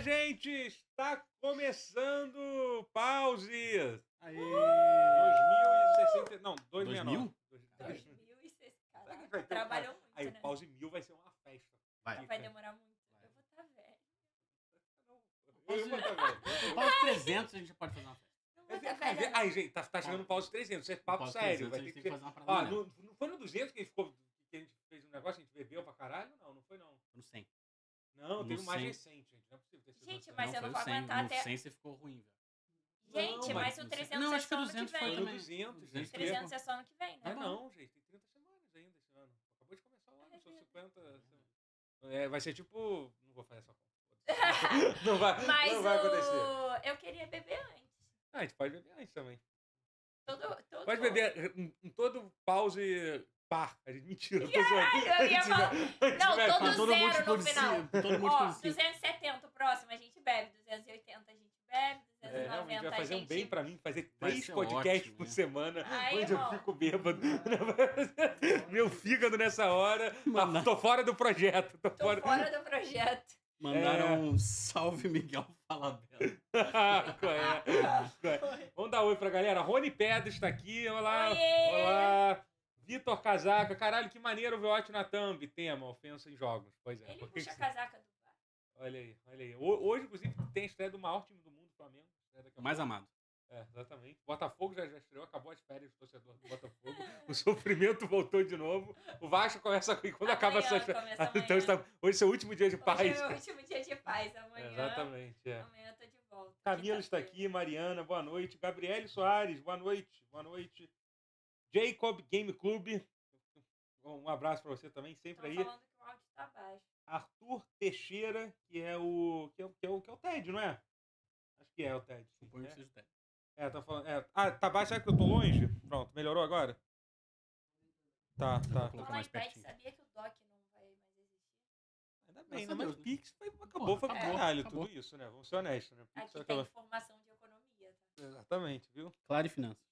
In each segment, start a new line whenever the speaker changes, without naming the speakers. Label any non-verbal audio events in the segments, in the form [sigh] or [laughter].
gente! Está começando Pause!
Aê!
2060. Não, 2009.
2000?
[laughs]
2006. Caraca, trabalhou muito,
um Aí o
né?
Pause Mil vai ser uma festa.
Vai.
Vai demorar muito. Eu vou estar velho. um
Eu vou também.
Faz 300, a gente já pode fazer uma festa.
Não vou
um Mas é,
estar
quer
velho.
dizer, Aí, gente, tá, tá chegando pause 300. Isso é papo
Faz
sério.
300,
Vai
a
ter
gente
que
tem
ser...
que fazer uma parada.
Ó,
maneira.
não, não foi no 200 que a gente ficou... Que a gente fez um negócio, a gente bebeu pra caralho? Não, não foi não.
No 100.
Não,
No
teve mais
100.
recente, gente. Não é possível ter sido
Gente,
no
Mas
100.
eu não
foi
vou
o 100.
aguentar
no
até-
100 você ficou ruim, velho.
Não,
Gente, mas
mas
o
não
300
sei.
é
Não, acho que
só ano que
200 foi
Foi
vem.
no
também.
200,
Não,
gente.
300 é É só ano que vem,
Não
né?
é não, gente. Tem 30 semanas ainda esse ano. Acabou de começar o ano. São 50... semanas. É, vai ser tipo... Não vou fazer essa conta.
[laughs]
não vai,
Mas
não vai acontecer.
o... eu queria beber antes.
Ah, a gente pode beber antes também.
Todo, todo...
Pode beber eh, em em todo pause par. A gente, [laughs] mentira, eu
[laughs]
tô
eu ia falar- Não, todo
Mas todo mundo
zero
ficou
no
de
final.
cima, Todo mundo
Ó,
ficou de cima.
270 o próximo a gente bebe, 280 a gente bebe,
É,
290
realmente, vai
a
fazer
gente...
um bem pra mim fazer
Vai
três
ser
podcasts
ótimo,
por
né?
semana,
Ai,
onde eu
irmão.
fico
[laughs]
bêbado. Meu fígado nessa hora. tá-
Mano.
tô fora do projeto. Tô,
Tô fora do projeto.
É.
Mandaram um salve, Miguel [laughs] Falabella.
[laughs] Qual é? Qual é? Vamos dar oi pra galera. Rony Pedras tá aqui. Olá.
Oiê!
Olá. Vitor Casaca. Caralho, que maneiro o VOT na thumb. Tema, ofensa em jogos. Pois é.
Ele
por que
puxa a
que-
casaca do bar.
Olha aí, olha aí. Ho- Hoje, inclusive, tem a estreia do maior time do mundo, o Flamengo. Estreia daqui a
O mais amado.
É, exatamente. Botafogo já, já estreou, acabou as férias do torcedor do Botafogo. o sofrimento voltou de novo. O Vasco começa e quando acaba
Amanhã,
essas férias.
começa
[laughs]
amanhã.
Então, está- hoje é seu último dia de
Hoje
paz.
é meu último dia de paz. Amanhã,
Exatamente. É.
amanhã eu tô de volta.
Camila está
Quinta-feira.
aqui, Mariana, boa noite. Gabriele Soares, boa noite. Boa noite. Jacob Game Club, um abraço para você também, sempre aí.
Estão falando que o áudio tá baixo.
Arthur Teixeira, que é o que é, o- que é o, que é o Ted, não é? Acho que é o Ted. sim,
Suponho
né?
que seja o Ted.
É, tá falando. é. Ah, tá baixo, será que eu tô longe? Pronto, melhorou agora? Tá, tá.
Vou colocar
Falar
mais
em pet,
pertinho.
sabia que o DOC não vai mais existir?
Ainda bem,
Graças
né?
a
Mas
Deus,
o
né?
Pix foi, acabou,
Porra,
foi pra
acabou,
caralho
acabou.
tudo isso, né? Vamos ser honestos, né? Pix foi
Aqui tem
aquela-
informação de economia, tá?
Exatamente, viu?
Claro e finanças.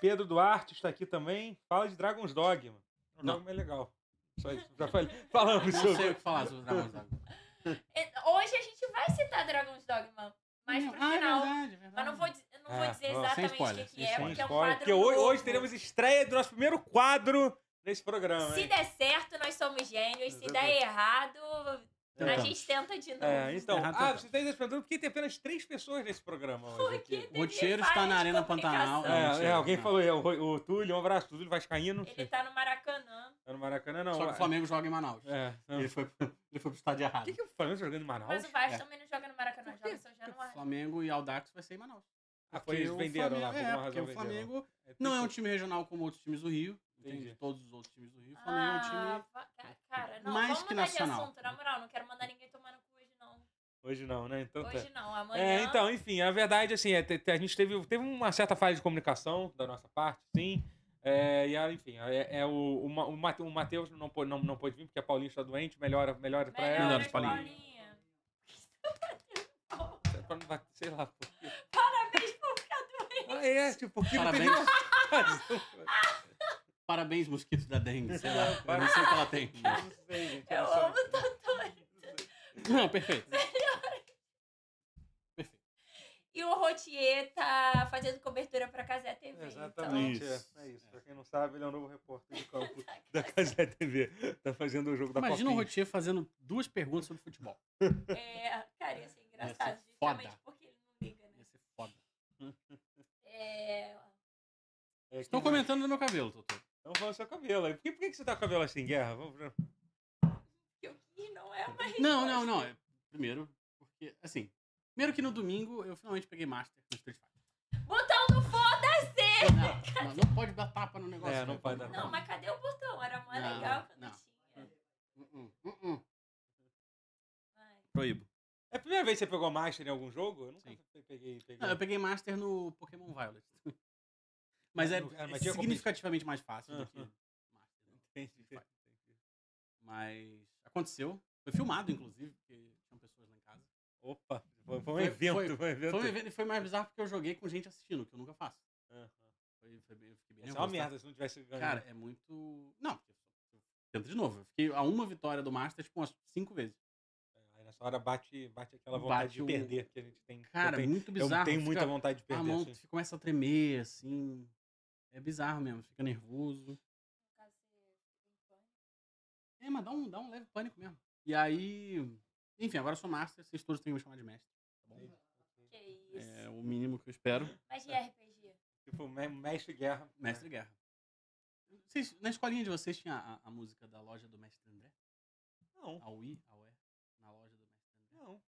Pedro Duarte está aqui também. Fala de Dragon's Dogma. É Um
Não.
jogo mais legal. Só isso. Já falei. [laughs] Falamos
Não sei
sobre.
o que falar sobre o Dragão d'Água.
E- Hoje a gente vai citar Dragon's Dogma, mas pro
Ah, é
final.
verdade, é verdade.
Mas não vou, dizer- não vou
É,
dizer
ó, sem
exatamente o
spoiler,
que, que
Ah, sem
é,
spoiler.
porque é um
Olha,
quadro
Porque hoje, hoje
novo.
teremos estreia do nosso primeiro quadro nesse programa,
Se
hein?
der certo, nós somos gênios. Se der
Exatamente.
errado, a
Então.
gente tenta de novo.
É, então,
Errado,
ah,
tá.
vocês estão perguntando por que tem apenas três pessoas nesse programa hoje. aqui.
Porque
O Rotiero está na
várias
Arena Pantanal.
complicações.
Não,
É,
mentira,
é, alguém
não.
falou aí, o, o Túlio, um abraço, Túlio Vascaíno.
Ele tá no Maracanã.
Tá no Maracanã, não.
Só que o Flamengo joga em Manaus.
É, não.
Ele, foi, ele foi pro estádio
O
errado.
que, que o Flamengo tá jogando em Manaus?
Mas o Vasco
É.
também não joga no Maracanã,
Por quê?
joga em São Januário.
Flamengo e Aldax vai ser em Manaus.
Ah, foi,
Porque
eles
o
venderam lá, por
Flamengo-
alguma
é, porque
razão
o
venderam.
Flamengo
É, tem
não é um
que-
time regional como outros times do Rio. entende?
Entendi.
Todos os outros times do Rio. O Flamengo é um time
Ah, va- ca- cara, não,
Mais
vamos
que
mudar
nacional.
de assunto, na moral. Não quero mandar ninguém tomar no cu hoje, não.
Hoje não, né? Então, tá.
Hoje não,
É,
amanhã.
então, enfim, a verdade, assim, é, te- te- a gente teve, teve uma certa falha de comunicação da nossa parte, sim. É, e, ah, enfim, é, é o, o, Ma- o Mate- o Matheus não, pô- não, não pôde vir porque a Paulinha está doente, melhora, melhora pra
melhoras,
ela.
Melhoras, Paulinha.
Paulinha.
Pra não bater, sei lá, por quê.
Parabéns por ficar doente.
Ah, é, tipo, porque não tem
Parabéns.
razão.
Parabéns, mosquito da dengue. Sei lá. Eu não
Parabéns.
sei o que ela [laughs] tem.
Não sei, gente. é
Eu
não sei.
amo Totoro.
Não, perfeito.
E o Rotier tá fazendo cobertura pra Casé TV. Então,
Exatamente.
Isso.
É, é isso. Pra quem não sabe, ele é o novo repórter de campo
[laughs] Saca.
da Casé TV. Tá fazendo o jogo da
Imagina um o
Copinha.
Rotier fazendo duas perguntas sobre futebol.
é, cara, ia ser
Ia
engraçado.
ser foda.
Justamente porque ele não liga, né?
Ia ser foda.
É,
É,
Estão
quem-
comentando no meu cabelo, doutor.
Então fala seu cabelo aí. Por que, por que que você tá com o cabelo assim, Guerra? Vamos pra-
que eu quis não é uma
Não, não,
resposta.
não. é- Primeiro, porque, assim. Primeiro que no domingo eu finalmente peguei Master no Street Fighter.
Botão do foda-se! [laughs]
Não, não, não pode dar tapa no negócio.
É, não
né?
pode dar
Não, mas cadê o botão? Era mó
Não,
legal quando
não.
tinha.
Hum.
Uh-uh, uh-uh.
Ai,
Proíbo.
É a primeira vez que você pegou Master em algum jogo? Eu nunca
Sim.
pe- peguei. peguei.
Não, é eu peguei Master no Pokémon Violet. Mas é,
No- ah, mas
é
tinha como-
significativamente mais fácil do que
Aham.
Master. né?
Entendi,
Street
entendi.
Fighter. Mas aconteceu. Foi filmado, inclusive, porque tinham pessoas lá em casa.
Opa, foi, foi um
Foi-
evento, foi,
foi-
um evento.
Foi um evento e foi mais bizarro porque eu joguei com gente assistindo, que eu nunca faço.
Aham.
Foi, foi bem, eu fiquei bem
Isso é
nervoso,
uma
tá?
merda se não tivesse ganho.
Cara, é muito. Não, porque eu- eu tento de novo. Eu fiquei a uma vitória do Master, tipo, umas cinco vezes.
É, aí na sua hora bate, bate aquela vontade
Bate
de
o-
perder que a gente tem.
Cara, é
eu tenho,
muito
eu
bizarro.
tenho
fica-
muita vontade de
A
perder.
mão
assim.
fica- começa a tremer, assim. É bizarro mesmo, fica nervoso. É, mas dá um, dá um leve pânico mesmo. E aí. Enfim, agora eu sou master, vocês todos têm que me chamar de mestre. Tá bom?
Que isso.
É o mínimo que eu espero.
Mas de
é.
RPG?
Tipo, me- mestre guerra.
Mestre Guerra. Vocês- na escolinha de vocês tinha a, a música da loja do Mestre André?
Não,
A UI, a UE, na loja do Mestre André.
não.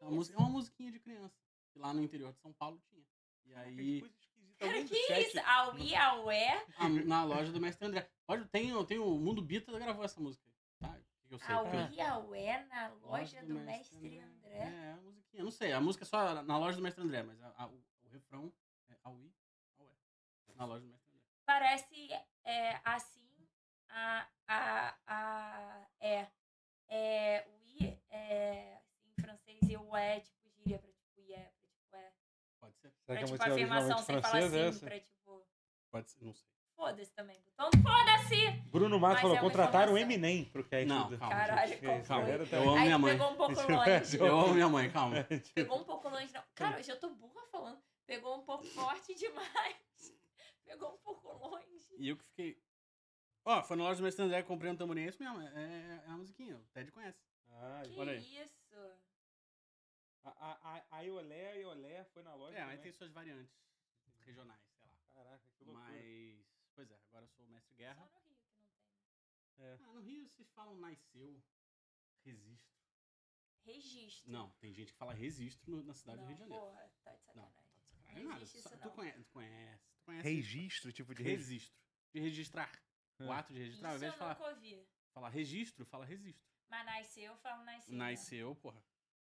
É uma, música, é uma musiquinha de criança, que lá no interior de São Paulo tinha. E aí,
coisa esquisita.
Cara,
Alguém do
que
chat-
isso? A Wii, a Ué,
a- na loja do Mestre André. Pode, tem, tem o Mundo Bita gravou essa música. Tá? O que eu sei?
a
cara?
Wii, a Ué na loja do mestre André.
É, é a musiquinha. Não sei, a música é só na loja do Mestre André, mas a- a- o, o refrão é a UI, a UE, na loja do Mestre André.
Parece é, assim a, a, a é, é Wii é, em francês e o é tipo gíria pra tipo Ué, pra tipo é.
Pode ser?
Será
Pra
que
tipo
a música é
afirmação,
originalmente
você fala assim
francesa?
é
essa?
pra tipo.
Pode ser, não sei.
Foda-se também. Então, foda-se!
Bruno Matos
Mas
falou,
é uma
contrataram o
informação.
Eminem pro cast.
Não,
do-
calma,
Caralho,
gente.
qual
Esse
Calma,
cara
foi?
tá-
eu amo
Aí
[laughs] minha mãe.
pegou um pouco
Isso
longe.
parece-
Eu amo minha mãe, calma.
Pegou um pouco longe, não. Cara, hoje eu tô burra falando. Pegou um pouco forte demais. [laughs] Pegou um pouco longe.
[laughs] E eu que fiquei. Ó, foi na loja do Mestre André, comprei um tamborim, é isso mesmo. É, é a musiquinha, o Ted conhece.
Ai,
Que
olha aí.
isso?
A, a, a, a Iolé, a Iolé foi na loja.
É, mas tem
também.
suas variantes regionais, sei lá.
Caraca, que loucura.
Mas, pois é, agora eu sou o Mestre
Só
Guerra.
no Rio que não tem.
Ah, no Rio vocês falam nasceu, registro.
Registro.
Não, tem gente que fala registro no- na cidade
não,
do Rio de Janeiro.
Porra, tá de
Não,
sacanagem.
Caralho, é nada.
existe
só-
isso,
tu
não.
conhece, tu conhece, tu conhece.
Registro, tipo de registro.
Registro. De registrar. O
É.
ato de registrar, ao
Isso eu
invés de falar,
nunca ouvi.
falar registro, fala registro.
Mas nasceu, eu falo nasceu. né?
Nasceu, porra.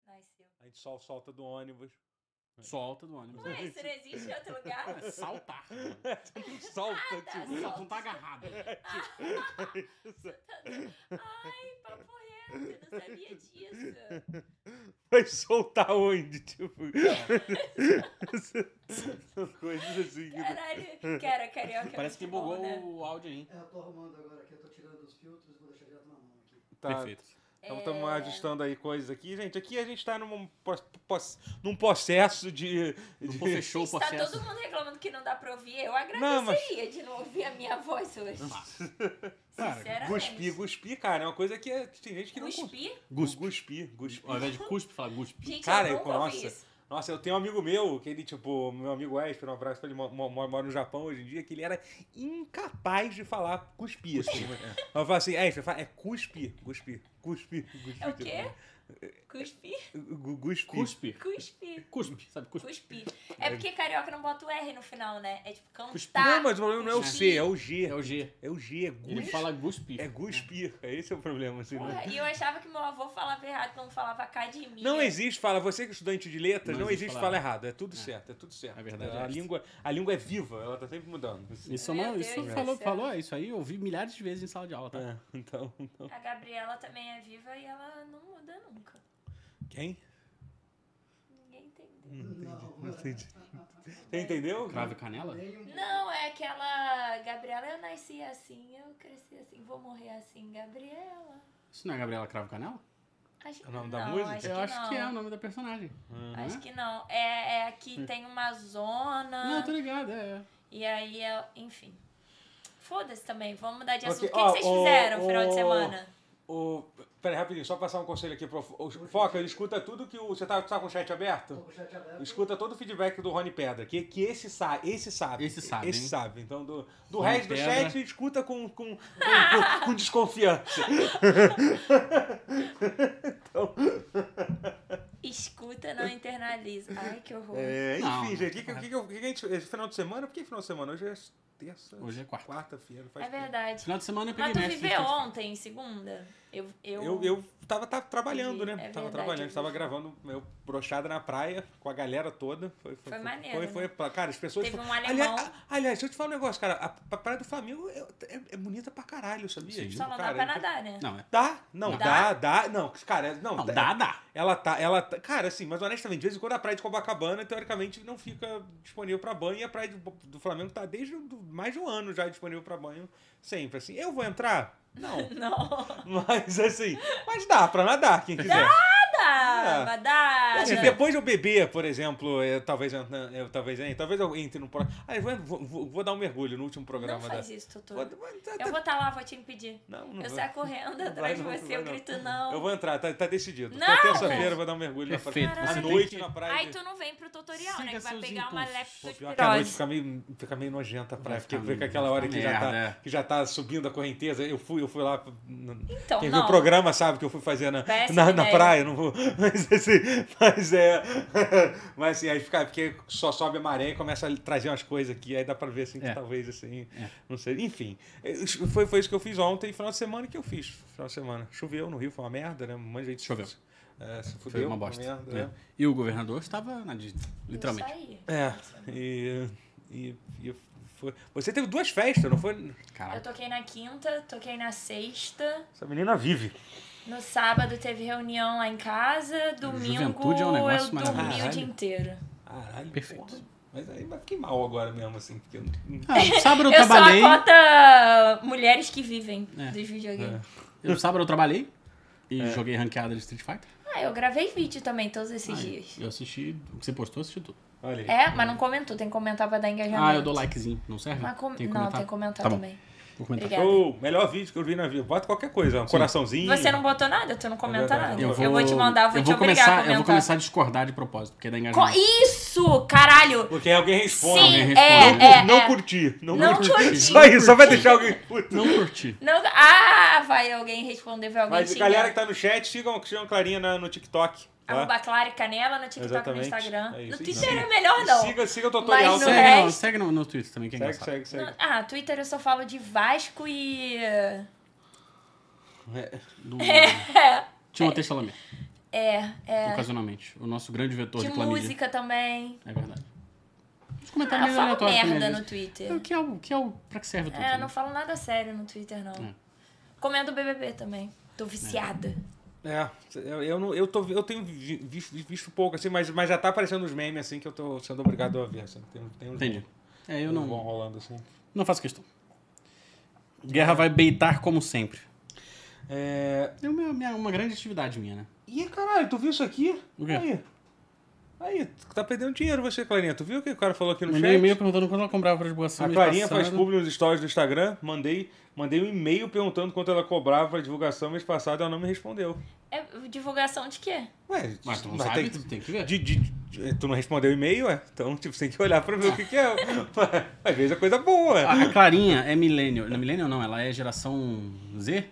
Nasceu.
A gente sol, solta do [laughs] ônibus.
Solta do ônibus.
Ué, isso não existe em outro lugar?
É [laughs]
[laughs]
Saltar.
Não solta, tipo.
Salta, não tá agarrado.
É Ai, papo reto, eu não sabia
[laughs]
disso.
Vai soltar onde? Tipo. [laughs] Coisas assim. que-
Caralho, cara, carioca. é
Parece que
muito bom,
bugou
né?
o áudio aí.
É, eu tô arrumando agora aqui, eu tô tirando os filtros, vou deixar direto na mão aqui.
Tá,
Perfeito.
Então
É,
estamos ajustando aí coisas aqui, gente. Aqui a gente está num, pos- pos- num processo de.
Não
de- [laughs]
pô, fechou o
Gente, tá
processo.
todo mundo reclamando que não dá pra ouvir. Eu
Não, mas-
agradeceria de não ouvir a minha voz hoje. Sinceramente.
Guspir, guspir, cara. É uma coisa que é- tem gente que não. cons-
Cuspir?
Guspir, guspir.
Ao invés de cuspe, fala guspe.
Gente,
Cara,
eu
eu-
nunca ouvi
nossa.
isso.
Nossa, eu tenho um amigo meu, que ele, tipo, meu amigo Esper, um abraço pra ele, mo- mo- mo- mora no Japão hoje em dia, que ele era incapaz de falar cuspir. Assim. Eu falo assim, Esper, fala, é cuspir, cuspir, cuspir, cuspir. tipo,
É o quê? [laughs] Cuspir?
Gu- Guspir.
Cuspe.
Cuspir.
Cuspe, sabe? Cuspe.
Cuspir. É porque carioca não bota o R no final, né? É tipo cantar.
Não, mas o problema não é o C, é o G.
É o G.
É o G, é
Ele
gus.
fala guspe.
É guspir. É Esse é o problema, assim. né?
Porra, e eu achava que meu avô falava errado quando falava academia.
Não é existe, fala, você que é estudante de letras,
Não
não,
existe
existe
falar
fala errado. É tudo
É.
certo, é tudo certo.
A verdade é
a
essa.
língua, a língua é viva, ela tá sempre mudando. assim.
Isso,
Meu
não,
Deus
isso
do
falou,
céu.
falou, é isso aí. Eu ouvi milhares de vezes em sala de aula, tá?
É, então, [laughs]
A Gabriela também é viva e ela não muda nunca.
quem?
Ninguém entendeu.
Hum.
Não,
Não entendi. Você entendeu?
Cravo e canela?
[laughs] nem um
Não, é aquela. Gabriela, eu nasci assim, eu cresci assim, vou morrer assim, Gabriela.
Isso não é Gabriela Cravo e Canela?
Acho que
É o nome
não,
da música? Uhum.
Acho
eu
que
acho
não.
que é o nome da personagem.
Acho que não. É, é aqui tem uma zona.
Não, eu tô ligado, é. é.
E aí, é- enfim. Foda-se também, vamos mudar de
Ok,
assunto. O que,
ó,
que vocês
o-
fizeram no final de
o-
semana?
O, peraí, rapidinho, só passar um conselho aqui pro. o- Foca, ele escuta tudo que o. Você tá, tá com o chat
tô
aberto?
com o chat aberto.
Escuta todo o feedback do Rony Pedra, que, que esse, sa, esse sabe.
Esse sabe,
Esse
hein?
sabe. Então, do, do
Rony
resto do
Pedra.
chat, escuta com, com, com, com- com desconfiança.
Escuta, não internaliza. Ai, que
[laughs]
horror.
É, enfim,
Não,
gente, o que,
não.
que, que, eu- que, que a gente. Esse final de semana? Por que final de semana? Hoje é terça.
Hoje é quarta.
Quarta-feira. faz
É
tempo.
verdade.
Final de semana eu peguei então,
Mas tu
mestre.
viveu ontem, segunda? Eu. eu...
Eu, eu tava, tava trabalhando, né?
É
tava
verdade,
trabalhando,
eu
tava
vi.
gravando meu brochada na praia com a galera toda. Foi, foi,
Foi maneiro,
Foi,
né?
foi, Cara, as pessoas.
Teve
fo-
um alemão.
Aliás, a- aliás, deixa eu te falar um negócio, cara. A pa- praia do Flamengo é, é- é bonita pra caralho, sabia?
Sim.
Tipo,
Só não dá
cara,
pra
é-
nadar, né?
Não, é.
Dá? Não,
Não.
dá, dá. Não, cara, é, não.
Não,
dá-
dá, dá.
Ela tá, ela tá. Cara, assim, mas honestamente, de vez em quando a praia de Copacabana, teoricamente, não fica disponível pra banho. E a praia de- do Flamengo tá desde o- mais de um ano já disponível pra banho, sempre. Assim, eu vou entrar? Não.
[laughs] Não.
[laughs] Mas assim, mas dá pra nadar, quem quiser.
Nada!
É.
badada.
Assim, depois eu beber, por exemplo, eu talvez eu, né, eu talvez hein, talvez eu entre no próximo. Ah, eu vou, vou, vou dar um mergulho no último
Não
programa
faz
da.
isso, Totoro.
Vou- vou- tá- tá-
Eu vou estar lá, vou te impedir.
Não, não
Eu
vou.
saio correndo
Não vai,
atrás de
não, não
você,
vai,
eu
não.
grito não.
Eu vou entrar, tá, tá decidido.
Não!
Na terça-feira eu vou dar um mergulho na praia.
Perfeito.
Caralho.
À
Você tem
noite
que...
na praia.
Aí tu não vem pro tutorial,
Siga
né? Que vai
seus
pegar uma
impulsos.
Pô, pior que a noite
leptospirose.
fica meio, fica meio nojenta a praia,
Vai
porque
ficar
fica
meio-
aquela hora que já, tá,
Merda. é.
que já tá subindo a correnteza. Eu fui, eu fui lá. no-
Então,
Quem viu
não.
o programa sabe que eu fui fazer na,
Péssima
na, na
ideia.
praia, não vou. [laughs] Mas, assim, mas é. [laughs] Mas assim, aí fica. Porque só sobe a maré e começa a trazer umas coisas aqui, aí dá pra ver assim, que
É.
talvez assim.
É.
Não sei. Enfim, eh, foi, foi isso que eu fiz ontem, final de semana que eu fiz. Final de semana. Choveu no Rio, foi uma merda, né? Um monte de gente. se-
Choveu.
É, se fudeu.
Foi uma bosta.
merda,
É.
né?
E o governador estava na Disney, literalmente.
Isso aí.
É, e. e, e foi- Você teve duas festas, não foi?
Eu
Caraca.
toquei na quinta, toquei na sexta.
Essa menina vive.
No sábado teve reunião lá em casa. Domingo
Juventude é um negócio
eu dormi o
maravilhoso.
dia inteiro.
Caralho,
Perfeito.
porra. Mas aí vai fiquei mal agora mesmo, assim, porque eu não.
[laughs]
Ah, sábado eu
Eu sou
trabalhei.
a cota mulheres que vivem
É.
dos videogames.
Eu, sábado eu trabalhei e joguei ranqueada de Street Fighter.
Ah, eu gravei vídeo também todos esses
Aí,
dias.
Eu assisti, o que você postou, eu assisti tudo.
Olha aí.
É, mas não comentou, tem que comentar pra dar engajamento.
Ah, eu dou likezinho, não serve?
Mas com-
Tem que
não,
comentar?
tem que comentar
Tá bom.
também.
Vou comentar.
Obrigada.
Show, melhor vídeo que eu vi na vida. Bota qualquer coisa, um coraçãozinho.
Você não botou nada, tu não comenta
verdade.
nada. Eu vou, te mandar, vou,
É eu
te
vou
obrigar
começar,
a comentar.
Eu vou começar a discordar de propósito, porque dá
Co-
engajamento.
Isso, caralho!
Porque alguém responde.
Sim,
alguém
é,
responde.
é,
não
é.
curti. Não,
Não
curti.
curti.
Só isso, só vai deixar alguém puto.
Não curti.
Não- ah, vai alguém responder, vai alguém
Mas a
xingar.
galera que tá no chat, sigam, sigam a Clarinha na- no TikTok. Tá?
Arroba Clara e Canela no TikTok
Exatamente.
no Instagram.
É isso,
no
isso aí.
Twitter é melhor não.
Siga, siga o tutorial
Mas no
também.
segue, no,
resto-
segue no, no Twitter também, que é
Segue,
engraçado.
segue, segue.
No- ah, Twitter eu só falo de Vasco e...
É.
[laughs]
Do... Timothée Chalamet,
É, é.
ocasionalmente. O nosso grande vetor
De
de clamídia.
música também.
É verdade. Os
Ah,
comentários
eu
meio
falo
aleatórios também,
merda
às vezes.
no Twitter.
É, o que é o, que é o... Pra que serve o Twitter?
É, eu
né?
não falo nada sério no Twitter, não.
É.
Comendo BBB também. Tô viciada.
É, eu, eu, não, eu, tô, eu tenho vi- vi- visto, pouco, assim, mas, mas já tá aparecendo uns memes, assim, que eu tô sendo obrigado a ver. Assim. Tem, tem uns
Entendi. É, eu
Vão
não,
rolando, assim.
não faço questão. Guerra vai beitar como sempre.
É...
É uma, minha- uma grande atividade minha, né?
Ih, caralho, tu viu isso aqui?
O quê?
Aí. Aí, tá perdendo dinheiro você, Clarinha. Tu viu o que o cara falou aqui Tá no
Mandei um
chat?
e-mail perguntando quanto ela comprava pra divulgação.
A
mês
Clarinha
passado.
faz publi nos stories do Instagram. Mandei, mandei um e-mail perguntando quanto ela cobrava a divulgação mês passado ela não me respondeu.
É divulgação de quê?
Ué,
Mas tu não
vai
sabe,
ter que-
tu tem que ver.
de- de- de- tu não respondeu o e-mail, ué? Então, tipo, você tem que olhar pra ver o que, que [laughs] é. Ué, Às vezes é coisa boa, ué.
A Clarinha é millennial. Não é millennial, não. Ela é geração Z?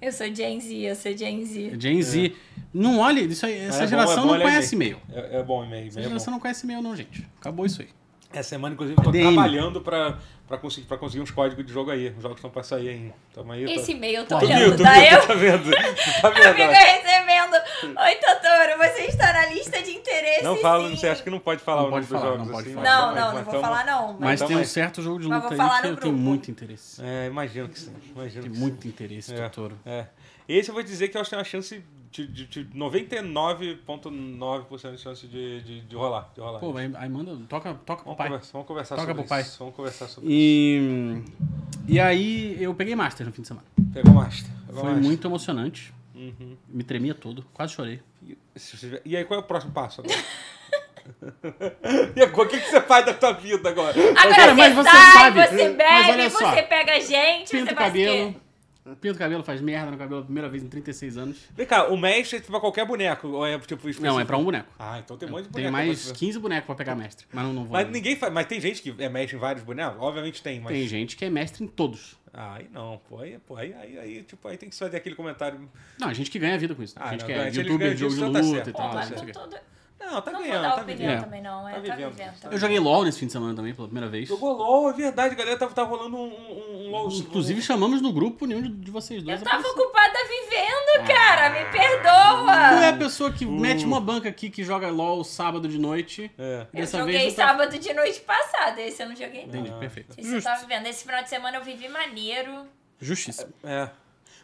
Eu sou Gen Z, eu sou Gen Z.
Gen Z. Não olhe, isso aí, essa
é bom,
geração
é bom
não
olhar
conhece e-mail.
É, é bom o e-mail,
Essa
é
geração
bom.
não conhece e-mail, não, gente. Acabou isso aí.
Essa semana, inclusive, eu tô
ADM.
trabalhando pra, pra, conseguir, pra conseguir uns códigos de jogo aí. Os jogos estão pra sair ainda. Tamo aí.
Esse
tá...
e-mail eu tô
Tu
[laughs] olhando,
viu, tu
tá?
viu, [laughs]
Eu é
tá vendo? Tá
eu
vendo?
fico
ó.
recebendo. Oi, Totoro, você está na lista de interesses.
Não fala,
sim.
você acha que não pode falar
Não
o
pode
nome dos
falar,
jogos
não pode
assim?
falar.
Não,
mas-
não, não
mas
vou
tamo-
falar, não.
Mas
Mas,
então,
tem um
mas-
certo jogo de
Mas
luta
vou
aí
falar
que
no
eu tenho
grupo.
muito interesse.
É, imagino que sim. Imagino
Tem
que
muito interesse,
É.
doutor.
sim. É. Esse eu vou dizer que eu acho que tem uma chance de, de, de 99,9% de chance de, de, de rolar. De rolar.
Pô, aí, aí manda, toca, toca pro
vamos,
pai.
Conversar, vamos conversar
Toca
sobre
pro pai.
isso. Vamos conversar sobre
E, e aí eu peguei Master no fim de semana.
isso. Pegou Master. Pegou
Foi
Master.
muito emocionante.
Uhum.
Me tremia todo, quase chorei.
E, se você- e aí, qual é o próximo passo agora? [laughs] e agora, o que, que você faz da tua vida agora?
Agora
Cara,
você,
mas você
sai,
sabe.
você
Mas olha
bebe,
só.
você pega gente,
Pinto
você
o
faz o quê?
cabelo. Pinto o cabelo, faz merda no cabelo a primeira vez em 36 anos.
Vem cá, o mestre é pra qualquer boneco. Ou é, tipo,
Não, é pra um boneco.
Ah, então tem um monte de boneco.
Tem
pra
mais
fazer.
15 bonecos pra pegar mestre, mas não, não vou.
Mas
não.
ninguém faz. Mas tem gente que é mestre em vários bonecos? Obviamente tem, mas.
Tem gente que é mestre em todos.
Ah, Aí não, pô. Aí, pô, aí, aí, aí, tipo, aí tem que fazer aquele comentário.
Não, a gente que ganha vida com isso. Né?
Ah,
a gente
não,
que
não,
é
eles
youtuber
ganham
de jogo de
disso, tá
luta
certo,
e
Pô,
tal.
tá
Ah, não
mas
sei o
certo.
com
quê.
todo...
Não, tá
Não vou
ganhando,
dar
tá
opinião
ganhando.
É.
também, não. É,
Tá
tá
vivendo,
vivendo.
tá
Eu joguei LOL nesse fim de semana também, pela primeira vez.
Jogou LOL, é verdade, galera. Tava, tava rolando um, um, um LOL.
Inclusive, chamamos no grupo nenhum de- de vocês dois. É
Eu tava
apareceu.
ocupada vivendo, cara. Me perdoa.
Tu Ah. é a pessoa que
Uh.
mete uma banca aqui que joga LOL sábado de noite.
É.
E
Eu
dessa
joguei
vez. não tá-
sábado de noite passada, esse eu não joguei não.
Entendi,
Ah.
perfeito.
Esse eu tava vivendo. Esse final de semana eu vivi maneiro.
Justiça.
É.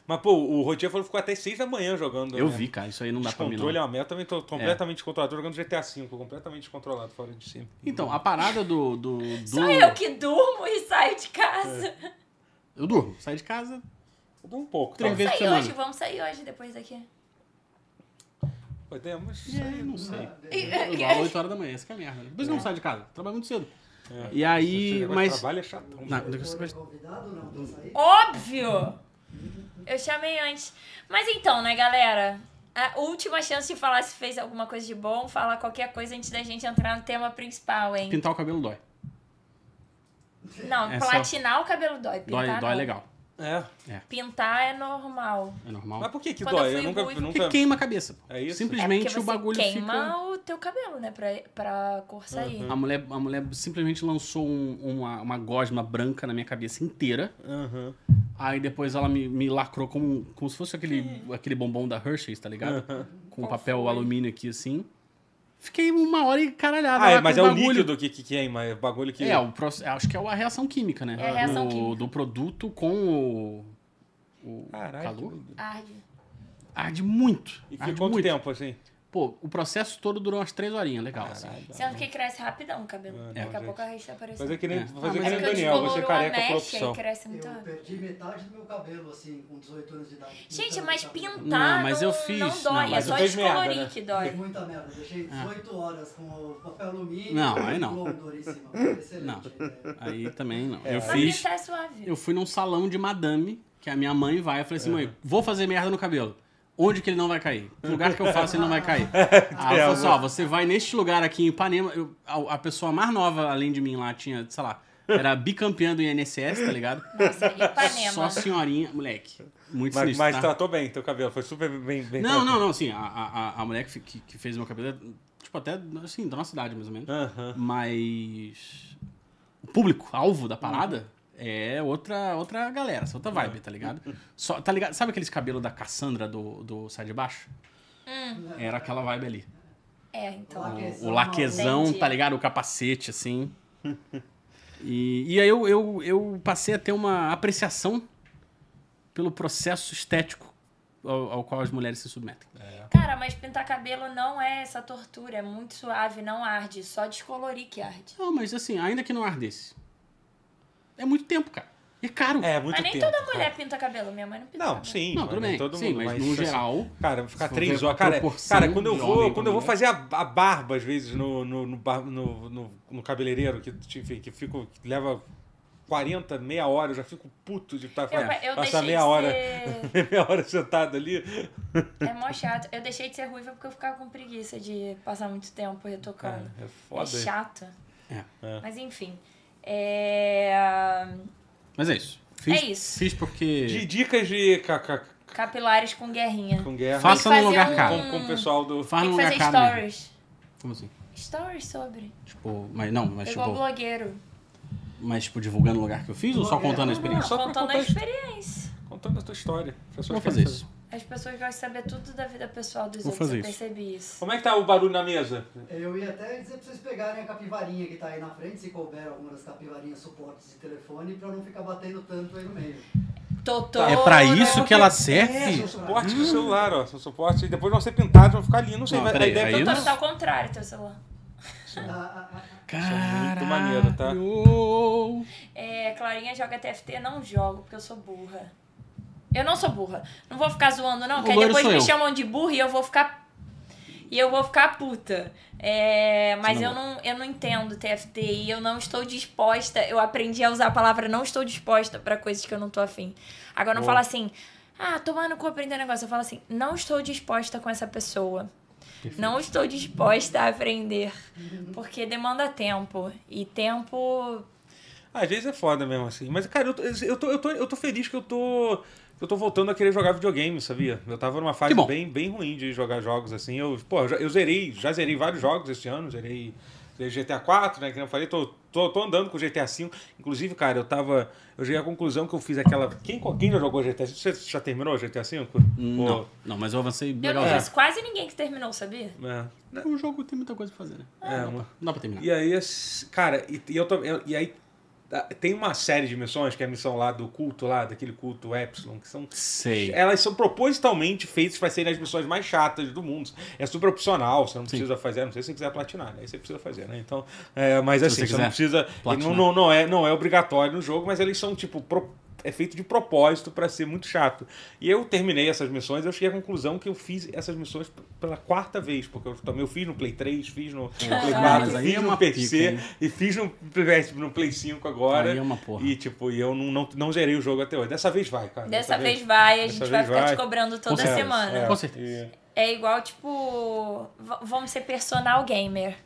Mas, pô, o Rotier falou que ficou até 6 da manhã jogando.
Eu
né?
vi, cara, isso aí não dá pra mim. não.
Descontrole é uma merda. Eu também tô completamente
É.
descontrolado. Tô jogando GTA V, completamente descontrolado, fora de si.
Então, a parada do. do, do...
Só eu que durmo e saio de casa.
É. Eu durmo. Saio de casa.
Eu dou um pouco.
Três
tá?
vezes. Fim de
Vamos sair
semana.
hoje, vamos sair hoje depois daqui.
podemos?
É, não sei.
É.
Igual 8 horas da manhã, essa que é a merda. né? Por isso que eu não saio de casa, trabalho muito cedo.
É.
E
Esse
aí,
negócio de
mas.
Trabalho é chatão.
Não,
velho.
você vai-
Foi convidado ou não pra sair?
Óbvio! Eu chamei antes. Mas então, né, galera? A última chance de falar se fez alguma coisa de bom, falar qualquer coisa antes da gente entrar no tema principal, hein?
Pintar o cabelo dói.
Não,
Essa-
platinar o cabelo dói. Pintar
é Dói,
não.
dói é legal.
É.
Pintar é normal.
É normal.
Mas por que que
Quando
dói?
eu
Eu
fui
nunca...
ruiva-
Porque
nunca...
queima a cabeça. pô.
É isso?
é
Simplesmente
porque
o
você
bagulho
queima
fica.
o teu cabelo, né? Pra, pra cor sair.
Uhum.
A mulher, a mulher simplesmente lançou um- uma, uma gosma branca na minha cabeça inteira.
Aham.
Aí depois ela me, me lacrou como, como se fosse aquele, aquele bombom da Hershey's, tá ligado?
[laughs]
Aham.
Com
Qual
papel
foi?
alumínio aqui assim. Fiquei uma hora encaralhada.
Ah,
lá
é,
com
mas é o
bagulho.
líquido que, que queima, é o bagulho que...
É, o proce- acho que é a reação química, né?
É a reação
do,
química.
do produto com o. o
Caralho. que
calor.
doido.
Arde.
Arde muito.
E
arde
que, quanto
muito.
tempo, assim?
Pô, o processo todo durou umas três horinhas, legal. assim.
Sendo que é cresce rapidão o cabelo.
Ah,
Daqui a
não,
pouco a raiz tá aparecendo.
Fazer que nem,
É. Ah,
fazer que nem
mas é
o
que eu
Daniel, você
descoloro
careca por
e
opção.
cresce muito
Eu
rápido.
perdi metade do meu cabelo, assim, com 18 anos de idade. Então, tá
Gente,
Pintando
mas
o cabelo.
pintar
Não, mas eu
não-
fiz.
não dói,
Não,
é
mas
só
eu fiz merda,
descolorir
né?
que
[laughs]
Foi
dói.
muita merda. Deixei 18 horas com o papel alumínio.
Ah. Não, aí não.
com lodo em cima. Excelente né?
Não.
ideia.
Aí também não.
É.
Eu
Mas
Mas
fiz.
pintar é suave.
Eu fui num salão de madame, que a minha mãe vai. Eu falei assim, mãe, vou fazer merda no cabelo. Onde que ele não vai cair? Que lugar que eu faço ele não
[laughs]
vai cair.
É,
Aí ela falou assim, ó, você vai neste lugar aqui em Ipanema. Eu- a, a pessoa mais nova, além de mim lá, tinha, sei lá, era bicampeã do INSS, tá ligado?
Nossa, Ipanema.
Só senhorinha, moleque. Muito
Mas,
sinistro,
mas
tá?
tratou bem teu cabelo, foi super bem... bem
Não, não, não, assim, a, a, a- a mulher que, fe- que, que fez meu cabelo, é, tipo, até, assim, da nossa idade, mais ou menos.
Aham.
Mas o público, alvo da parada, é outra, outra galera, essa outra vibe, tá ligado? Só, tá ligado? Sabe aqueles cabelos da Cassandra do, do Sai de Baixo? Era aquela vibe ali.
É, então.
O, o
né?
laquezão,
Entendi.
tá ligado? O capacete, assim. E, e aí eu, eu, eu passei a ter uma apreciação pelo processo estético ao, ao qual as mulheres se submetem.
Cara, mas pintar cabelo não é essa tortura, é muito suave, não arde. Só descolorir que arde.
Não, mas assim, ainda que não ardesse. É muito tempo, cara. E é caro.
É, muito
Mas nem
tempo.
toda
cara.
mulher pinta cabelo, minha mãe não pinta
Não,
cabelo.
sim.
Não,
mas
tudo
nem
bem.
Todo
Sim,
mundo,
mas no
assim,
geral.
Cara, ficar
se for
três
ver
horas.
a
Cara,
proporção
cara, quando eu
de
vou,
homem
quando
pra
eu vou
mulher.
fazer a, a barba, às vezes, no, no, no, bar- no, no- no cabeleireiro, que, enfim, que fico. Que leva 40, meia hora, eu já fico puto de estar
Eu, eu
passar
deixei
meia
de
hora.
ser...
[laughs] Meia hora sentado ali.
É mó chato. Eu deixei de ser ruiva porque eu ficava com preguiça de passar muito tempo retocando.
Cara, é
é
foda.
chato.
É.
É.
Mas enfim. É...
Mas é isso.
É isso.
Fiz porque.
De dicas de ca- ca-
Capilares com guerrinha.
com guerra.
Faça
Tem que
num lugar
fazer
caro.
com, com o pessoal do.
Faz
Tem
num
que
lugar
fazer
caro. mesmo.
stories.
Como assim?
Stories sobre.
Tipo, mas não, mas
Igual
tipo,
blogueiro.
mas tipo, divulgando o lugar que eu fiz ou só contando a
Não,
experiência?
Só pra
Uhum, contando
contar
a
a his-
experiência.
Contando a tua história. As pessoas
Vou
querem
fazer isso.
As pessoas gostam de saber tudo da vida pessoal dos
Vou
outros.
fazer
eu
isso.
percebi isso.
Como é que tá o barulho na mesa?
Eu ia até dizer pra vocês pegarem a capivarinha que tá aí na frente, se couber alguma das capivarinhas suportes de telefone, pra não ficar batendo tanto aí no meio.
Totô.
É pra isso que ela
É,
serve?
são suportes pro celular, ó. São suportes. E depois vão ser pintados, vão ficar ali. Não sei,
Não,
mas a
peraí,
ideia é
aí
que eu
não-
tô-
Totô, tá ao contrário, teu celular.
Ah, ah,
muito maneiro, tá?
Caralho!
É, Clarinha joga TFT, não jogo, porque eu sou burra. Eu não sou burra. Não vou ficar zoando, não,
O
porque aí
loiro
depois
sou
me
eu.
chamam de burra e eu vou ficar. E eu vou ficar puta. É, mas
Você
eu
não
não, eu não entendo TFT e eu não estou disposta. Eu aprendi a usar a palavra não estou disposta pra coisas que eu não tô afim. Agora não
Boa.
fala assim, ah, tomar no cu aprender negócio. Eu falo assim, não estou disposta com essa pessoa. Não estou disposta a aprender. Porque demanda tempo. E tempo
Às vezes é foda mesmo, assim. Mas, cara, eu tô, eu tô, eu tô, eu tô feliz que eu tô. que Eu tô voltando a querer jogar videogame, sabia? Eu tava numa fase
Que bom.
bem, bem ruim de jogar jogos, assim. Eu, pô, eu já- eu zerei, já zerei vários jogos esse ano, zerei, zerei GTA 4, né? Que nem eu falei, tô, tô, tô andando com GTA 5. Inclusive, cara, eu tava. Eu cheguei à conclusão que eu fiz aquela. Quem, quem já jogou GTA 5? Você já terminou GTA 5?
Não, não, mas eu avancei
Eu
legal.
não conheço quase ninguém que terminou, sabia?
É.
É um jogo que tem muita coisa pra fazer, né?
É,
não, dá
uma-
pra, não dá pra terminar.
E aí, esse- cara, e, e eu tô, eu- e aí tá, tem uma série de missões, que é a missão lá do culto, lá, daquele culto Epsilon, que são.
Sei.
Elas são propositalmente feitas para serem as missões mais chatas do mundo. É super opcional, você não precisa fazer, a não sei se você quiser platinar, né? Aí você precisa fazer, né? Então, é, mas
Se
assim,
você
você, não
quiser
precisa.
platinar.
Não, não, não, é, não é obrigatório no jogo, mas eles são, tipo, pro- é feito de propósito para ser muito chato. E eu terminei essas missões, eu cheguei à conclusão que eu fiz essas missões p- pela quarta vez, porque eu também eu fiz no Play 3, fiz no Play
mas
4,
aí
fiz
é
no
uma
PC
pica, hein?
e fiz no, no Play 5 agora.
Aí é uma porra.
E tipo, e eu não, não, não zerei o jogo até hoje. Dessa vez vai, cara.
Dessa vez vai, a
dessa vez
gente vai ficar
vai.
te cobrando toda
certeza,
semana.
é. Com certeza.
E-
É igual, tipo, v- vamos ser personal gamer.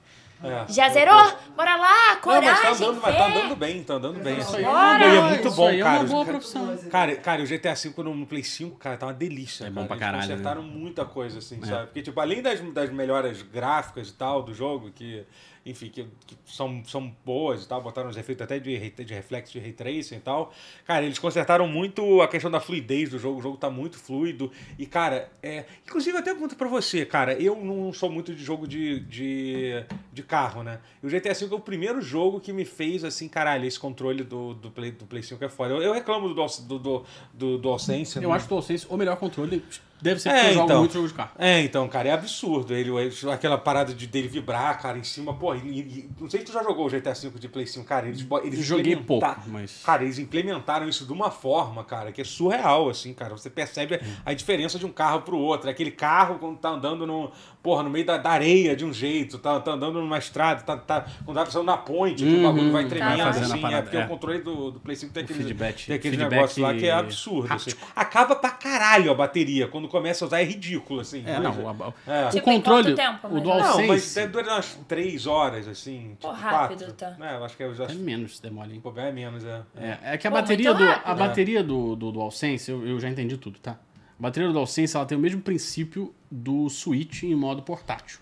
é.
Já zerou? Bora lá,
Não,
coragem,
mas tá andando, mas tá
fé.
andando bem, tá andando bem.
Isso
assim.
aí
é uma
Não, e é
boa,
muito
isso
bom,
aí é uma
cara.
boa
Os-
profissão.
Cara, cara, o GTA V no, no Play 5, cara, tá uma delícia.
É
cara.
bom pra
Eles
caralho, né?
consertaram muita coisa, assim, sabe? Porque, tipo, além das, das melhoras gráficas e tal do jogo, que, enfim, que, que são, são boas e tal, botaram os efeitos até de, re- de reflexo de ray tracing e tal. Cara, eles consertaram muito a questão da fluidez do jogo. O jogo tá muito fluido. E, cara, é. Inclusive, eu até pergunto pra você, cara, eu não sou muito de jogo de, de, de carro, né? E o GTA V é o primeiro jogo que me fez assim, caralho, esse controle do, do, Play, do Play 5 é foda. Eu, eu reclamo do, Dual- do, do, do DualSense.
Eu
né?
acho que o DualSense o melhor controle deve ser
É,
porque eu jogo
então.
muito jogo de carro.
É, então, cara, é absurdo. Ele, ele- aquela parada de, dele vibrar, cara, em cima. Pô, e- e- não sei se tu já jogou o GTA V de Play 5, cara. Eles, bo- eles
Joguei pouco,
implementa-
mas.
Cara, eles implementaram isso de uma forma, cara, que é surreal, assim, cara. Você percebe a- a diferença de um carro pro outro. Aquele carro, quando tá andando no, porra, no meio da, da areia de um jeito, tá, tá andando numa estrada, tá, tá- quando tá passando na ponte, que o
Uhum,
bagulho vai
vai
tremendo,
fazendo a
assim.
parada,
é porque
é.
o controle do, do Play 5 tem
O
aquele,
feedback-
tem aquele
feedback
negócio lá que é absurdo. assim. Acaba pra caralho a bateria. Quando começa a usar, é ridículo, assim.
É,
mas-
não. o- O,
É.
o
Tipo, em
controle,
quanto tempo,
o
mais ou
Não, mas
DualSense.
deve durar umas três horas, assim.
Pô,
tipo,
rápido,
quatro.
tá.
É, eu acho que eu já...
É menos se demora, hein?
Pô, é menos, é.
É, é que a
Pô,
bateria,
muito
do, a
rápido.
bateria do, do DualSense, eu, eu já entendi tudo, tá? A bateria do DualSense ela tem o mesmo princípio do Switch em modo portátil.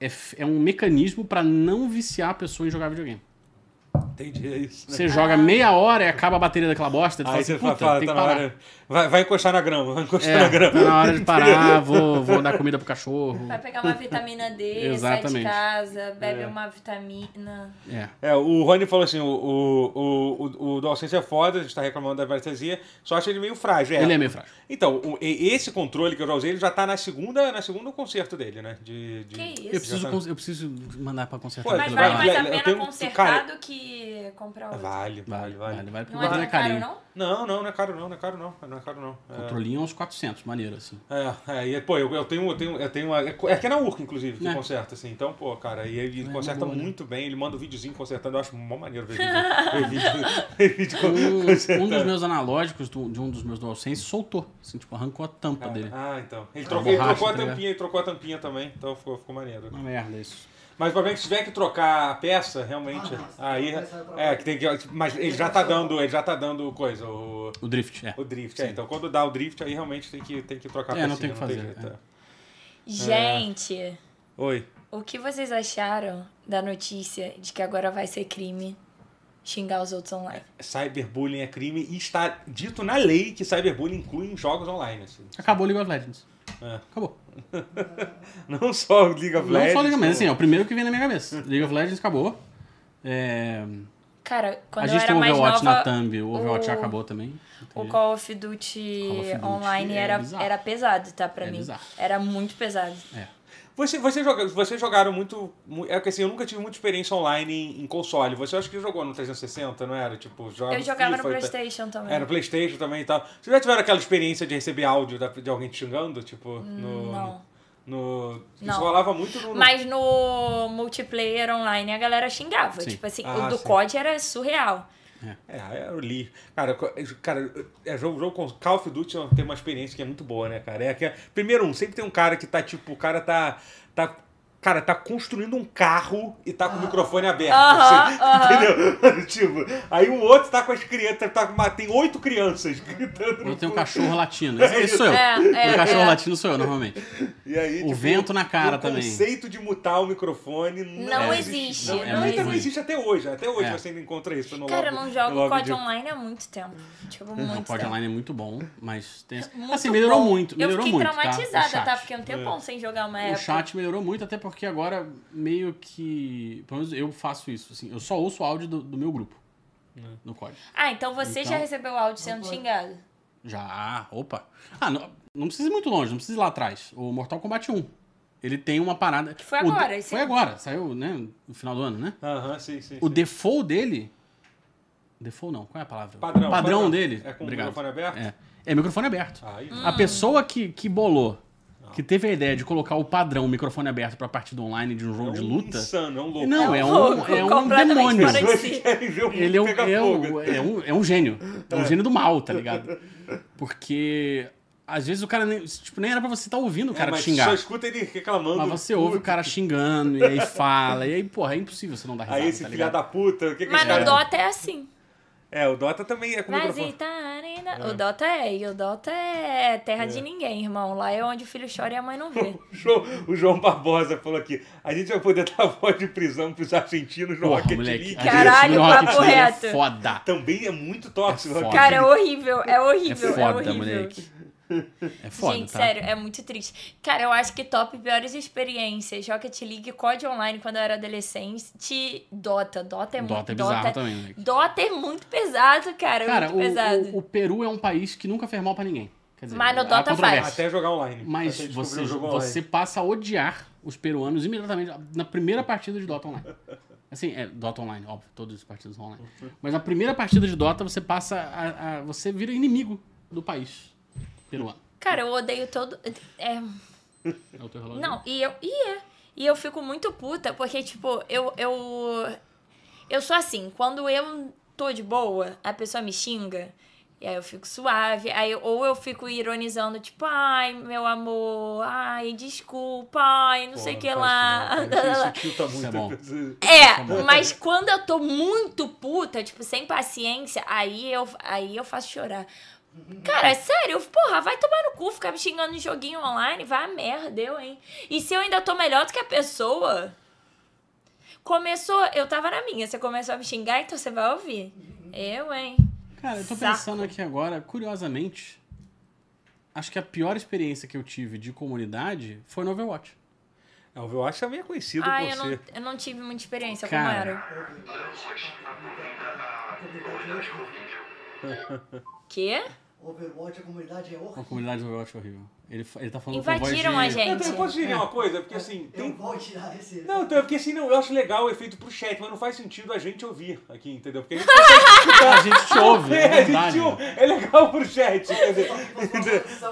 É, f- é um mecanismo pra não viciar a pessoa em jogar videogame.
Entendi, é isso. né?
Você joga meia hora e acaba a bateria daquela bosta, ele fala
Aí
assim,
você
puta,
fala,
tem
tá
que
na
parar.
hora. Vai, vai encostar na grama, vai encostar na
É,
grama.
tá na hora de parar, vou, vou dar comida pro cachorro.
Vai pegar uma vitamina
[laughs]
D, sai de
Exatamente.
casa, bebe uma vitamina.
É.
[laughs] É, o Rony falou assim: o, o, o, o, o DualSense é foda, a gente tá reclamando da varicestesia, só acha ele meio frágil.
Ele é meio frágil.
Então, o- e- esse controle que eu já usei, ele já tá na segunda, na segunda concerto dele, né? De, tá- de...
Que isso?
Eu preciso, cons- eu preciso mandar pra consertar
Pô,
Mas
aquilo
vai-
vale
lá.
mais a
eu
pena
tenho- um
consertar
cara-
do que comprar outro.
Vale, vale, vale.
vale, vale, porque o
Não é
guarda é
tão caro,
carinho.
não?
Não, não, não é caro não, não é caro não, não é caro não. É.
Controlinho é uns 400, maneiro, assim.
É, é, e, pô, eu, eu tenho, eu tenho, eu tenho uma, é co- é aqui na URCA, inclusive, que
É.
conserta, assim. Então, pô, cara, e ele
uma
conserta
boa, né?
muito bem, ele manda um videozinho consertando, eu acho mó maneiro ver vídeo, ver vídeo, [laughs] ver vídeo con-
Um, um
consertando.
dos meus analógicos, do- de um dos meus DualSense, soltou. Assim, tipo, arrancou a tampa dele.
Ah, então. Ele, trocou, ele
borracha,
trocou a
tá ligado?
tampinha, ele trocou a tampinha também, então ficou, ficou maneiro.
Uma merda isso.
Mas o problema é que se tiver que trocar a peça, realmente,
Ah, não,
aí,
vai sair pra
é,
fora.
que tem que, mas ele já tá dando, ele já tá dando coisa, o,
O drift, é.
o drift, é, então quando dá o drift, aí realmente tem que, tem que trocar a
É,
peça.
não tem o que fazer, é.
Gente,
Oi.
o que vocês acharam da notícia de que agora vai ser crime xingar os outros online?
Cyberbullying é crime e está dito na lei que cyberbullying inclui em jogos online.
[laughs]
Assim.
Acabou o League of Legends.
É.
Acabou.
Não só o League of Legends.
não só League of Legends, assim,
pô.
é o primeiro que vem na
[laughs]
minha cabeça. League of Legends acabou. É,
Cara, quando
a
eu
gente tem
era
o
mais
Overwatch na
nova,
thumb, o Overwatch já
o-
acabou também.
o Call of Duty,
Call of Duty
online
é
era,
bizarro.
era pesado, tá? Pra
É
mim.
bizarro.
Era muito pesado.
É.
Você, você joga, vocês jogaram muito. mu- É que assim, eu nunca tive muita experiência online em, em console. Você acha que jogou no 360, não era? Tipo, joga
Eu jogava no
FIFA e tal.
Playstation também.
É, no Playstation também e tal. Vocês já tiveram aquela experiência de receber áudio da- de alguém te xingando? Tipo, no.
Não.
No, isso
Não.
rolava muito no. no-
Mas no multiplayer online a galera xingava.
Sim.
Tipo assim,
Ah,
o do
sim.
COD era surreal.
É, eu li. Cara, co- cara é jogo, jogo com Call of Duty tem uma experiência que é muito boa, né, cara? É que, primeiro um, sempre tem um cara que tá tipo, o cara tá. tá cara, tá construindo um carro e tá com o microfone aberto.
Aham,
assim,
aham.
[laughs] Entendeu? tipo, aí o outro tá com as crianças, tá, com uma- tem oito crianças [laughs] gritando.
Eu tenho um
[laughs]
cachorro latino. Esse, esse sou eu.
É, é,
o cachorro
é.
latino sou eu, normalmente.
E aí, tipo,
O vento na cara
o
também.
conceito de mutar o microfone não,
Não
existe.
existe,
Não,
não
então não
existe.
existe até hoje. Até hoje
É.
você ainda encontra isso no
Cara, eu
lobby-
não
no
jogo
lobby
COD
de-
online há muito tempo. Tipo,
Não,
muito
o COD
tempo.
Online é muito bom, mas tem... esse-
Muito
assim, melhorou
bom.
muito.
Eu
Melhorou
fiquei
muito,
traumatizada,
tá? O
tá?
chat.
Fiquei um tempão sem jogar uma
O
época.
chat melhorou muito, até porque agora meio que. Pelo menos eu faço isso, assim. Eu só ouço o áudio do, do meu grupo.
É.
No código.
Ah, então você
Então-
já recebeu áudio sendo xingado.
Já, opa. Ah, não, não precisa ir muito longe, não precisa ir lá atrás. O Mortal Kombat 1. Ele tem uma parada. Que
foi agora, esse
Foi
ano.
agora, saiu, né? No final do ano, né?
Aham, sim, sim.
O
sim.
default dele Default não, qual é a palavra?
Padrão,
O padrão,
padrão.
dele.
É com o
Obrigado.
microfone aberto?
É. É microfone aberto.
Aí,
Hum. Ah.
A pessoa que, que bolou,
Ah.
que teve a ideia de colocar o padrão, o microfone aberto pra partida online de um jogo
é
de
um
luta.
Insano, é um louco.
Não,
é
é um,
louco,
é um
completamente
demônio.
fora de
[laughs]
Pessoas
si.
que querem ver o mundo
Ele é um,
pegar
é,
fogo.
um, é, um, é um gênio. É um gênio do mal, tá ligado? Porque às vezes o cara nem, tipo, nem era pra você estar ouvindo o
É,
cara te
mas só
xingar.
escuta ele reclamando.
Mas você ouve o cara xingando, e aí fala, e aí, porra, é impossível você não dar risada,
Aí esse
tá
filho
ligado?
da puta, o que que
Mas
esse
no
cara-
Dota é assim.
É, o Dota também é com
Mas então-
microfone.
Itarina... O Dota é, e o Dota é terra de ninguém, irmão. Lá é onde o filho chora e a mãe não
[laughs]
vê.
O João, o João Barbosa falou aqui, a gente vai poder dar [laughs] voz de prisão pros argentinos no
Porra,
Rocket
moleque.
League.
a
Caralho,
gente no Rocket
papo
League
reto.
É foda.
Também é muito tóxico.
É foda.
Rocket
Cara, é horrível, é
É
horrível, é,
foda,
horrível.
moleque. É foda,
Gente,
tá?
sério, é muito triste. Cara, eu acho que top piores experiências. Rocket League, COD Online, quando eu era adolescente, Dota. Dota é muito...
Dota é bizarro também, moleque.
Dota é muito pesado, cara. é
Cara,
muito
o,
pesado.
o- o Peru é um país que nunca fez mal pra ninguém. Quer dizer,
Mas no
há
Dota faz.
League.
controvérsia.
Até jogar online.
Mas
Até descobrir
você,
o jogo
você
online.
passa a odiar os peruanos imediatamente na primeira partida de Dota Online. Assim, é Dota Online, óbvio, todos os partidos são online. Mas na primeira partida de Dota, você passa a, a- você vira inimigo do país peruano.
Cara, eu odeio todo... É,
É o teu relógio?
Não, e eu. E é. E eu fico muito puta, porque, tipo, eu. Eu, eu sou assim, quando eu tô de boa, a pessoa me xinga. E aí eu fico suave, aí, ou eu fico ironizando, tipo, ai, meu amor, ai, desculpa, ai, não sei o
Porra, faz
que lá.
isso não,
[laughs]
cara. Isso tilta
Isso é
muito.
É, mas quando eu tô muito puta, tipo, sem paciência, aí eu, aí eu faço chorar. Cara, é sério, porra, vai tomar no cu, ficar me xingando em joguinho online, vai a merda, eu, hein? E se eu ainda tô melhor do que a pessoa? Começou, eu tava na minha, você começou a me xingar, então você vai ouvir. Eu, hein?
Cara, eu tô
Saco.
pensando aqui agora, curiosamente, acho que a pior experiência que eu tive de comunidade foi no Overwatch.
É, o Overwatch também é conhecido
Ah,
por
eu
ser...
não, eu não tive muita experiência, como
Cara.
era?
Overwatch é horrível.
Quê?
Overwatch, a comunidade é
Uma
horrível.
comunidade do Overwatch horrível. Ele, fa- ele tá falando
Invadiram
com voz
a
de...
Eu também
gente.
posso dizer uma coisa, porque assim,
Eu
tem...
vou tirar esse.
Não, então, porque assim, não, eu acho legal o efeito pro chat, mas não faz sentido a gente ouvir aqui, entendeu? Porque a gente [laughs] consegue escutar.
[laughs] A gente te
[laughs]
ouve,
É,
é
a gente
verdade.
ouve. É legal pro chat, quer dizer,
Uma posição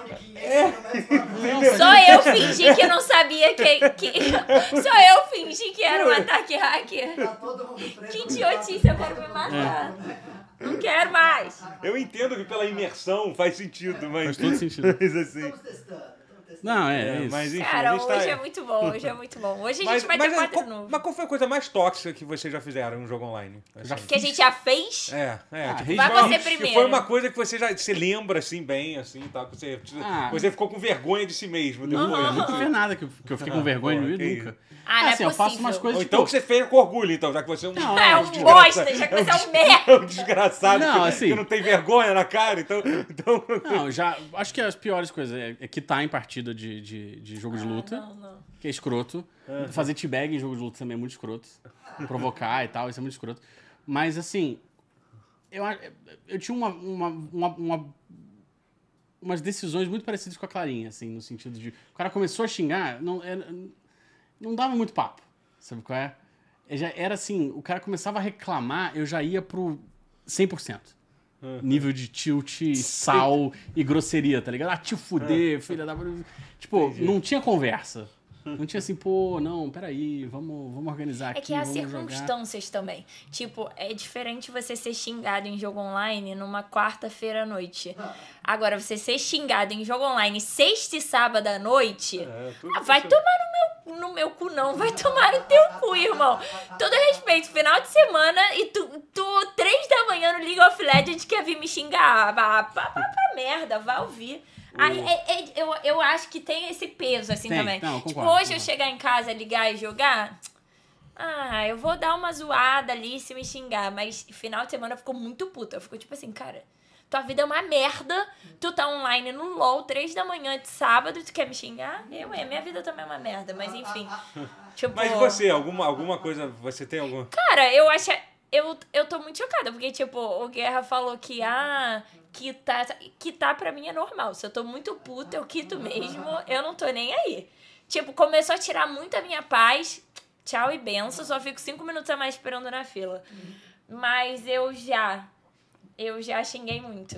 de é 500 metros
É,
quadrados.
Só eu fingi que não sabia que, que. [laughs] Só eu fingi que era um ataque hacker.
Tá todo mundo preso.
Que idiotice, eu quero me matar.
É.
Não quero mais.
Eu entendo que pela imersão faz sentido, mas.
Faz todo sentido.
[laughs] Mas assim.
Estamos testando. estamos testando.
Não, é, é
É,
isso.
mas enfim, a
Cara,
gente
hoje
tá...
é muito bom, hoje é muito bom. Hoje a gente
mas,
vai
mas,
ter
é,
quadro
qual,
novo.
mas qual foi a coisa mais tóxica que vocês já fizeram em um jogo online?
já
Assim?
Que a gente já fez?
É, é.
Ah,
tipo,
Vai
foi uma-
você
que Foi
primeiro.
uma coisa que você já se lembra, assim, bem, assim, tá? Que Você,
Ah.
você ficou com vergonha de si mesmo depois.
Não, eu
assim.
nunca fiz nada que, que eu fiquei com vergonha
pô,
de
que
mim, nunca.
Ah, não é
assim, eu faço
possível.
umas coisas
Ou então que
tipo,
você fez com orgulho, então, já que você é um,
Não,
É
um
um bosta, já que você é um merda.
[laughs] é um desgraçado
Não,
que,
assim-
que não tem vergonha na cara, então... então... [laughs]
Não, eu já. Acho que as piores coisas é, é quitar em partida de, de, de jogo de luta,
Ah, Não, não.
que é escroto. Fazer teabag em jogo de luta também é muito escroto. Provocar e tal, isso é muito escroto. Mas assim, eu, a- eu tinha uma, uma, uma, uma- umas decisões muito parecidas com a Clarinha, assim, no sentido de. O cara começou a xingar, não, é- não dava muito papo. Sabe qual é? Eu já era assim, o cara começava a reclamar, eu já ia pro 100%. Nível de tilt, sal e grosseria, tá ligado? Ah, te fuder, filha da. Tipo, não tinha conversa. Não tinha assim, pô, não, peraí, vamos, vamos organizar
É
aqui.
que há
vamos jogar.
circunstâncias também. Tipo, é diferente você ser xingado em jogo online numa quarta-feira à noite. Agora, você ser xingado em jogo online sexta e sábado à noite.
É, tudo
Ah, vai
isso-
tomar no meu, no meu cu, não. Vai tomar no teu cu, irmão. Todo respeito, final de semana e tu, tu três da manhã no League of Legends quer vir me xingar. Ah, Vá pra, pra, pra merda, vai ouvir. Aí, é- é- eu, eu acho que tem esse peso, assim,
Hum. Tem,
também.
não, eu
tipo,
concordo,
hoje eu
concordo.
chegar em casa, ligar e jogar... Ah, eu vou dar uma zoada ali se me xingar. Mas final de semana eu fico muito puta. Eu fico tipo assim, cara... Tua vida é uma merda. Tu tá online no LOL, três da manhã de sábado, e tu quer me xingar? Eu, é, minha vida também é uma merda, mas enfim. Tipo,
Mas você, alguma, alguma coisa, você tem alguma...
Cara, eu acho. é, Eu, eu tô muito chocada, porque, tipo, o Guerra falou que, ah, quitar, quitar pra mim é normal. Se eu tô muito puta, eu quito mesmo, eu não tô nem aí. Tipo, começou a tirar muito a minha paz. Tchau e benção, só fico cinco minutos a mais esperando na fila. Mas eu já Eu já xinguei muito.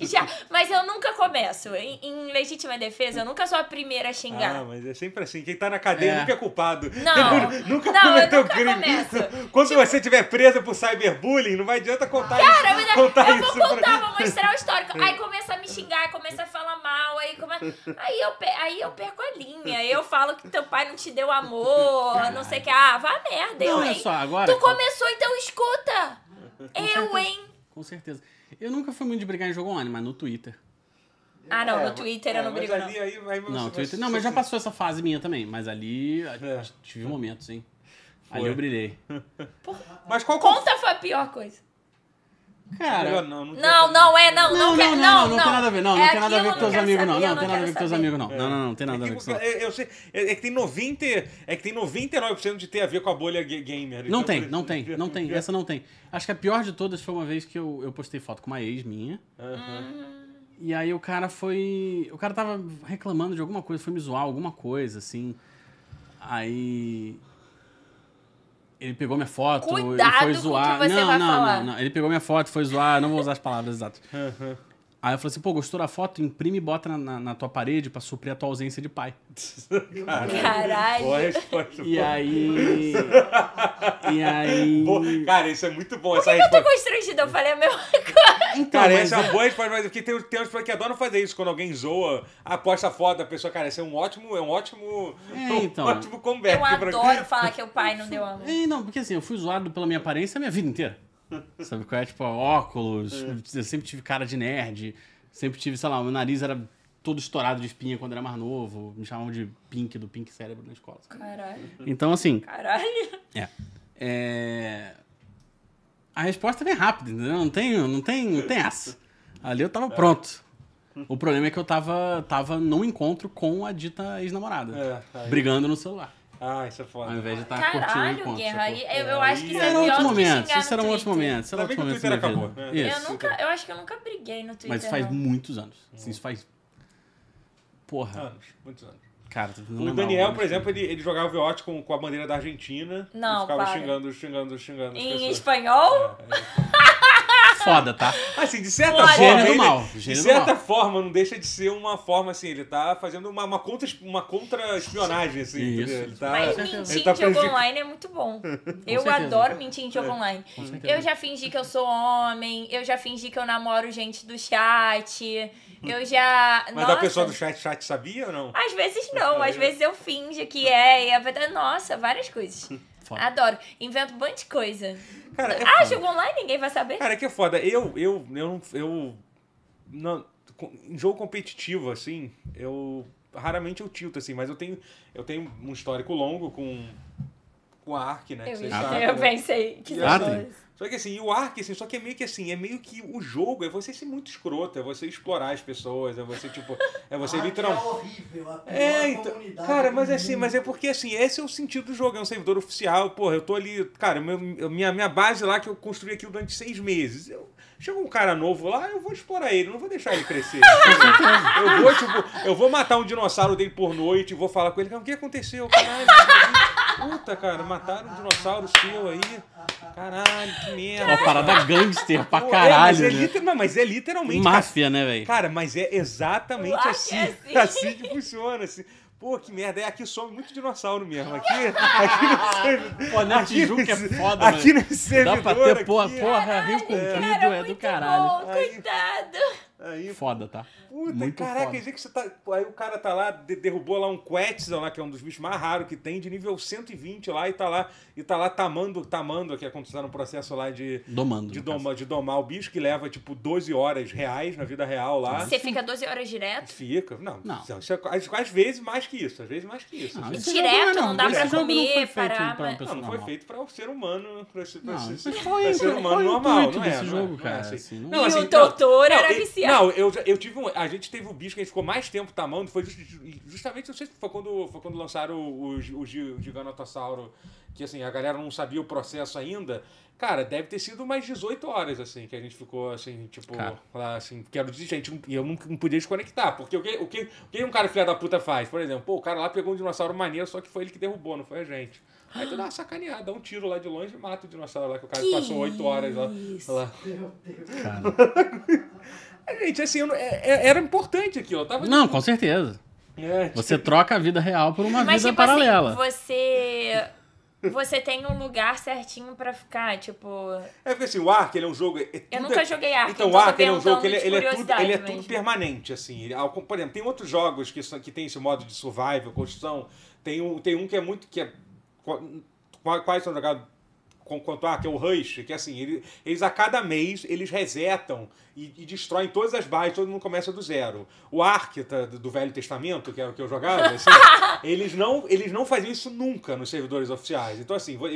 Já, mas eu nunca começo. Em, em legítima defesa, eu nunca sou a primeira a xingar.
Ah, mas é sempre assim. Quem tá na cadeia
É.
nunca é culpado.
Não.
[laughs] nunca
Não, eu
cometeu
nunca
crime.
começo. Tipo-
Quando você estiver preso por cyberbullying, não vai adianta contar isso.
Cara, me dá-
contar
eu
isso
vou
pra-
contar, vou mostrar o histórico. Aí começa a
É.
me xingar, começa a falar mal, aí come... aí, eu pe- aí eu perco a linha. Eu falo que teu pai não te deu amor, não sei o que. Ah, vá a merda,
Não,
eu,
olha
hein?
só, agora.
Tu começou, então escuta.
[laughs]
Eu, hein?
Com certeza. Eu nunca fui muito de brigar em jogo online, mas no Twitter.
Ah, não,
É,
no Twitter eu
é,
não
mas
brigo, não.
ali, aí, aí você-
Não,
você-
Twitter. Não, mas já passou essa fase minha também. Mas ali a-
É.
tive momentos, hein? Ali
Foi.
eu brilhei.
Mas qual
Conta foi a pior coisa.
Melhor
Cara.
não, não,
Não,
tem-
não, é, não, não, quer-
não,
não,
tem nada a ver, não,
É
não tem nada a
aquilo,
ver com teus
quero
amigos, não,
saber,
não, tem nada a
quero
ver com teus
saber. tipo,
amigos, não, não, não, não, tem nada a
É
ver
que,
com isso, não.
é, eu sei, é, é que tem 90, é que tem 99% de ter a ver com a bolha ga- gamer.
Não
Então,
tem,
por
não
isso-
tem, não tem, essa não tem. Acho que a pior de todas foi uma vez que eu, eu postei foto com uma ex minha,
Aham.
e aí o cara foi, o cara tava reclamando de alguma coisa, foi me zoar, alguma coisa, assim, aí... Ele pegou minha foto,
Cuidado
ele
com o
foi
que
zoar.
você
não,
vai
não,
falar.
não, não. Ele pegou minha foto, foi zoar, não vou usar as palavras exatas.
[laughs]
Aí eu falei assim, pô, gostou da foto? Imprime e bota na, na- na tua parede pra suprir a tua ausência de
[laughs]
pai.
Caralho.
Boa resposta.
E aí. e aí.
Boa- Cara, isso é muito bom, essa
Eu tô
resposta.
constrangida, [laughs] eu falei a mesma coisa.
Então,
Cara,
mas
essa é
é-
uma boa resposta, mas porque tem, tem uns que adoram fazer isso quando alguém zoa, aposta foto da pessoa. Cara, esse é um ótimo, é um ótimo,
É,
um
então.
ótimo comeback.
Eu
pra-
adoro falar que o pai não
[laughs]
deu amor.
É, não, porque assim, eu fui zoado pela minha aparência a minha vida inteira. [laughs] É. Sabe qual é? Tipo, óculos, eu sempre tive cara de nerd, sempre tive, sei lá, meu nariz era todo estourado de espinha quando era mais novo, me chamavam de Pink, do Pink Cérebro na escola. sabe?
Caralho,
Então, assim,
caralho.
é. É, A resposta vem rápida, entendeu? Não tem, não tem, não tem essa. Ali eu tava pronto. O problema é que eu tava, tava num encontro com a dita ex-namorada,
É, aí-
brigando no celular,
Ah, isso é foda.
ao invés de estar Tá curtindo o
Caralho,
encontro.
Guerra.
sacou?
aí- Eu, eu acho que
Isso
isso
Isso
é
era
pior
outro
do que
momento,
xingar
isso
no
era um outro
Twitter.
momento, isso era
Ainda bem
outro
que o
momento. da
Twitter
minha
acabou,
vida.
né?
Isso.
Eu nunca, eu acho que eu nunca briguei no Twitter.
Mas isso faz
não.
muitos anos. Assim, isso faz. Porra,
Anos, muitos anos.
cara, tô tentando
O
lembrar
Daniel,
alguma
por
coisa.
exemplo, ele, ele jogava VOT com, com a bandeira da Argentina.
Não,
e ficava
para.
xingando, xingando, xingando. as
Em
pessoas. É.
espanhol?
Foda, tá?
Assim, de certa
Olha-
forma.
Gênero
ele-
mal,
de
gênero
certa
mal.
forma, não deixa de ser uma forma assim. Ele tá fazendo uma, uma contra uma contra-espionagem, assim.
Isso.
entendeu? Ele tá.
Mas
Ah, certeza.
mentir
Ele tá
em jogo
prejudic-
online é muito
[laughs]
bom. Eu
certeza.
adoro mentir em
É,
jogo online.
certeza.
Eu já fingi que eu sou homem, eu já fingi que eu namoro gente do chat, eu já.
Mas a
Nossa.
pessoa do chat, É. chat sabia ou não?
Às vezes não, às vezes eu finge que é, e é verdade. Nossa, várias coisas.
Foda.
Adoro. Invento um monte de coisa.
Cara, é
Ah, jogo online, ninguém vai saber.
Cara, é que é foda. Eu, eu, eu, não- eu não, com- em jogo competitivo, assim, eu raramente eu tilto, assim, mas eu tenho, eu tenho um histórico longo com, com a Ark, né? que
Eu,
vocês
Ah,
sabem,
[laughs] eu
né?
pensei que
Ah,
não
tem.
fosse.
Só que assim, e o Ark, assim, só que é meio que assim, é meio que o jogo, é você ser muito escroto, é você explorar as pessoas, é você, tipo, é
[laughs]
você
Ark
literalmente.
É horrível, a pior
É, então.
comunidade
Cara,
do
mas assim,
mundo.
mas é porque assim, esse é o sentido do jogo, é um servidor oficial, porra, eu tô ali, cara, meu- eu- minha, minha base lá que eu construí aqui durante seis meses. Eu, chega um cara novo lá, eu vou explorar ele, não vou deixar ele
[laughs]
crescer. eu vou, tipo, eu vou matar um dinossauro dele por noite, vou falar com ele, cara, o que aconteceu? Caralho, puta, cara, mataram um dinossauro seu aí. Caralho, que merda.
Uma parada gangster pra
Pô, é, mas
caralho,
é
né?
liter- não, mas é literalmente. cara,
Máfia, né, velho?
Cara, mas é exatamente
Lá que
assim,
é
é [laughs] assim.
assim.
que funciona. Assim. Pô, que merda. É, aqui some muito dinossauro mesmo. Aqui, aqui no servidor.
Pô, na
aqui
Tijuca é
nesse-
foda,
Aqui
mano.
nesse
Dá
servidor.
pra ter porra,
aqui.
porra, rio comprido
Cara,
é do
muito
caralho.
Bom,
Aí-
coitado.
Aí,
Foda, tá?
puta,
Muito
caraca,
foda.
quer dizer que você tá. pô, Aí o cara tá lá, de- derrubou lá um Quetzal, lá, que é um dos bichos mais raros que tem, de nível 120 lá, e tá lá, e tá lá tamando, tamando, que é aconteceu no um processo lá de.
Domando.
De,
no caso.
doma, de domar o bicho que leva tipo 12 horas reais na vida real lá.
Você fica 12 horas direto?
Fica. Não,
Não.
Isso é, às, às vezes mais que isso. Às vezes mais que isso.
Não,
assim.
esse jogo
Direto,
é
não dá
Esse
pra
jogo não
comer,
foi feito
parar,
pra uma
mas-
Não,
pessoa
não foi
normal.
feito para o ser humano, para
Não,
ser,
isso foi-
pra ser
qual é o
humano
intuito
normal, não é?
desse
não é,
jogo,
não é
cara?
assim.
Assim, não-
Não,
E
assim,
o doutor
não,
era
e- Não, eu, já- eu tive um. A gente teve um bicho que a gente ficou mais tempo tamando. Foi just- justamente, não sei se foi quando, foi quando lançaram o, o, o gi- o Giganotossauro, que assim, a galera não sabia o processo ainda. Cara, deve ter sido mais 18 horas, assim, que a gente ficou assim, tipo,
Cara.
lá, assim, quero desistir. A gente não- E eu não, não podia desconectar. Porque o que, o, que, o que um cara filha da puta faz? Por exemplo, pô, o cara lá pegou um dinossauro maneiro, só que foi ele que derrubou, não foi a gente. Aí tu dá uma sacaneada, dá um tiro lá de longe e mata o dinossauro lá, que o cara
Que
passou 8 horas lá.
isso.
lá.
Meu Deus.
Cara.
É, Gente, assim, eu não- é- é- era importante aquilo. Eu tava.
Não, com certeza.
É, tipo,
Você troca a vida real por uma
Mas,
vida
tipo
paralela.
assim, você. Você tem um lugar certinho pra ficar, tipo.
É porque assim, o Ark, ele é um jogo. é tudo-
nunca joguei Ark,
Então, o
então tô
Ark, ele é um jogo que ele, ele
perguntando de
é tudo, ele é
curiosidade
tudo
mesmo.
permanente, assim. Ele- ao- Por exemplo, tem outros jogos que, são- que tem esse modo de survival, construção. Tem um, tem um que é muito. que é qua- Quase são jogados com- quanto a que é o Rush, que assim, ele- eles a cada mês eles resetam e, e destroem todas as bases, todo mundo começa do zero. O Ark tá, do do Velho Testamento, que era o que eu jogava,
[laughs]
assim, eles, não, eles não faziam isso nunca nos servidores oficiais. Então, assim, vo-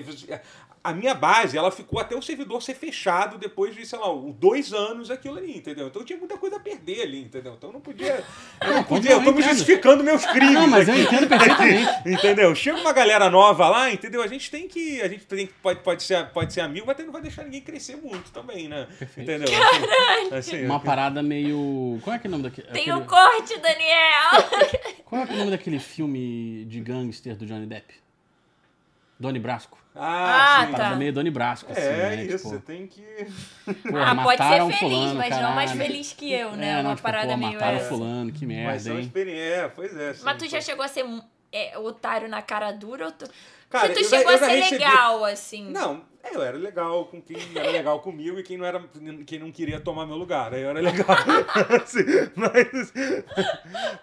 a minha base, ela ficou até o servidor ser fechado depois de, sei lá, o- dois anos aquilo ali, entendeu? Então eu tinha muita coisa a perder ali, entendeu? Então eu não podia. Eu não
Não,
podia, eu tô me
É, entendo.
justificando meus crimes.
Não, mas eu
aqui. [laughs]
entendo perfeitamente.
Entendeu? Chega uma galera nova lá, entendeu? A gente tem que. A gente tem que- pode, pode, ser, pode ser amigo, mas também não vai deixar ninguém crescer muito também, né? Entendeu? Assim, assim,
Uma parada meio. Qual é, que é o nome daquele.
Tem
aquele-
um corte, Daniel!
Qual é, que é o nome daquele filme de gangster do Johnny Depp? Donnie Brasco.
Ah,
Ah,
sim.
Parada
Tá.
meio Donnie Brasco, assim.
É
né?
isso, você
Tipo,
tem que.
pô,
[laughs] ah, pode
mataram
ser feliz,
fulano,
mas não mais
caralho.
feliz que eu, né?
É, não,
Uma
tipo,
parada
pô,
meio é.
mataram
essa.
fulano, que
Mas
merda,
são
hein?
experiência. É, pois é. sim.
Mas tu já chegou a ser é, otário na cara dura ou tu.
Cara,
Porque tu
eu já-
chegou
eu
a
já
ser
recebi-
legal, assim.
Não, é, eu era legal com quem era legal comigo e quem não, era, quem não queria tomar meu lugar. Aí eu era legal. [laughs] Assim, mas,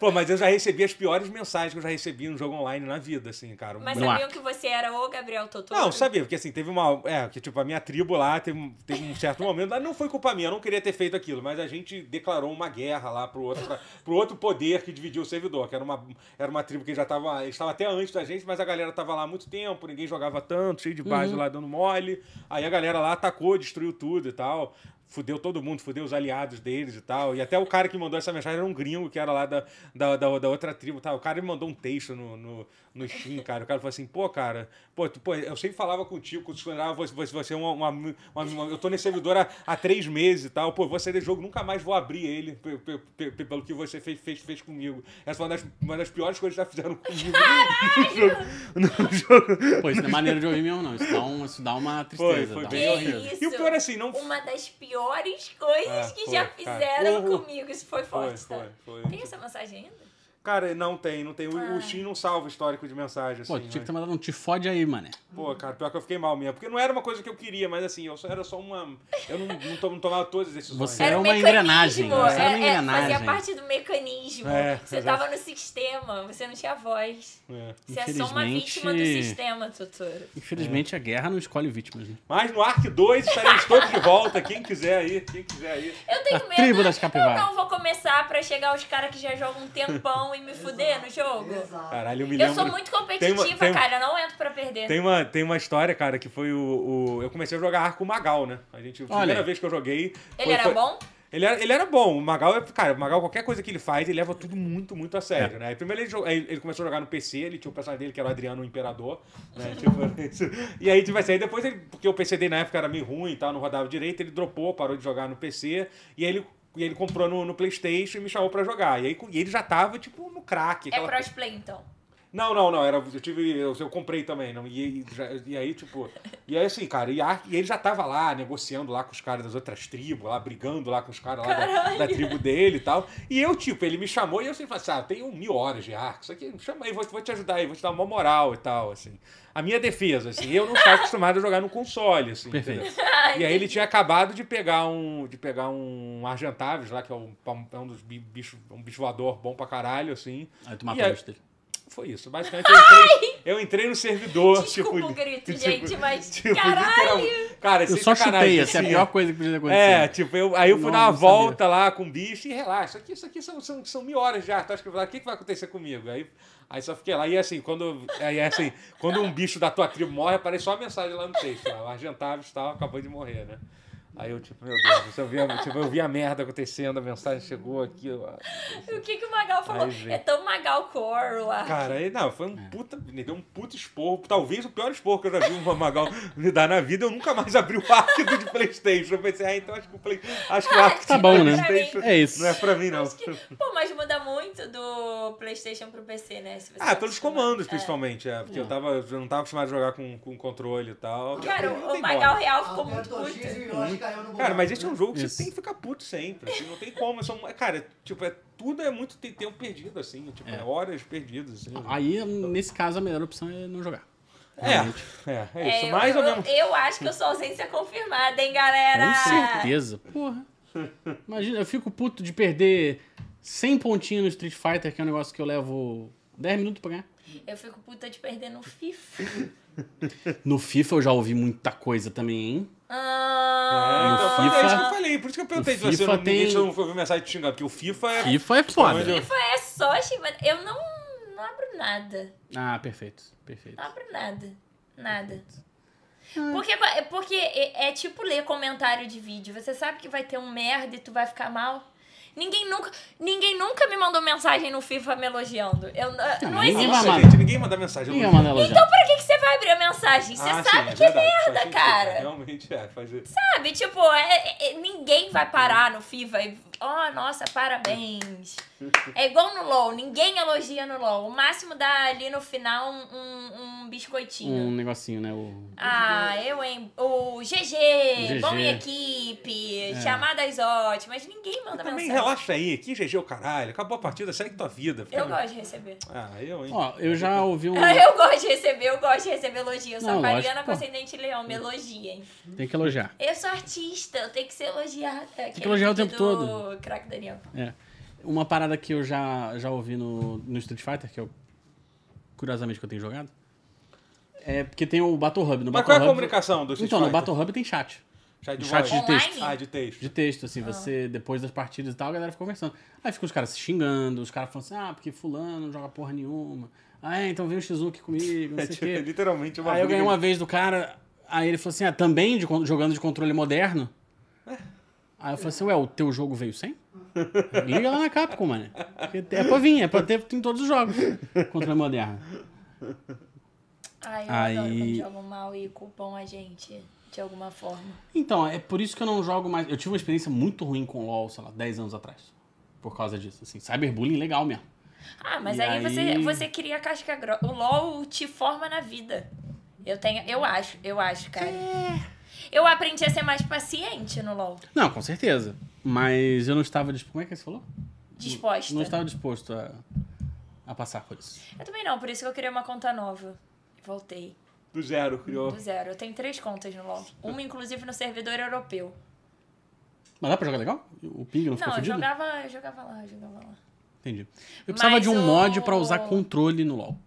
pô, mas eu já recebi as piores mensagens que eu já recebi no jogo online na vida, assim, cara.
Mas
No
sabiam
ar.
que você era o Gabriel Totoro?
Não, sabia, porque assim, teve uma. É, que tipo, a minha tribo lá teve, um- teve um certo momento. Mas não foi culpa minha, eu não queria ter feito aquilo, mas a gente declarou uma guerra lá pro outro, pra- pro outro poder que dividiu o servidor, que era uma, era uma tribo que já tava. Eles estavam até antes da gente, mas a galera tava lá há muito tempo, ninguém jogava tanto, cheio de base lá dando mole. Aí a galera lá atacou, destruiu tudo e tal. Fudeu todo mundo, fudeu os aliados deles e tal. E até o cara que mandou essa mensagem era um gringo que era lá da, da, da, da outra tribo. Tá? O cara me mandou um texto no, no, no Steam, cara. O cara falou assim: pô, cara, pô, tu- pô, eu sempre falava contigo, quando considerava você, você, você é uma, uma, uma- uma- Eu tô nesse servidor há, há três meses e tal. Pô, vou sair desse jogo, nunca mais vou abrir ele pe- pe- pe- pe- pelo que você fez, fez, fez comigo. Essa foi uma das, uma das piores coisas que já fizeram comigo no jogo. No jogo.
Pô, isso não é maneiro de ouvir mesmo, não. Isso dá, um, isso dá uma
Foi,
tristeza.
foi
dá um
bem
uma...
horrível.
isso?
E o pior assim, não
Uma das piores coisas
É,
que
foi,
já
cara.
fizeram
Horror.
comigo. Isso foi
foi,
forte,
foi,
tá?
foi.
Tem essa mensagem ainda?
Cara, não tem, não tem. O,
Ah.
o Steam não salva histórico de mensagem, assim.
Pô, tu tinha que
mas-
ter mandado um te fode aí, mané.
Pô, cara, pior que eu fiquei mal mesmo. Porque não era uma coisa que eu queria, mas assim, eu só era só uma. Eu não, não, to- não tomava todas as decisões.
Você
era
é
um
uma engrenagem,
né?
mecanismo,
você é uma
é- é,
engrenagem.
fazia parte do mecanismo.
É,
você
exato.
tava no sistema, você não tinha voz.
um
É.
Você é só uma vítima do
Infelizmente-
sistema, Totoro.
Infelizmente, a guerra não escolhe vítimas, né?
Mas no Ark 2 estaremos todos de volta. Quem quiser aí, quem quiser aí.
Eu tenho
A
medo. Então,
tribo das
eu
capivaras.
não vou começar pra chegar os caras que já jogam um tempão e me fuder no jogo.
Exato.
Caralho, eu me lembro.
Eu sou muito competitiva,
Tem uma- tem-
cara. Eu não entro pra perder.
Tem uma, tem uma história, cara, que foi o, o- Eu comecei a jogar Ark com o Magal, né? A gente, a
Olha
primeira
aí.
vez que eu joguei.
Ele
foi-
era
foi-
bom?
Ele era, ele era bom. O Magal, é- cara, o Magal, qualquer coisa que ele faz, ele leva tudo muito, muito a sério, né? Aí, Primeiro ele, jo- aí ele começou a jogar no PC, ele tinha o personagem dele que era o Adriano, o Imperador, né? [laughs] Tipo, isso. E aí, tipo assim, aí depois ele, porque o PC dele na época era meio ruim e tal, não rodava direito, ele dropou, parou de jogar no PC, e aí ele, e ele comprou no, no Playstation e me chamou pra jogar. E aí e ele já tava, tipo, no crack. [laughs]
É
aquela
crossplay, então.
não, não, não. Era, eu tive. Eu, eu comprei também. Não, e, e já- e aí, tipo. E aí, assim, cara, e, a- e ele já tava lá negociando lá com os caras das outras tribos, lá, brigando lá com os caras lá da,
Caralho!
da tribo dele e tal. E eu, tipo, ele me chamou e eu sempre falei assim: ah, eu tenho mil horas de arco. Isso aqui, me chama aí, vou, vou te ajudar aí, vou te dar uma moral e tal, assim. A minha defesa, assim, eu não estava acostumado a jogar no console, assim.
Perfeito.
entendeu? E aí ele tipo, tinha acabado de pegar um de pegar um Argentavis lá, que é um, é um dos bi- bicho, um bicho voador bom pra caralho, assim.
Aí tu
E
matou
aí-
o bicho dele.
foi isso. Basicamente, eu entrei, eu entrei no servidor.
Desculpa
tipo,
o grito,
tipo,
gente, mas.
[laughs] tipo,
caralho!
literal- Cara,
Eu
sem
só
sacanagem,
chutei, essa é a
assim,
pior coisa que podia acontecer.
É, tipo, eu, aí eu fui
Não,
dar uma
não sabia.
volta lá com o bicho e relaxa. Isso aqui, isso aqui são, são, são mil horas já. Tu acha que eu vou lá, o que, que vai acontecer comigo? Aí, aí só fiquei lá. E assim, quando, aí, assim, quando um bicho da tua tribo morre, aparece só a mensagem lá no texto. Lá, o Argentavis tal, acabou de morrer, né? Aí eu, tipo, meu Deus, eu vi, a- tipo, eu vi a merda acontecendo, a mensagem chegou aqui. ah, ó.
O que, que o Magal falou?
Aí vem.
é tão Magal Coro lá.
Cara, aí, não, foi
É.
um puta. Me deu um puta esporro. Talvez o pior esporro que eu já vi um Magal me dar na vida. Eu nunca mais abri o arquivo de Playstation. Eu pensei, ah, então acho que o Play. Acho
Ah,
que o arco
tipo,
Tá
de
bom, né?
PlayStation
É isso.
Não é pra mim, não.
Acho que- pô, mas muda muito do PlayStation pro PC, né? Se você
Ah, pelos
acostuma-
comandos,
É.
principalmente. É, porque eu, tava, eu não tava acostumado a jogar com, com controle e tal.
Cara,
Não tem
o Magal
bola.
Real ficou muito
Apertou X e
puto.
o Yoshi caiu no buraco. né?
Cara, mas esse é um jogo que
Isso.
você tem que ficar puto sempre. assim, não tem como. é só um- cara, tipo, é, tudo é muito te- tempo perdido, assim. Tipo, é. horas perdidas. assim.
tipo, Aí, nesse caso, a melhor opção é não jogar.
É, é, é isso.
É,
Mais
eu,
ou menos.
eu, eu acho que eu sou ausência confirmada, hein, galera?
Com certeza. Porra. Imagina, eu fico puto de perder 100 pontinhos no Street Fighter, que é um negócio que eu levo 10 minutos pra ganhar.
Eu fico puta de perder no FIFA.
No FIFA eu já ouvi muita coisa também, hein?
É,
Ah,
então,
No
foi
FIFA-
isso que eu falei, por isso que eu perguntei
no
se você
FIFA
não, ninguém
tem-
te- não ouviu mensagem te xingando, porque o FIFA é.
FIFA é foda.
Onde-
FIFA é só chimana. Eu não, não abro nada.
Ah, perfeito. Perfeito.
Não abro nada. Nada. Porque, porque é, é tipo ler comentário de vídeo. Você sabe que vai ter um merda e tu vai ficar mal. Ninguém nunca, ninguém nunca me mandou mensagem no FIFA me elogiando. Eu, não não
ninguém vai
existe.
Nossa,
mandar.
gente, ninguém manda mensagem.
Ninguém
eu
é
não-
uma nela
Então
já.
pra que, que você vai abrir a mensagem? Você
Ah,
sabe
sim,
que é
verdade, faz
merda,
sentido,
cara.
Realmente é, faz
Sabe, tipo, é- é- ninguém vai parar no FIFA e. Oh, nossa, parabéns. É igual no LOL, ninguém elogia no LOL. O máximo dá ali no final um, um- um biscoitinho.
Um negocinho, né? O...
Ah, eu, hein? O GG,
GG.
bom minha equipe,
É.
chamadas ótimas. Ninguém manda
Também
mensagem.
relaxa aí, que GG o caralho, acabou a partida, segue tua vida. fica-
Eu gosto de receber.
Ah, eu, hein?
Ó, [laughs] eu já ouvi um.
[laughs] Eu gosto de receber, eu gosto de receber elogio. Eu sou
Não,
aquariana
lógico,
com
pô.
ascendente leão, me elogiem.
Tem que elogiar.
Eu sou artista, eu tenho que ser elogiada. Tem
elogiar o tempo todo.
Crack Daniel.
É. Uma parada que eu já, já ouvi no, no Street Fighter, que eu. Curiosamente que eu tenho jogado. É porque tem o Battle Hub. No
Mas
Battle
qual é a
Hub,
comunicação do Street
Então, no
Fighter?
Battle Hub tem chat.
Chat de
Chat
voz.
de texto.
Online?
Ah, de texto.
De texto, assim, você, depois das partidas e tal, a galera fica conversando. Aí ficam os caras se xingando, os caras falando assim, ah, porque fulano não joga porra nenhuma. Ah, é, então vem o Shizuki comigo,
[laughs]
não
É
sei o
tipo,
quê.
literalmente uma
Aí eu
briga
ganhei uma vez do cara, aí ele falou assim, ah, também de con- jogando de controle moderno? Aí eu falei assim, ué, o teu jogo veio sem? Liga lá na Capcom, mano. Porque É pra vir, é pra ter em todos os jogos. Controle moderno.
Ai, eu
Aí-
adoro quando jogam mal e culpam a gente de alguma forma.
Então, é por isso que eu não jogo mais. Eu tive uma experiência muito ruim com LoL, sei lá, 10 anos atrás. Por causa disso, assim. Cyberbullying legal mesmo.
Ah, mas
E
aí, Você,
aí-
você cria casca grossa. O LOL te forma na vida. Eu tenho. Eu acho, eu acho, cara.
É.
Eu aprendi a ser mais paciente no LOL.
Não, com certeza. Mas eu não estava disposto. Como é que você falou?
Disposta.
Não estava disposto a, a passar por isso.
Eu também não, por isso que eu criei uma conta nova. Voltei.
Do zero, criou.
Do zero. Eu tenho três contas no LOL. Uma, inclusive, no servidor europeu.
Mas dá pra jogar legal? O ping não ficou
Não, eu
fodido?
jogava, eu jogava lá, eu jogava lá.
Entendi. Eu precisava
Mas
de um
o-
mod pra usar controle no LOL.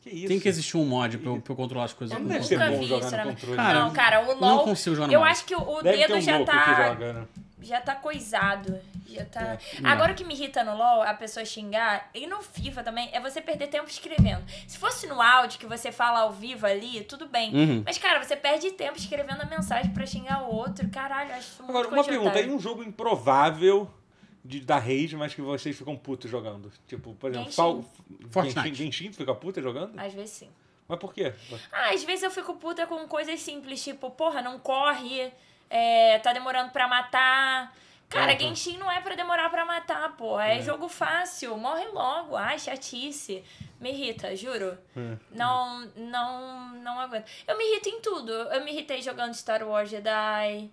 Que isso?
Tem que existir um mod pra eu, pra eu controlar as coisas
Não
com
deve ser
Nunca
controle.
bom
vi
jogar
isso
no
na
controle.
Cara, Não, cara, o LOL.
não consigo jogar no
Eu
mouse.
acho que o
Deve ter
dedo
um
já
louco
tá.
que joga, né?
já tá coisado. Já tá.
É, não.
Agora o que me irrita no LOL, a pessoa xingar, e no FIFA também, é você perder tempo escrevendo. Se fosse no áudio que você fala ao vivo ali, tudo bem.
Uhum.
Mas, cara, você perde tempo escrevendo a mensagem pra xingar o outro. Caralho, eu acho isso muito
Agora, uma
coisa de
pergunta.
otário.
Aí um jogo improvável de, da rage, mas que vocês ficam putos jogando. Tipo, por exemplo,
Genshin.
Fal...
Fortnite.
Genshin, Genshin, tu fica puta jogando?
Às vezes sim.
Mas por quê?
Ah, às vezes eu fico puta com coisas simples, tipo, porra, não corre, é, tá demorando pra matar. Cara,
Uhum.
Genshin não é pra demorar pra matar, pô. É, jogo fácil, morre logo. Ai, chatice. Me irrita, juro. Não, não, não aguento. Eu me irrito em tudo. Eu me irritei jogando Star Wars Jedi.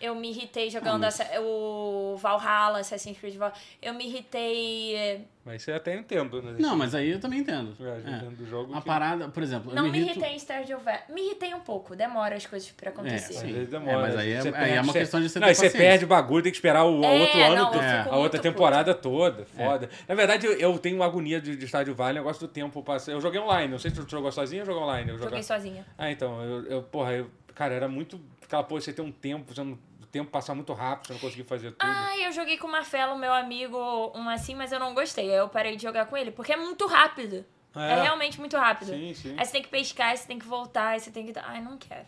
Eu me irritei jogando
mas-
essa- o Valhalla, Assassin's Creed Valhalla. Eu me irritei... é,
Mas você até entendo, né?
Não, mas aí eu também entendo.
É,
É.
dentro do jogo.
A
que-
parada, por exemplo,
Não
eu
me
me irrito...
irritei em Stardew Valley. Me irritei um pouco. Demora as coisas pra
É,
acontecer.
sim.
vezes
É,
demora.
mas aí é,
Você
aí
perde-
é uma
você-
questão de você
Não,
ter
aí você
paciência.
perde o bagulho, tem que esperar o outro
É,
ano,
não, eu
todo,
fico
a
muito
outra
puta.
temporada
É.
toda. Foda. Na verdade, eu, eu tenho uma agonia de, de Estádio Vale, negócio do tempo. passa- Eu joguei online, não sei se tu jogou sozinho ou jogou online. Eu jogava-
Joguei sozinha.
Ah, então, eu, eu porra, eu, cara, era muito. Aquela porra, você tem um tempo, você não, o tempo passar muito rápido, você não conseguia fazer tudo.
Ah, eu joguei com o Marcelo, meu amigo, um assim, mas eu não gostei. Aí eu parei de jogar com ele, porque é muito rápido. É,
É.
realmente muito rápido.
Sim, sim.
Aí você tem que pescar, aí você tem que voltar, aí você tem que. Ai, não quero.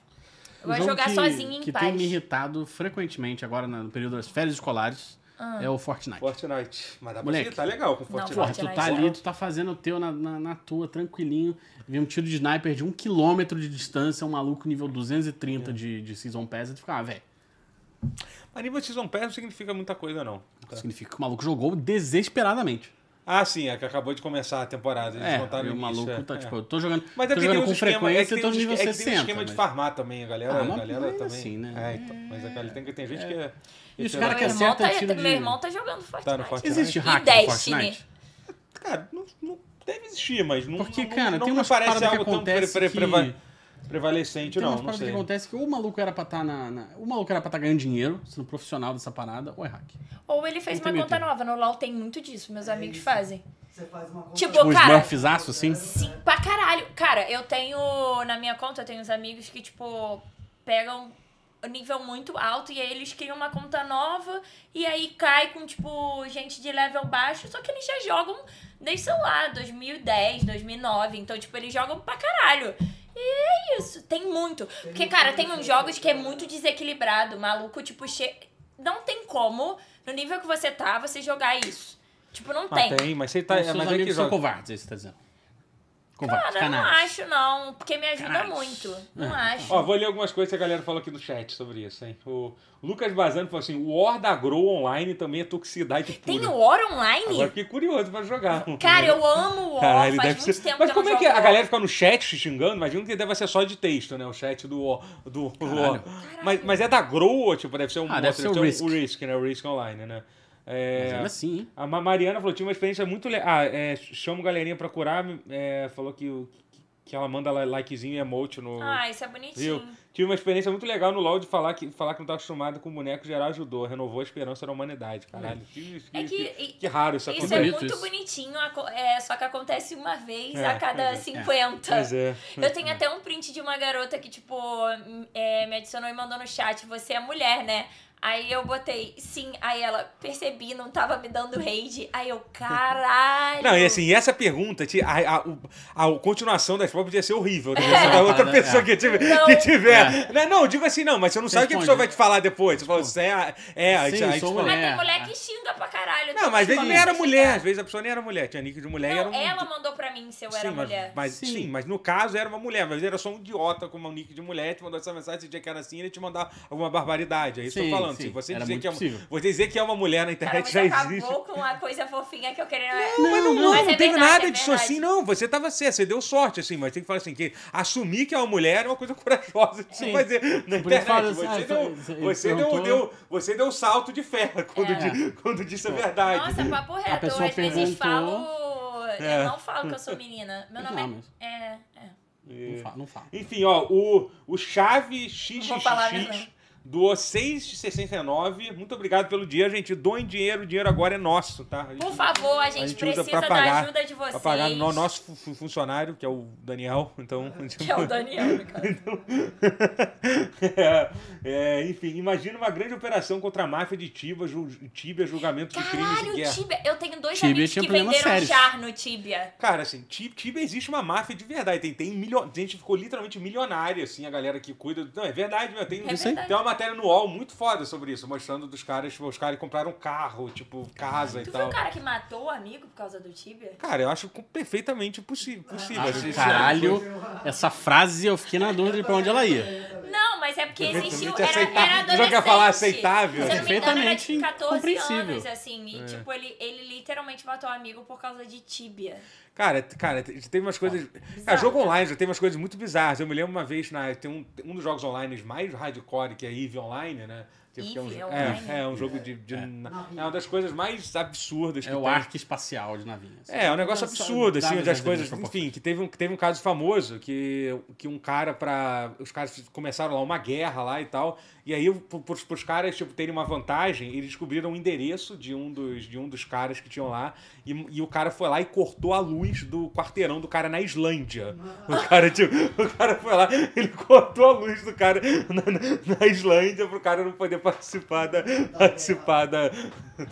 Eu gosto de jogar
que,
sozinha em
que
paz.
tem me irritado frequentemente agora no período das férias escolares
Ah.
é o Fortnite.
Fortnite. Mas dá pra
Moleque.
dizer, tá legal com Fortnite.
Porra, tu
Fortnite
tá
não.
ali, tu tá fazendo o teu na, na, na tua, tranquilinho. Vem um tiro de sniper de um quilômetro de distância, um maluco nível
É.
230 de, de Season Pass, e tu fica, ah, velho,
Mas nível de Season Pass não significa muita coisa, não. Tá.
significa que o maluco jogou desesperadamente.
Ah, sim, é que acabou de começar a temporada. Eles
É,
contaram
e o
isso,
maluco
é,
tá,
é.
tipo, eu tô jogando,
Mas é
tô
porque tem
jogando
uns
com
esquema, é que tem
frequência, eu tô
uns-
no nível
é que tem um
60.
esquema de
mas-
farmar também, a galera.
Ah, mas
a galera
ainda
também.
assim, né?
É, então. Mas a galera tem, que- tem gente que é.
E os
que é-
caras
Meu
que assim-
irmão,
acertam
tá,
tiro de...
meu irmão tá jogando Fortnite.
Tá no Fortnite.
Existe
E
hack no
Destiny?
Fortnite?
Cara, não, não deve existir, mas não.
Porque,
não- não-
cara,
não
tem
me
umas paradas
parece
que
algo tão pre-
acontece
pre-
que-
preva- prevalecente,
Tem
não.
umas
Não
paradas que
sei.
acontece que ou o maluco era pra estar na, na- O maluco era pra estar ganhando dinheiro, sendo profissional dessa parada, ou é hack.
Ou ele fez
Não tem
uma
meio
conta
termo.
nova. No LoL tem muito disso.
É
Meus amigos
isso.
fazem.
Você faz uma conta.
Tipo,
Tipo, os
cara,
Smurfs aço,
Tá,
assim.
Sim, pra caralho. Cara, eu tenho. Na minha conta, eu tenho uns amigos que, tipo, pegam um nível muito alto e aí eles criam uma conta nova e aí cai com, tipo, gente de level baixo. Só que eles já jogam desde, sei lá, 2010, 2009. Então, tipo, eles jogam pra caralho. E é isso. Tem muito. Porque, cara, tem uns jogos que é muito desequilibrado. Maluco, tipo, che... não tem como, no nível que você tá, você jogar isso. Tipo, não
Ah, tem, mas você tá.
Os seus
Mas é que
amigos são
joga.
covardes, é isso que você tá dizendo. Covardes,
Cara, eu não
canais.
acho, não. Porque me ajuda
Canalhas.
muito. Não
É.
acho.
Ah. Ó, vou ler algumas coisas que a galera falou aqui no chat sobre isso, hein? O Lucas Bazano falou assim: o War da Grow online também é toxicidade pura.
Tem o War online?
Agora fiquei curioso pra jogar.
Cara, eu amo o War.
[laughs] Caralho,
Faz
deve
muito
ser.
tempo
Mas
que eu
como
não
é que
jogo
a
War.
galera fica no chat se xingando? Imagino que deve ser só de texto, né? O chat do War. Do, do War. Mas, mas é da Grow, ou, tipo, deve ser um
Ah, deve ser o
um-
Risk.
né? O Risk Online, né? É,
Mas ainda assim, hein?
A Ma- Mariana falou, tinha uma experiência muito legal. Ah, é, chama o galerinha pra curar. é, falou que, o- que ela manda li- likezinho e emote no.
Ah, isso é
Viu?
bonitinho.
Tive uma experiência muito legal no LoL de falar que, falar que não tá acostumado com boneco geral ajudou. Renovou a esperança da humanidade, caralho. Que,
É
que-
que-
que- que raro isso
Isso
acontece.
é
bonito
muito
isso.
bonitinho, aco- é, só que acontece uma vez
É,
a cada
pois é.
50.
Pois é.
Eu tenho até um print de uma garota que, tipo, m- é, me adicionou e mandou no chat: Você é mulher, né? Aí eu botei sim, aí ela percebi, não tava me dando raid.
[laughs]
Aí eu, caralho.
Não, e assim, essa pergunta, ti- a, a, o- a, o- continuação da resposta podia ser horrível. Né?
É.
Pra outra
[laughs] É.
pessoa que tiver.
Não.
Que tiver. Né, Não, eu digo assim, não, mas você não sabe o que a pessoa
Responde. né?
vai te falar depois. Você fala, você é. a- É, aí
Sim,
você- aí
sou
você
mulher.
fala.
Mas
É,
tem mulher
é.
que xinga pra caralho.
Não, mas às vezes
Tipo,
nem era mulher, às vezes a pessoa nem era mulher, tinha nick de mulher e era
Não,
um.
ela mandou pra mim se eu era
sim, mas,
mulher.
mas- sim.
Sim.
mas no caso era uma mulher, mas era só um idiota com uma nick de mulher, te mandou essa mensagem, você tinha que era assim, ele te mandar alguma barbaridade. É isso que eu
Sim,
tô falando.
sim,
Se você
era
dizer,
muito
que é,
possível.
uma- você dizer que é uma mulher na
Cara,
internet
você
já existe.
acabou com a coisa fofinha que eu queria.
Não, mas não, não,
mas
não
é
tem
verdade,
nada
é
disso assim,
verdade.
não. Você tava certo, você deu sorte, assim, mas tem que falar assim, que assumir que é uma mulher é uma coisa [laughs] corajosa de se
Sim.
fazer na
Por isso
internet.
fala
você,
assim, ah,
deu,
ele
você, deu,
perguntou-
deu- você deu um salto de fé quando,
É.
di- quando disse a
Tipo,
verdade.
Nossa, papo reto.
pessoa
eu às vezes
perguntou.
falo.
É.
Eu não falo que eu sou menina. Meu
Não,
nome
mas-
é. É. é.
Não fala, não fala.
Enfim, ó, o, o Chave
Não vou falar mesmo,
XXX
não.
doou 6,69. Muito obrigado pelo dia, gente. Doem dinheiro, o dinheiro agora é nosso, tá?
Por favor, a gente,
gente usa
precisa
pra
da
pagar-
ajuda de vocês.
Pra pagar o nosso fu- fu- funcionário, que é o Daniel. Então,
[laughs]
[laughs]
Que é o Daniel, né, cara.
É, é, enfim, imagina uma grande operação contra a máfia de Tibia, ju, Tibia julgamento de crimes de
Caralho,
guerra.
Tibia. Eu tenho dois
Tibia
amigos
tinha
que
problemas
venderam
sérios.
char no Tibia.
Cara, assim, Ti- Tibia existe uma máfia de verdade. Tem, tem milho... gente ficou literalmente milionária, assim, a galera que cuida. Não, é verdade, meu. Tem,
É verdade.
tem uma matéria no UOL muito foda sobre isso, mostrando dos caras, tipo, os caras compraram carro, tipo, casa e
Tu viu
tal.
o cara que matou o amigo por causa do Tibia?
Cara, eu acho com- perfeitamente possível. possível
Ah,
assim,
caralho,
assim,
essa frase eu fiquei na dúvida de pra onde ela ia.
Não, mas é porque existiu.
Perfeitamente
Era, era
aceitável.
adolescente.
Já que ia falar aceitável.
Se eu não me engano, era
Perfeitamente
tipo 14
compreensível.
anos, assim. E, tipo, ele, ele literalmente matou um amigo por causa de tíbia.
Cara, t- cara, t- teve umas coisas. Cara, jogo online já teve umas coisas muito bizarras. Eu me lembro uma vez, na, tem um, um dos jogos online mais hardcore, que é EVE Online, né? Tipo, que é, um,
EVE
jo-
Online.
é, é um jogo de. de- é uma das coisas mais absurdas que
É o
tem.
arco espacial de navinha. assim.
É, é um negócio
Só
absurdo,
dá
assim, onde as
as
coisas.
proporções.
Enfim, que teve um, que teve um caso famoso que, que um cara pra. Os caras começaram lá uma guerra lá e tal. E aí, pro- pros, pros caras tipo, terem uma vantagem, eles descobriram o endereço de um dos, de um dos caras que tinham lá. E, e o cara foi lá e cortou a luz do quarteirão do cara na Islândia. O cara, tipo, o cara foi lá, ele cortou a luz do cara na, na- na Islândia pro cara não poder participar da. participar da.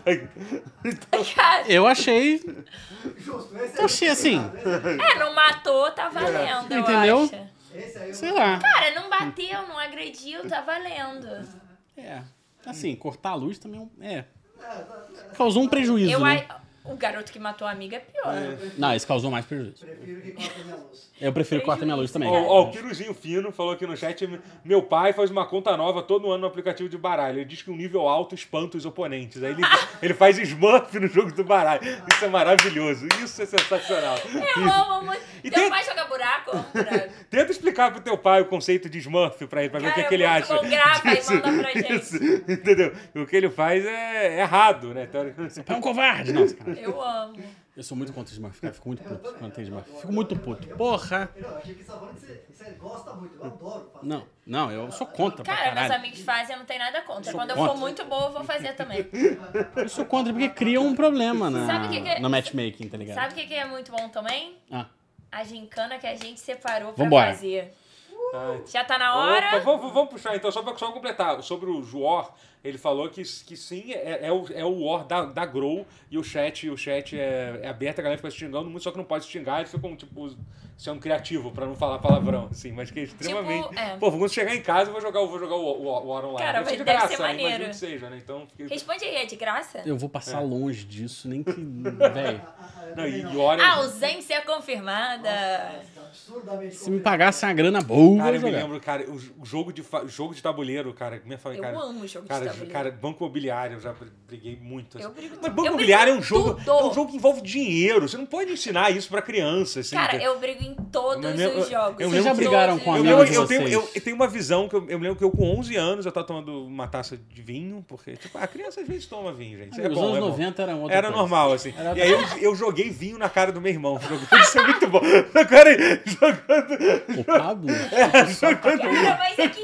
da-
Cara,
Eu achei,
Justo, esse
Eu achei assim.
Esse, é
é, não matou, tá valendo, eu
Entendeu?
acho.
esse é aí eu
Sei lá.
Cara, não bateu, não agrediu, tá valendo.
É. Assim, cortar a luz também é um- é.
É, tá- tá-
Causou um prejuízo,
Eu,
né?
ai- o garoto que matou a amiga é pior.
Não, esse causou mais prejuízo.
Prefiro que corte a minha luz.
Eu prefiro cortar minha luz também.
Ó, ó, o Quirujinho Fino falou aqui no chat: meu pai faz uma conta nova todo ano no aplicativo de baralho. Ele diz que um nível alto espanta os oponentes. Aí ele, ele faz smurf no jogo do baralho. Isso é maravilhoso. Isso é sensacional.
Eu amo muito.
E
Teu
tem-
pai joga buraco? Eu amo buraco.
Tenta explicar pro teu pai o conceito de smurf pra ele, pra ver o que,
Cara,
que ele
é muito
acha.
bom,
[laughs]
grava e
disso.
manda pra gente.
Isso. Entendeu? O que ele faz é errado, né? Teoricamente.
É um covarde! Não, sacanagem.
Eu amo.
Eu sou muito contra o Smurf, cara. Fico muito puto quando tem Smurf. Fico muito puto. Porra!
Não, eu achei que Savone você, você gosta muito, eu adoro fazer.
Não, não, eu sou contra pra
Cara, meus
caralho.
amigos fazem, eu não tenho nada contra.
Sou
Quando eu
contra.
for muito boa, eu vou fazer também.
Eu sou contra porque cria um problema na,
Sabe o que que é-
no matchmaking, tá ligado?
Sabe o que que é muito bom também?
Ah,
A gincana que a gente separou pra
Vambora.
fazer.
Ai,
Já tá na hora?
Opa, vamos, vamos puxar então, só pra só completar. Sobre o Juor, ele falou que, que sim, é, é o, é o War da, da Grow e o chat, o chat é, é aberto, a galera fica se xingando muito, só que não pode se xingar, eles ficam tipo, sendo criativo pra não falar palavrão, assim, mas que é extremamente.
é.
Pô, quando chegar em casa, eu vou jogar, eu vou jogar o, o, o War online.
Cara,
Deve ser de
vai- deve
graça,
ser
né?
maneiro.
Imagino que seja, né? Então, fiquei-
Responde aí, é de graça?
eu vou passar longe disso, nem que. Véi.
não, e, e War é-
Ah, Ausência confirmada.
Nossa, absurdamente
Se me
complicado.
pagasse uma grana boa,
Cara,
eu
eu me
jogava.
lembro, cara, o jo- o jogo de, fa- jogo de tabuleiro, cara, que minha família.
Eu
cara,
amo jogo de
cara,
tabuleiro.
Cara, banco imobiliário, eu já br- briguei muito.
Eu
assim.
brigo
Mas
tudo.
banco
Eu
imobiliário é um
brigo
jogo.
tudo.
É um jogo que envolve dinheiro. Você não pode ensinar isso pra criança, assim.
Cara,
entendeu?
eu brigo em todos
Mas eu-
os jogos.
eu
Vocês
lembro
já
que-
brigaram com
a
a
Eu,
mina
lembro-
de
eu tenho,
vocês?
eu, eu tenho uma visão que eu, eu me lembro que eu com 11 anos eu tava tomando uma taça de vinho, porque tipo, a criança às vezes toma vinho, gente. É
Os
bom,
anos
é bom.
90 era outra
Era
coisa.
normal, assim.
Era-
E aí eu, eu joguei vinho na cara do meu irmão. [laughs] Jogando, isso é muito bom. Agora, jogando, [laughs]
O Pablo?
É, jogando
Cara, mas é que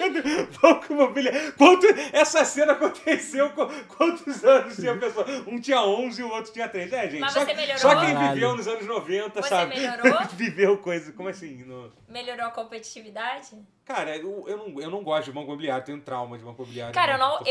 Banco imobiliário. Quanto, essa cena aconteceu com quantos anos tinha a pessoa? Um tinha 11 e o outro tinha 3. É, gente.
Mas
só,
você melhorou?
só quem
Caralho.
viveu nos anos 90,
Você
sabe?
melhorou?
[laughs] viveu coisa. Como assim? No...
melhorou a competitividade?
Cara, eu, eu, não, eu não gosto de banco imobiliário, tenho trauma de banco imobiliário.
Cara, eu,
né?
não,
Porque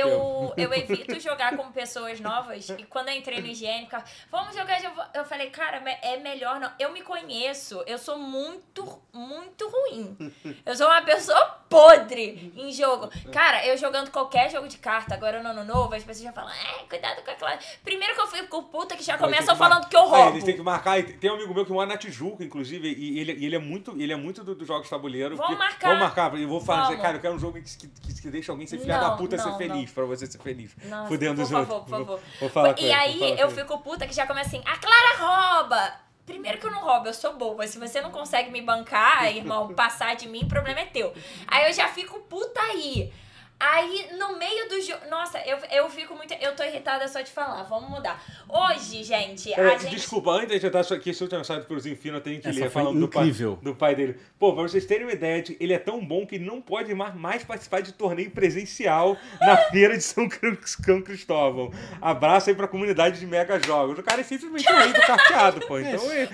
[laughs]
eu, eu evito jogar com pessoas novas. E quando eu entrei no higiene, ficava, vamos jogar. de novo." Eu falei, cara, me- é melhor não. Eu me conheço. Eu sou muito, muito ruim. Eu sou uma pessoa podre em jogo. Cara, eu jogando qualquer jogo de carta, agora no ano novo, as pessoas já falam, é, cuidado com aquela. Primeiro que eu fico puta que já
Pô, eles têm
começam
mar-
falando que eu
É,
roubo.
eles têm que marcar. E Tem um amigo meu que mora na Tijuca, inclusive, e ele, e ele é muito, ele é muito dos do jogos de tabuleiro.
Vamos
porque-
marcar.
Vamos marcar. Eu vou falar,
Vamos.
cara, eu quero um jogo que, que, que deixa alguém ser filha da
Não,
puta
não,
ser feliz, pra você ser feliz.
Nossa,
Fudendo os
por favor,
outros.
por favor.
Vou falar com
e
ele, vou
aí
falar com
eu
ele.
fico puta que já começa assim, a Clara rouba! Primeiro que eu não roubo, eu sou boa. Se você não consegue
[laughs]
me bancar, irmão, passar de mim, o problema é teu. Aí eu já fico puta aí. Aí, no meio do jogo. Nossa, eu, eu fico muito. Eu tô irritada só de falar. Vamos mudar. Hoje, gente, a
É,
gente.
Desculpa, antes de eu tentar aqui, esse último mensagem pro Zinfino, eu tenho que
Essa
ler,
foi
falando do pai,
incrível.
do pai dele. Pô, pra vocês terem uma ideia, de- ele é tão bom que não pode ma- mais participar de torneio presencial
[laughs]
na feira de São Cri- São Cristóvão. Abraço aí pra comunidade de mega jogos. O cara é simplesmente o rei do carteado, pô. Então é.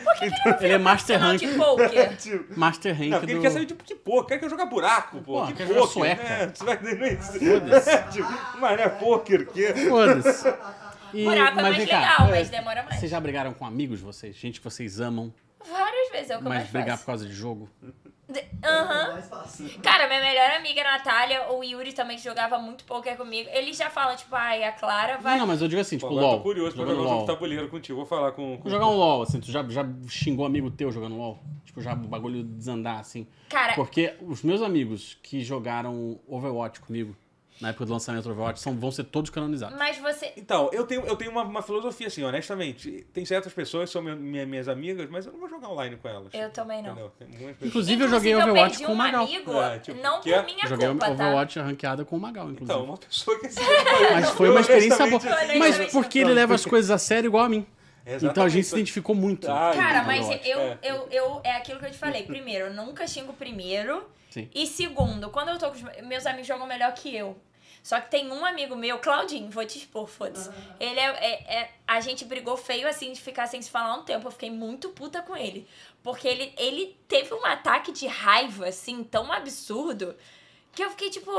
Ele é Master
Sinal
Rank.
de
[laughs]
poker.
Tipo,
Master
não,
Rank
porque
do...
ele quer saber tipo que pô, quer que eu jogar buraco, pô.
Pô,
que
quer jogar
pôquer,
sueca.
né? Você vai entender isso? [laughs] Tipo, Mas não é pôquer, que...
[laughs]
Foda-se. E-
Buraco é mais
vem cá,
legal, mas demora mais.
Vocês já brigaram com amigos de vocês? Gente que vocês amam,
Várias vezes é o que eu
mas
mais
brigar por
faço.
causa de jogo?
De- Aham.
É mais fácil.
Cara, minha melhor amiga, Natália, o Yuri também, que jogava muito poker comigo, ele já fala, tipo, ai, a Clara vai.
Não, mas eu digo assim, tipo,
Agora eu
LOL.
tô curioso pra
jogando
jogar um jogo de
LOL.
tabuleiro contigo. Vou falar com... com...
Jogar um LOL, assim, tu já, já xingou amigo teu jogando LOL? Tipo, já o bagulho desandar, assim.
Cara,
Porque os meus amigos que jogaram Overwatch comigo, na época do lançamento do Overwatch, são, vão ser todos canonizados.
mas você.
Então, eu tenho, eu tenho uma, uma filosofia assim, honestamente. Tem certas pessoas que são meu- minha- minhas amigas, mas eu não vou jogar online com elas.
Eu também não.
Entendeu? Tem muitas pessoas-
Inclusive, eu joguei Overwatch
perdi
com o
um
Magal.
amigo,
É, tipo,
não
que
por
é?
minha
Joguei
culpa, tá?"
Overwatch ranqueado com o Magal, inclusive.
Então, uma pessoa que assim,
Mas foi uma experiência boa.
honestamente, assim,
Mas porque ele leva as coisas a sério igual a mim.
Exatamente.
Então a gente se identificou muito.
Ah,
tá? Cara, mas
Overwatch.
eu,
É.
eu, eu. É aquilo que eu te falei. Primeiro, eu nunca xingo primeiro.
Sim.
E segundo, quando eu tô com os me- meus amigos jogam melhor que eu. Só que tem um amigo meu, Claudinho, vou te expor, foda-se. Ele é, é- é- A gente brigou feio assim de ficar sem se falar um tempo. Eu fiquei muito puta com ele. Porque ele, ele teve um ataque de raiva, assim, tão absurdo, que eu fiquei tipo,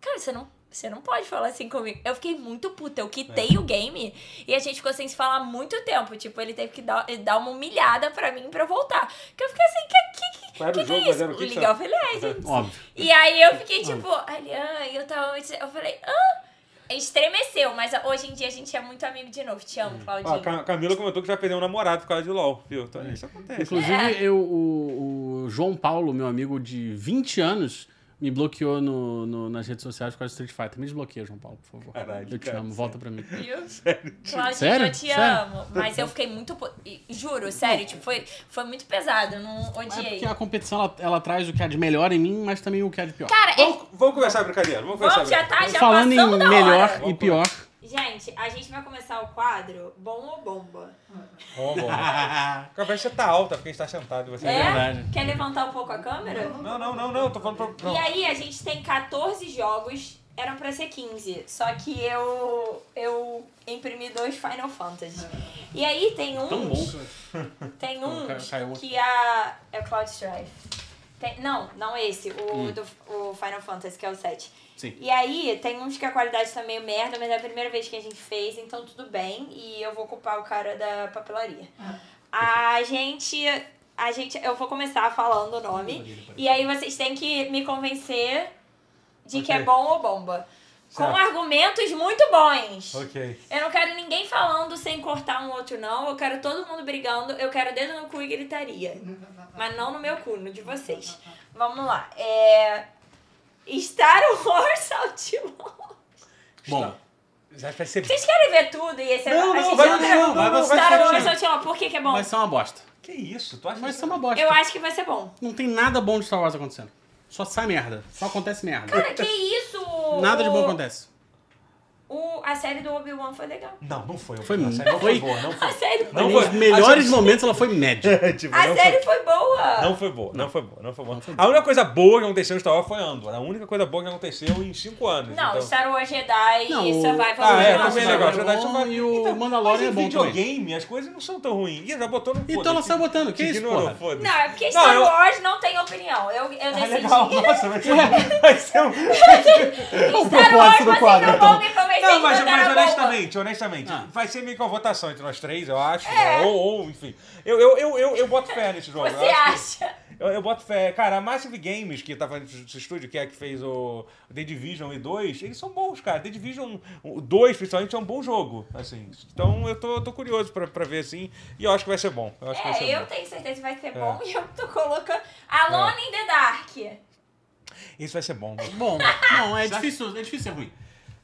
cara, você não. Você não pode falar assim comigo. Eu fiquei muito puta. Eu quitei
É.
o game e a gente ficou sem se falar muito tempo. Tipo, ele teve que dar, dar uma humilhada pra mim pra eu voltar. Que eu fiquei assim, que, que, que-
Qual era
que
o
que
jogo?
é
mas
isso?
era o que que
League
você-
of Legends.
Óbvio.
E aí eu fiquei tipo, Alian, eu tava. muito- Eu falei, hã? Estremeceu, mas hoje em dia a gente é muito amigo de novo. Te
Hum.
amo,
Ó, a
Claudinho.
Cam- Camila comentou que já perdeu um namorado por causa de LOL, viu? Então, isso acontece.
É.
Inclusive, eu, o, o João Paulo, meu amigo de 20 anos, me bloqueou no, no- nas redes sociais por causa do Street Fighter. Me desbloqueia, João Paulo, por favor.
Caralho,
eu te
cara,
amo, volta pra mim.
[laughs] Viu? Claudinho,
[laughs] Sério?
eu te
Sério?
amo. Mas eu fiquei muito. po- e Juro, sério, tipo, foi, foi muito pesado. Eu não
É
odiei.
porque a competição, ela, ela traz o que há de melhor em mim, mas também o que há de pior.
Cara, é-
Vamos, vamos começar a brincadeira. Vamos começar a
vamos, já tá,
brincadeira.
já
Falando
passamos
em
da
melhor
hora.
e pior,
Gente, a gente vai começar o quadro Bom ou Bomba?
Bom, bom. A cabeça tá alta porque a gente tá sentado. e Você
É?
verdade.
Quer levantar um pouco a câmera?
Não, não, não, não. Tô falando pra... Não.
E aí, a gente tem 14 jogos, eram pra ser 15, só que eu eu imprimi dois Final Fantasy. E aí tem uns,
Tão bom, cara.
tem
Então,
uns
cai- caiu.
que a é o Cloud Strife. Tem- não, não esse, o do o Final Fantasy, que é o 7.
Hum. Sim.
E aí, tem uns que a qualidade tá meio merda, mas é a primeira vez que a gente fez, então tudo bem. E eu vou culpar o cara da papelaria. A gente. A gente. Eu vou começar falando o nome. E aí vocês têm que me convencer de que é
Ok.
bom ou bomba. Com
Tá.
Certo.
argumentos muito bons.
Ok.
Eu não quero ninguém falando sem cortar um outro, não. Eu quero todo mundo brigando. Eu quero dedo no cu e gritaria. Mas não no meu cu, no de vocês. Vamos lá. É. Star Wars Outlaw.
Bom,
Já vai ser...
Vocês querem ver tudo e esse
Não,
a
não,
gente
vai
já
não,
viu.
não, vai, vai,
Star
vai,
Wars
vai.
Outlaw, por que, que é bom?
vai ser uma bosta.
Que isso? Tu acha
Vai ser
isso?
é uma bosta.
Eu acho que vai ser bom.
Não tem nada bom de Star Wars acontecendo. Só sai merda. Só acontece merda.
Cara, que isso?
Nada de bom
O-
acontece.
é.
O, a série do Obi-Wan foi legal.
Não, não foi.
Foi-
não Não foi
foi-
boa, não
A
foi.
série foi,
Não
Nos
foi.
melhores momentos, ela foi média.
Tipo, não
a
foi-
série foi boa.
Não foi boa, não foi boa, não foi boa. A única coisa boa que aconteceu em Star Wars foi Andor. A única coisa boa que aconteceu em 5 anos.
Não, é
então...
Star Wars Jedi
Não,
e
o-
Survival
Ah, é,
Jedi.
também é
Nossa,
legal.
é
Jedi
bom,
Survival-
e o
Então,
Mandalorian
mas
é
em
bom
videogame, as coisas não são tão ruins. Ih, já botou no
Então
foda-se.
ela saiu botando, que isso,
Ignorou,
porra?
foda-se. [laughs]
Não, é porque
Não,
Star
eu-
Wars não tem opinião. Eu, eu
Ah,
decidi.
legal. Nossa, vai ser, [laughs] vai ser um...
o
Star Wars,
propósito do
vocês
quadro,
não vão me convencer
então. Não,
de
mas,
botar
mas
na bomba.
honestamente, honestamente,
Ah.
vai ser meio que uma votação entre nós três, eu acho. Ou, ou, enfim. Eu, eu, eu, eu, eu boto fé nesse jogo.
É. Você
eu, acho
acha?
que- eu, eu boto fé. Cara, a Massive Games, que tá fazendo esse estúdio, que é a que fez o The Division e 2, eles são bons, cara. The Division 2, principalmente, é um bom jogo. Assim. Então eu tô, tô curioso pra, pra ver, assim, e eu acho que vai ser bom. Eu acho que vai ser assim
É, eu
bom.
tenho certeza que vai ser bom e eu tô colocando Alone in the Dark.
Isso vai ser bom.
Bom, não, é difícil, é difícil ser ruim.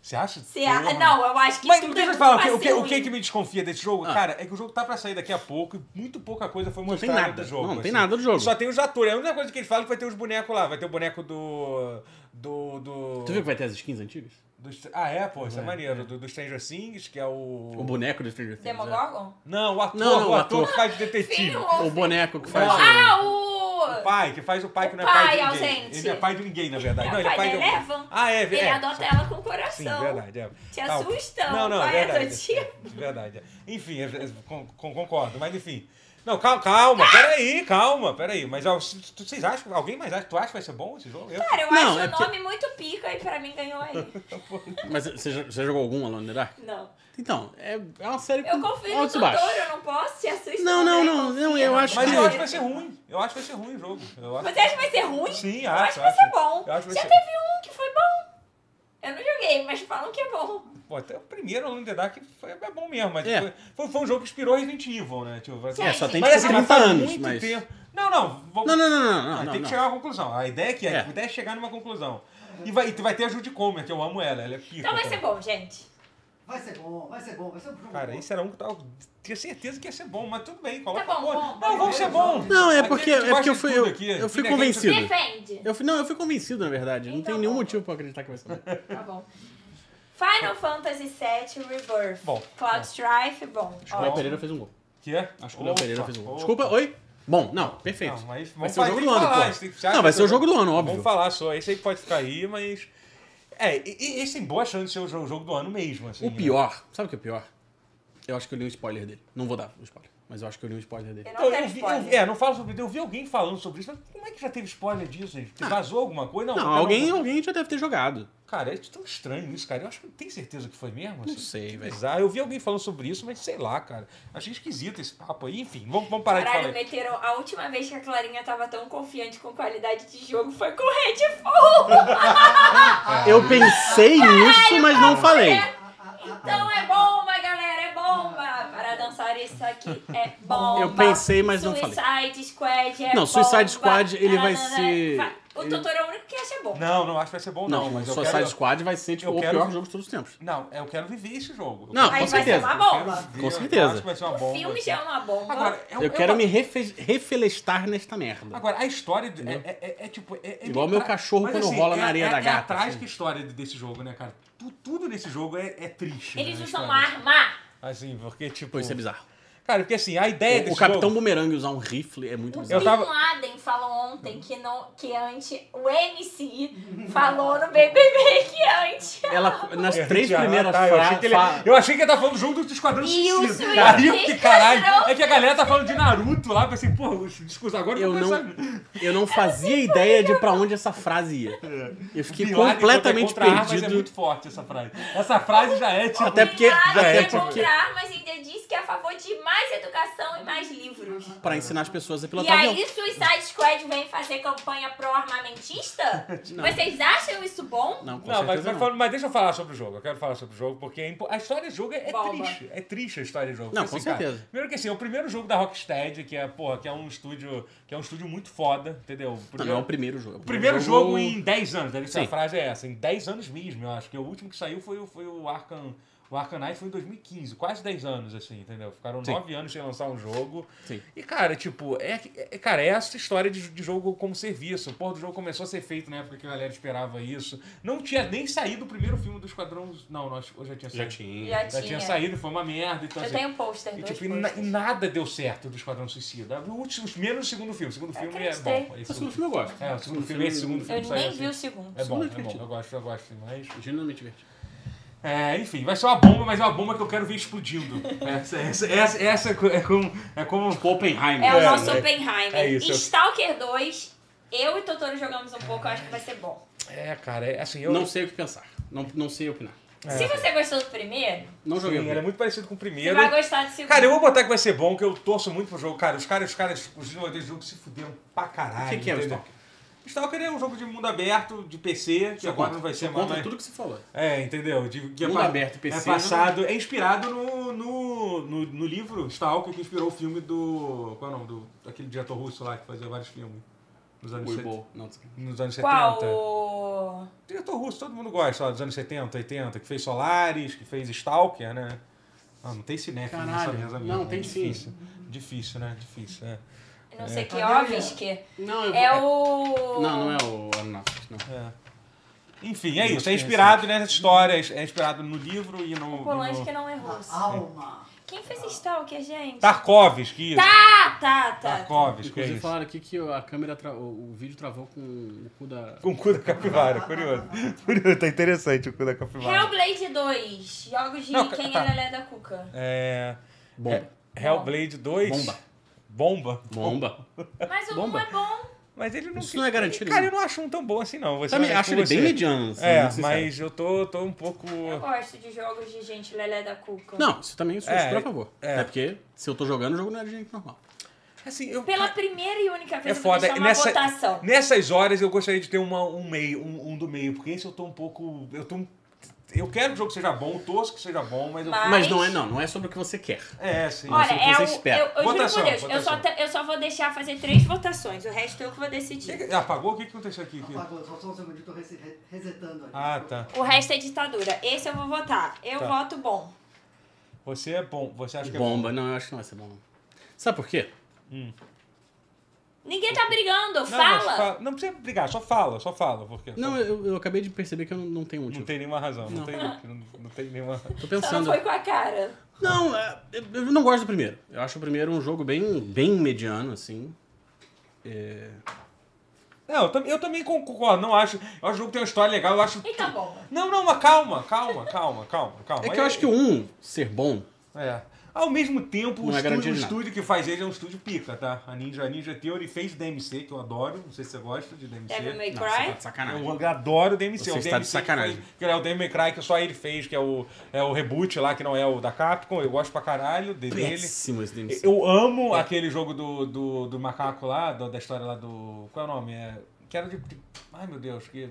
Você acha?
Você a...
Eu-
Não, eu acho que
Mas
tudo
deixa eu
é
te falar, o que,
muito
o, que, o que
vacilo.
que me desconfia desse jogo, cara, é que o jogo tá pra sair daqui a pouco e muito pouca coisa foi
tem
mostrada
nada.
do jogo.
Ah.
assim.
Não, não tem nada do jogo.
Só tem os atores. A única coisa que eles falam é que vai ter os bonecos lá. Vai ter o boneco do... Do... do,
Tu viu que vai ter as skins antigas?
do- ah, é? Pô, isso é, maneiro. Do, do Stranger Things, que é o...
O boneco do Stranger Things. é.
Demogorgon?
Não, o ator.
Não, não,
o
o
ator,
ator.
que faz o detetive.
Filho
é. O
ou
boneco que faz...
Ah, o.
O pai, que faz o pai que
O
não é pai, de
pai
ninguém.
ausente.
Ele não é pai de ninguém, na verdade.
É o
não, ele é
pai
pai
da
de
Eleven.
Ah, é.
Ele
é.
adota ela com o coração.
Sim, verdade. É.
Te
Ah, o-
assusta,
Não,
o
não, é
pai
verdade.
adotivo.
é Verdade. é. Enfim, é- é- con- con- concordo, mas enfim. Não, calma,
Ah!
calma, peraí, calma, peraí. Mas ó, se- tu- vocês acham, alguém mais acha, tu acha que vai ser bom esse jogo? Eu?
Cara, eu
Não,
acho
é
o
porque-
nome muito pica e pra mim
[laughs]
ganhou aí.
Mas você, já- você jogou algum Alone in the Dark?
Não.
Então, é, é uma série
Eu confio no
altos e
doutor,
baixos.
eu não posso te assustar.
Não, não,
né?
não,
Confia.
não, eu acho
Mas
que-
eu acho que vai ser ruim. Eu acho que vai ser ruim o jogo. Eu acho...
Você acha que vai ser ruim?
Sim,
eu
acho,
acho que vai ser
acho.
bom.
Eu acho que
Já
vai ser.
teve um que foi bom. Eu não joguei, mas falam que é bom.
Pô, até o primeiro Alone in the Dark foi é bom mesmo, mas
É.
foi, foi, foi um jogo que inspirou Resident Evil, né? Tipo, assim,
É, só tem
mas,
tipo
assim, mas
30
faz
anos,
muito
mas...
tempo. Não, não, vamos,
Não, não, não, não, não,
Ah, tem
não,
que
não.
chegar a uma conclusão. A ideia é que a
É.
ideia é chegar numa conclusão. E vai, e vai ter a Judy Comer, que eu amo ela, ela é pica.
Então vai ser
cara.
bom, gente.
Vai ser bom, vai ser bom, vai ser um jogo
Cara,
bom.
esse era um que eu tava- tinha certeza que ia ser bom, mas tudo bem, coloca
Tá bom,
fora.
bom,
Não,
vai,
vamos
vai,
ser
vai.
bom.
Não, é
Aqui a
porque,
gente
é
gosta
porque eu
de
fui,
tudo
eu,
aqui.
eu fui
Aqui a gente-
convencido.
Defende.
um-
Eu fui, não, eu fui convencido, na verdade. Não
Então
tem nenhum
bom.
motivo pra acreditar que vai ser bom.
Tá bom. Final Fantasy VII Rebirth.
Bom.
Cloud Strife, bom.
O
Ó,
Léo Pereira fez um gol.
Que é?
Acho que o Léo Pereira fez um gol.
opa.
Desculpa, oi? Bom, não, perfeito.
Não, mas
vai
vamos
ser o
fazer-
jogo
tem
do
que
ano,
falar,
pô.
isso tem que-
Não, vai ser o jogo do ano,
Vamos
óbvio.
falar só. Esse aí pode ficar aí, mas... É, e- e esse tem boa chance de ser o jogo jogo do ano mesmo, assim.
O
né?
pior, sabe o que é o pior? Eu acho que eu li um spoiler dele. Não vou dar o spoiler. Mas eu acho que eu li um spoiler dele.
Eu
Então,
não quero
eu vi, eu-
spoiler.
é, não falo sobre isso. Eu vi alguém falando sobre isso. Mas como é que já teve spoiler disso, gente? Vazou alguma coisa? Não,
Ah.
tá
Não,
cara,
alguém,
não-
alguém já deve ter jogado.
Cara, é tão estranho isso, cara. Eu acho que tem certeza que foi mesmo.
Não
assim?
sei, velho.
Bizarro. Eu vi alguém falando sobre isso, mas sei lá, cara. Achei esquisito esse papo aí. Enfim, vamos, vamos parar
Caralho,
de falar.
meteram. A última vez que a Clarinha tava tão confiante com qualidade de jogo foi com Redfall.
Eu pensei nisso, mas não falei.
Então é bomba, galera, é bomba. Para dançar isso aqui é bomba.
[laughs] Eu pensei, mas não falei.
Suicide Squad é
Não, Suicide
bomba.
Squad, ele vai
Nananana.
ser-
Vai. O
ele-
Totoro é o único que acha bom.
Não, não acho que vai ser bom, não.
Não,
mas eu
Suicide
quero...
Squad vai ser tipo,
eu
o
quero- um
pior jogo de todos os tempos.
Não, é, eu quero viver esse jogo.
Não,
Aí vai
com
ser
certeza.
uma
Eu
bomba.
quero viver,
Com
eu
certeza.
acho que vai ser uma
O
bomba. assim.
filme já é uma bomba.
Agora, é um- é
Eu quero
uma-
me refe- refelestar nesta merda.
Agora, a história do- é, é- é- é tipo. é- é
Igual
meio
meu
tra-
cachorro quando rola na areia
é,
da
é
gata,
atrás
assim.
que história desse jogo, né, cara? Tu- tudo nesse jogo é, é triste.
Eles
né, a
usam
história.
arma.
Assim, porque, tipo.
Pô, isso é bizarro.
Cara, porque assim, a ideia
O,
desse
o Capitão
jogo.
Bumerangue usar um rifle é muito
O
Eu
bizarro.
Bin
tava-
Laden falou ontem que, não, que antes. O MC falou no BBB que antes.
Ela, nas
É,
três
ah,
primeiras
tá, eu achei, que
frases.
ele, eu achei que ele tá falando do jogo do Esquadrão
E o
Suicida.
Suicide
Aí eu que caralho.
Esquadrão
É que a galera
né?
tá falando de Naruto lá, eu pensei, pô, os discursos agora
Eu não,
começar-
eu não fazia ideia de pra onde essa frase ia.
É.
Eu fiquei
Bin Laden
completamente
contra armas É
perdido.
muito forte essa frase. Essa frase já é tipo.
Até porque,
Bin Laden
até
é
porque
contra armas e ainda disse que é a favor de mais educação e mais livros.
pra ensinar as pessoas a
E
pilotar avião.
aí, Suicide Squad vem fazer campanha pró-armamentista? Vocês acham isso bom?
Não, com
Não, mas,
certeza
mas,
não.
falando- mas deixa eu falar sobre o jogo. Eu quero falar sobre o jogo, porque é impo- a história do jogo é, é
Bomba.
triste. É triste a história do jogo.
Não,
Porque,
com
cara,
certeza.
primeiro que assim, é o primeiro jogo da Rocksteady, que é, porra, que é um estúdio, que é um estúdio muito foda, entendeu? O
Não,
primeiro-
não é o primeiro jogo. é
o primeiro jogo, em 10 anos, deve ser a
Sim.
frase é essa, em 10 anos mesmo, eu acho. que o último que saiu foi, o- foi o Arkham. O Arkham Knight foi em 2015, quase 10 anos, assim, entendeu? Ficaram
Sim.
9 anos sem lançar um jogo.
Sim.
E, cara, tipo, é, é- cara, é essa história de, de jogo como serviço. O pôr do jogo começou a ser feito na época que a galera esperava isso. Não tinha nem saído o primeiro filme do Esquadrão. Não, nós, hoje já tinha saído.
tinha.
Já
Já tinha saído, foi uma merda. Então,
Eu
assim,
tenho um pôster,
e,
dois
tipo, e, na- e
posters.
nada deu certo do Esquadrão Suicida. O último, menos o segundo filme. O segundo filme é
acreditei.
bom.
O segundo filme eu gosto.
É, o segundo filme, esse segundo filme
Eu
saiu
nem
assim.
vi o segundo.
É bom, é
Segundo
bom.
divertido.
Eu gosto, eu gosto demais.
Genuinamente divertido.
É, enfim, vai ser uma bomba, mas é uma bomba que eu quero ver [laughs] explodindo. Essa, essa, essa, essa é co- é como. É como.
Oppenheimer.
É o
É,
nosso
é-
Oppenheimer.
é isso, eu-
Stalker 2, eu e Totoro jogamos um pouco, eu acho que vai ser bom.
É, cara, é assim, eu.
Não sei o que pensar. Não, não sei opinar.
Se você gostou do primeiro,
Não
Sim, é
joguei. o
era
jogo.
muito parecido com o
você
primeiro.
vai gostar do segundo.
Cara, eu vou botar que vai ser bom, porque eu torço muito pro jogo. Cara, os caras, os caras, os desenvolvedores do jogo se fuderam pra caralho.
O que que é o
entendeu?
Stalker?
Stalker é um jogo de mundo aberto, de PC, que agora não vai ser mais.
Contra
mas-
tudo que você falou.
É, entendeu? De, que
Mundo
pa-
aberto, PC,
É passado, é inspirado no, no, no, no livro Stalker, que inspirou o filme do. Qual é o nome? Do, daquele diretor russo lá que fazia vários filmes. Nos anos, set-
Weibo. Não, desculpa.
nos anos 70.
Qual? o-
Diretor russo, todo mundo gosta, lá, dos anos 70, 80, que fez Solaris, que fez Stalker, né? Ah, não tem cinéfilo nessa
Caralho,
mesa
não,
mesmo,
tem
né?
sim.
Difícil. Difícil, né? Difícil, né?
Não sei que,
Cadê
óbvio que.
Não, eu vou-
É o.
Não, não é o Aronofsky, não.
Enfim, é isso. É
Eu acho que é
inspirado nessas histórias, é inspirado no livro e no.
O
e
Polanski
no...
que não é
A
russo.
alma.
Quem fez Stalker, gente?
Tá. Tarkovsky, isso.
Ah, tá, tá.
Tarkovsky, é
Inclusive
isso.
falaram aqui que a câmera, tra- o, o vídeo travou com o cu da...
Com o cu da capivara, curioso. [laughs] Curioso, tá interessante o cu da capivara.
Hellblade 2, jogos de
Não,
quem
tá.
é Lelé da Cuca.
É.
Bom,
É, Hellblade 2.
Bomba.
Bomba.
bomba.
Mas o
Bomba.
1 é bom.
Mas ele não.
Isso não é garantido,
Cara,
né?
eu não acho um tão bom assim, não. Vou ser
Também
honesto
acho
com
ele
você.
bem mediano, assim,
É,
muito sincero.
mas eu tô, tô um pouco.
Eu gosto de jogos de gente Lelé da Cuca.
Não, isso também sou
É,
super a favor.
é.
É. porque se eu tô jogando, o jogo não é de gente normal.
Assim, eu.
Pela primeira e única
É
vez
foda.
eu vou deixar uma
Nessa,
votação.
nessas horas eu gostaria de ter uma, um meio, um, um do meio, porque esse eu tô um pouco. Eu tô um- Eu quero que o jogo seja bom, torço que seja bom, mas, eu-
Mas-
Mas não é não, não é sobre o que você quer.
É, sim.
Olha,
sei o que você
é o,
espera.
eu, eu juro
Votação,
por Deus, eu
votação.
só, te- eu só vou deixar fazer três votações, o resto eu que vou
Que
decidir.
que- Apagou? O que que aconteceu aqui? aqui?
Apagou, só, só um segundo, eu tô rese- re- resetando ali.
Ah, tá.
O resto é ditadura. Esse eu vou votar. Eu
Tá.
voto bom.
Você é bom. Você acha que
Bomba, não, eu acho que não vai ser bomba. Sabe por quê?
Ninguém tá brigando,
é bom. Não,
fala.
mas fa- Não precisa brigar, só fala, só fala. Porque só-
Não, eu, eu acabei de perceber que eu não, não tenho um
não
motivo.
tem nenhuma razão. Não,
Não.
tem, não, não tem nenhuma.
Tô
Só não
pensando...
foi com a cara.
Não, é, eu eu não gosto do primeiro. Eu acho o primeiro um jogo bem, bem mediano, assim.
Não, eu, tam- eu também concordo. Não acho. Eu acho que o jogo tem uma história legal, eu acho.
Então, bom.
Não, não, mas calma, calma, calma, calma, calma.
É que eu acho que o um ser bom
É. Ao mesmo tempo,
Não
o,
é
estúdio,
garantia
o
de nada.
estúdio que faz ele é um estúdio pica, tá? A Ninja, a Ninja Theory fez DMC, que eu adoro. Não sei se você gosta de DMC.
Devil May
Não, você tá
Cry.
de sacanagem.
Eu adoro o DMC.
Você
o
está
DMC
de sacanagem.
Que, foi- que é o Devil May Cry que só ele fez, que é o, é o reboot lá, que não é o da Capcom. Eu gosto pra caralho de- dele.
Péssimo esse DMC.
Eu amo aquele jogo do, do, do macaco lá, do- da história lá do... Qual é o nome? É, que era de... de- Ai, meu Deus, que...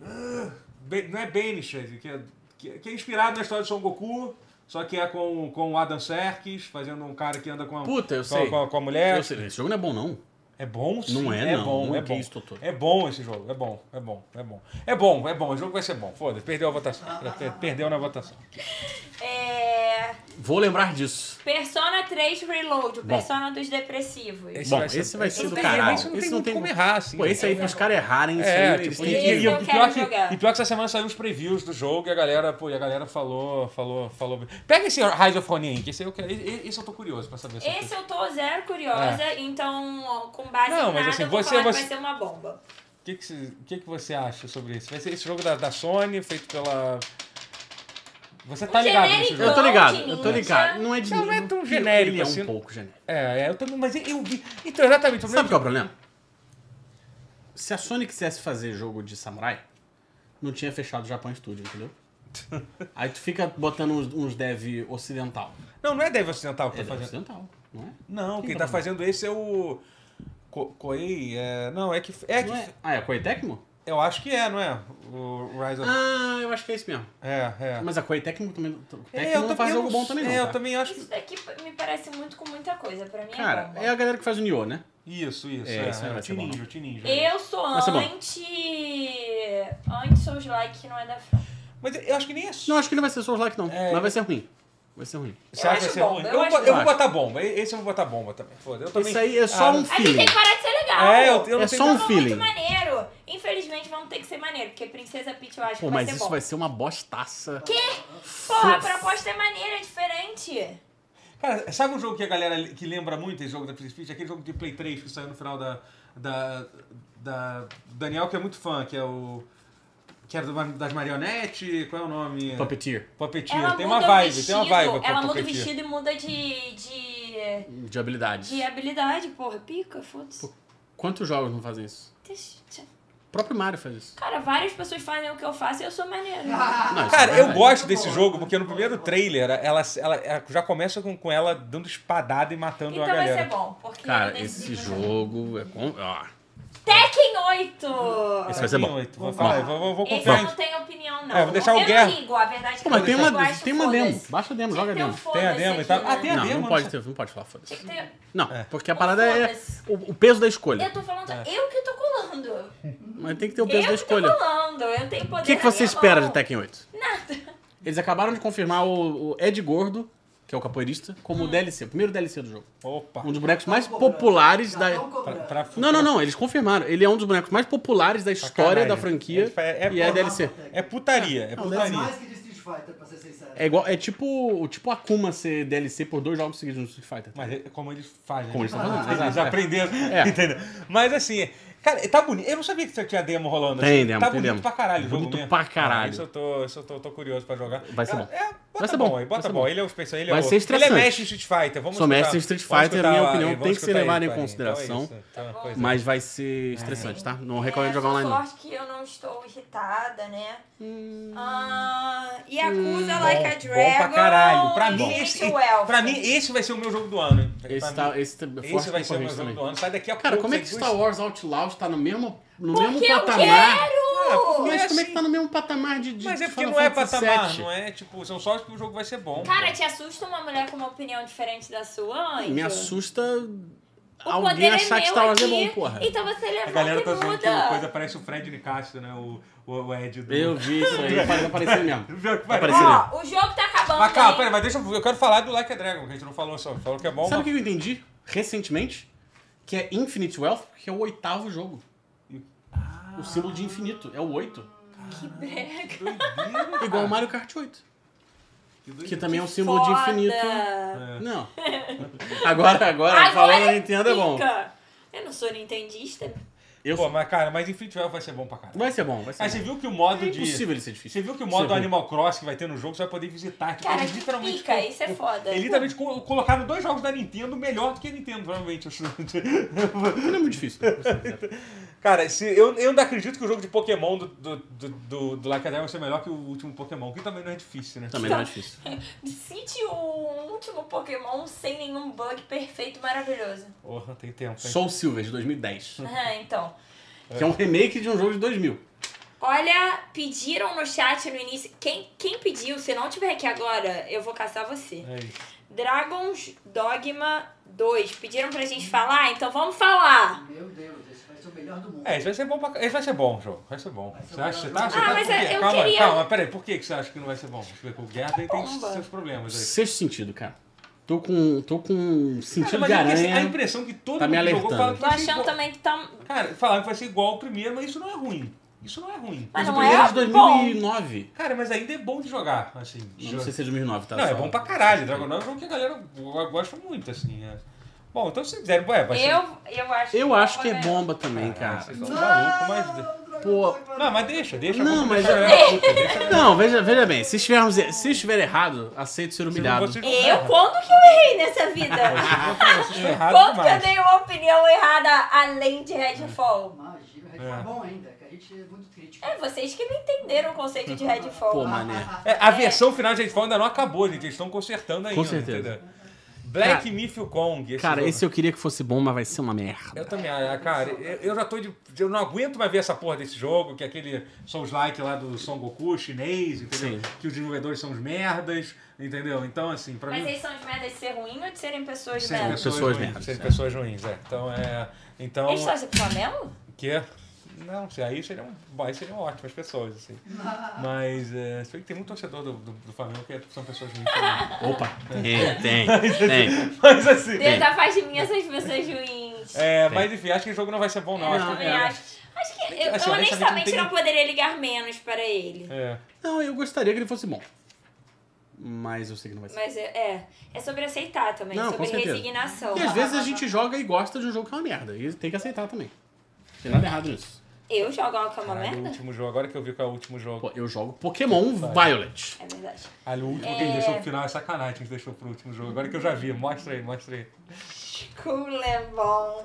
Ah, Ben- não é Banished, que é, que, é- que é inspirado na história de Son Goku, só que é com, com o Adam Serkis, fazendo um cara que anda com a,
Puta, eu
com,
sei.
a- com a- com a mulher.
Eu sei, Esse jogo não é bom, não.
É bom, sim.
Não é, não.
bom,
Não
é
que
bom.
isso, Totoro.
é bom esse jogo, é bom, é bom, é bom. É bom, é bom, o jogo vai ser bom. Foda-se, perdeu a votação. Per- Perdeu na votação.
É...
Vou lembrar disso.
Persona 3 Reload, o
Bom.
Persona dos depressivos.
Esse
Bom,
vai ser-
esse vai ser
do
tem-
caralho.
Esse não
Esse
tem
não
muito
tem-
como errar, assim.
Pô, esse aí, pros caras errarem, isso
É,
aí, eles
tipo,
têm
e,
que-
e- e
eu
o
quero
pior que,
jogar.
e pior que essa semana saiu os previews do jogo e a galera, pô, e a galera falou, falou, falou. bem. Pega esse Rise of Ronin, que esse eu quero. e- e- Esse eu tô curioso pra saber. se eu-
Esse eu tô zero curiosa, então com base
Não, mas
em nada
assim,
eu vou
você-
falar
você-
que vai ser uma bomba.
O que, que, cê- o que, que você acha sobre isso? Vai ser esse jogo da, da Sony, feito pela. Você tá
Um
ligado nesse
genérico.
jogo?
Eu tô ligado,
de
eu tô
ninja.
ligado. Não é de
Não, não é
ninja,
tão
ele
genérico
é um
assim.
pouco genérico.
É, eu também. Mas eu vi. Então, exatamente. O problema
Sabe qual é o problema? Se a Sony quisesse fazer jogo de samurai, não tinha fechado o Japan
[laughs]
Studio, entendeu? Aí tu fica botando uns, uns dev ocidental.
Não, não é Devil Ocidental que
É
tá
dev
fazendo.
ocidental, não é?
Não, quem
Quem
tá
tá
fazendo esse é o. Co- Koei? É... Não, é que. É que...
Não é? Ah, é Koei Tecmo?
Eu acho que é, não é? O Rise of.
Ah, eu acho que é isso mesmo.
É, é.
Mas a Koei Tecmo também... Tecmo
É, eu
não
também-
faz
eu
jogo
não-
bom também não,
É, eu
tá?
também acho que.
Isso daqui me parece muito com muita coisa, pra mim é
Cara,
bomba.
é a galera que faz o Nioh, né?
Isso, isso.
É,
É,
isso
é,
não
o
vai ser bom,
T-Ninja,
não.
o T-Ninja.
Eu sou
Vai ser bom.
anti... Anti Souls Like que não é da From.
Mas eu acho que nem é só.
Não, acho que não vai ser Souls-like não,
É.
mas vai ser ruim. Vai ser ruim.
Você
Eu
acha que vai
acho
ser
bom,
ruim?
eu
Eu,
acho
vou- eu
bom.
vou botar bomba. Esse eu vou botar bomba também. Foda. Eu também.
Isso aí é só
Ah,
um
A gente tem
feeling.
que parar de ser legal.
É, eu, eu não
É
tenho
só um
Tava
feeling.
muito maneiro. Infelizmente vamos ter que ser maneiro, porque Princesa Peach eu acho
Pô,
que vai
mas
ser
isso
bom.
vai ser uma bostaça.
Porra, a proposta é maneira, é diferente.
Cara, sabe um jogo que a galera que lembra muito esse jogo da Philips Fit? Aquele jogo de Play 3 que saiu no final da. da. da do Daniel, que é muito fã, que é o. que era do- das marionetes. Qual é o nome?
Puppeteer.
Puppeteer.
Ela
tem
muda
uma vibe,
o vestido,
tem uma vibe.
Ela muda o
Puppeteer.
vestido e muda de. de.
De habilidades.
de habilidade, porra. Pica, foda-se.
Quantos jogos não fazem isso?
Deixa-
O próprio Mario faz isso.
Cara, várias pessoas fazem o que eu faço e eu sou maneiro.
Não, isso
Cara,
é
eu
verdade.
gosto desse jogo porque no primeiro trailer ela, ela, ela já começa com, com ela dando espadada e matando
Então
a
vai ser
galera.
bom. Porque eu
Cara,
decidi
esse
fazer.
jogo é. Com... ó,
Tekken 8!
esse vai ser bom.
Ah, Oito, Vou, falar, vou, vou, vou
Esse é
confiar
eu
em
não tenho opinião, não.
É, vou deixar o
eu
Guerra.
não ligo, a verdade é que
Pô, mas
eu
tem
não
uma,
gosto,
tem uma demo.
foda-se.
Baixa a demo,
Tinha
joga a
que ter um
demo.
Tem a
foda-se
demo e
aqui,
tal. Ah,
né?
tem a
Não,
demo, né?
não
não
pode
sei.
ter, não pode falar foda-se.
Tinha que ter-
Não, porque a
Ou
parada é
foda-se.
o, o peso da
Eu
escolha.
tô falando, eu que tô colando.
Mas tem que ter o peso da
Eu que tô
escolha.
colando, eu tenho poder.
O que, que
na
você
minha
espera
mão.
de Tekken 8?
Nada.
Eles acabaram de confirmar o, o Ed Gordo, que é o capoeirista,
Hum.
como o DLC, o primeiro DLC do jogo.
Opa.
Um dos bonecos mais
Tão cobrando.
populares
Já
da.
tão cobrando.
Pra-
Não, não, não, eles confirmaram. Ele é um dos bonecos mais populares da história
Sacanagem.
da franquia
É- é- é
e é
porra.
DLC.
É putaria, é putaria.
Mais que de Street Fighter, pra ser sincero.
É igual, é tipo, tipo Akuma ser DLC por dois jogos seguidos no Street Fighter.
Mas é como eles fazem.
Como eles estão fazendo,
Eles
exato, é.
aprenderam, [laughs]
É.
entendeu? Mas assim, cara, tá bonito. Eu não sabia que tinha demo rolando.
Tem
assim.
demo,
Tá
tem
bonito
demo.
pra caralho o jogo
Bonito
mesmo.
pra caralho.
Ah, isso eu tô, isso eu tô, tô curioso pra jogar.
Vai ser
É,
bom.
é, bota
Vai ser
bom.
bom,
aí, Bota
vai ser
bom.
bom.
Ele é o especial, ele é
Vai
o...
ser
Ele
estressante.
é mestre em Street Fighter. Vamos
Sou
escutar-
mestre em Street
vamos
Fighter,
escutar
minha
a-
opinião
vamos
tem que ser
escutar
levada em
ele,
consideração.
Então é isso, então é uma coisa.
Mas vai
É.
ser estressante, tá? Não recomendo
É,
jogar
sou
online, não. Hum.
sorte que eu não estou irritada, né? Ah, e acusa Like a
Bom
Dragon.
pra caralho. Pra mim,
Infinity
esse,
Wealth.
pra mim, esse vai ser o meu jogo do ano. hein? Pra
Esse,
mim,
tá, esse, tá
esse
forte
vai ser o meu
concorrente
jogo
também.
do ano. Sai daqui a
Cara,
pouco.
como é que
você-
Star Wars Outlaws tá no mesmo, no mesmo
Porque eu
patamar?
Ah,
quero!
porque-
Mas como é
assim.
que tá no mesmo patamar de, de
Mas é porque
Final
não é
Fantasy
patamar,
VII?
não é? Tipo, são só os que o jogo vai ser bom.
Cara, te assusta uma mulher com uma opinião diferente da sua, anjo?
Me assusta
O poder
alguém
é
achar que
meu
Star Wars é
aqui,
bom, porra.
Então você
A
levanta
galera tá
e
zoando que
muda.
o coisa parece o Fred Nicastro, né? O, o, o Ed do. [laughs]
Eu Tá vi isso aí, parece aparecer mesmo.
Pior que
Vai
parece.
aparecer mesmo.
Ó, o jogo tá acabando.
Mas calma,
hein?
pera, mas deixa eu. Eu quero falar do Like a Dragon, que a gente não falou só. Falou que é bom.
Sabe o que
mas...
eu entendi recentemente? Que é Infinite Wealth, que é o oitavo jogo. O símbolo de infinito é o oito.
que doideira.
[laughs] Igual o Mario Kart 8.
Que
Que
doideira.
também é um símbolo de
Foda.
infinito. Não. Agora, agora,
Agora
falando da
é
Nintendo é bom.
pica. Eu não sou nintendista.
Eu
Pô,
sou-
mas cara, mas Infinity Well vai ser bom pra caralho.
Vai ser bom, vai ser
Aí
bom.
você viu que o modo
É
de.
impossível ele ser
Você
difícil.
viu que o modo
Sim.
Animal Cross que vai ter no jogo, você vai poder visitar. Que
Cara,
eles
que
literalmente.
pica,
co-
isso é foda.
Eles literalmente co- colocaram dois jogos da Nintendo melhor do que a Nintendo, provavelmente.
Não é muito difícil.
Cara, se, eu, eu ainda acredito que o jogo de Pokémon do, do, do, do, do Like a Dragon vai ser melhor que o último Pokémon, que também não é difícil, né?
Também não é difícil.
Cite o último Pokémon sem nenhum bug
[laughs]
perfeito, maravilhoso.
Porra, tem tempo, hein?
Soul Silver, de 2010.
Ah, então.
Que é um remake de um jogo de 2000.
Olha, pediram no chat no início. Quem, quem pediu, se não tiver aqui agora, eu vou caçar você.
É isso.
Dragon's Dogma 2. Pediram pra gente falar, então vamos falar.
Meu Deus, esse vai ser o melhor do mundo.
É, isso vai ser bom pra... Esse vai ser bom o jogo, vai ser bom. Você acha você tá? Você
Ah,
tá por
mas
quê?
eu
calma,
queria-
calma, peraí, por que que você acha que não vai ser bom? Porque o Guerra tem
Bomba.
seus problemas aí.
Sexto sentido, cara. Tô com, tô com
Cara,
sentido
mas
de
é porque, assim,
aranha.
a impressão que todo
Tá me
mundo que jogou fala
alertando.
que
Tô
vai ser
achando
igual-
também que tá.
Cara, falaram que vai ser igual ao primeiro, mas isso não é ruim. Isso não é ruim.
Mas
Mas
o
não
primeiro é
é
de
bom.
2009.
Cara, mas ainda é bom de jogar, assim.
Não sei se é de 2009, tá?
Não, é
só-
bom pra caralho. Dragon Ball é um jogo que a galera go- gosta muito, assim. é. Bom, então se quiserem, ué, vai ser.
Eu, eu acho tá
Eu acho que é
vai-
bomba também,
Cara,
cara.
vocês são malucos, mas.
Pô.
Não, mas deixa, deixa.
Não,
vamos
mas- é um
deixar a galera puta, deixa a galera-
Não, veja, veja bem. Se estiver, se estiver errado, aceito ser humilhado.
Vocês não-
Eu? Quando que eu errei nessa vida?
Vocês
[laughs]
estão errados
Quando que eu
demais.
dei uma opinião errada além de Redfall?
Imagina, o Red
É.
é bom ainda, que a gente é muito crítico.
É, vocês que não entenderam o conceito de Redfall.
Pô, mané.
É, a versão final de Redfall ainda não acabou, gente. Eles estão consertando ainda.
certeza.
entendeu? Black
Cara-
Myth Kong. Esse
Cara,
jogo.
esse eu queria que fosse bom, mas vai ser uma merda.
Eu também, ah, cara, eu eu já tô de. Eu não aguento mais ver essa porra desse jogo, que é aquele Souls like lá do Son Goku chinês, entendeu?
Sim.
Que os desenvolvedores são os merdas, entendeu? Então, assim, pra
Mas
mim.
eles são de merda de ser ruim ou de serem pessoas
serem
merda?
Pessoas
ruins,
merdas,
serem
é.
pessoas ruins, é. Então é. Então.
Eles torcem pro Flamengo?
Que é, não, se- aí seriam, aí seriam ótimas pessoas,
[laughs]
assim. Mas é, se bem que tem muito torcedor do, do, do Flamengo que é, são pessoas ruins.
[laughs]
também.
Opa. Tem, [laughs] tem, tem.
mas assim.
Deus afasta de mim essas pessoas ruins.
É,
Tem.
mas enfim, acho que o jogo não vai ser bom, não.
eu
acho que-
também
é,
acho. Acho que eu,
Assim,
eu
honestamente,
honestamente
não
não,
tem-
poderia ligar menos para ele.
É.
Não, eu gostaria que ele fosse bom. Mas eu sei que não vai ser.
Mas é, é, é sobre aceitar também,
Não, com
sobre
certeza.
resignação.
E às vezes a gente joga e gosta de um jogo que é uma merda. E tem que aceitar também. Não tem nada errado nisso.
Eu jogo algo que é uma
Caralho, o
merda?
último jogo, agora que eu vi qual é o último jogo.
Pô, eu jogo Pokémon Violet.
É verdade.
Olha, o último que a gente deixou pro final é sacanagem que a gente deixou pro último jogo. Agora que eu já vi, mostra aí, mostra aí.
Cool é
[laughs]
bom.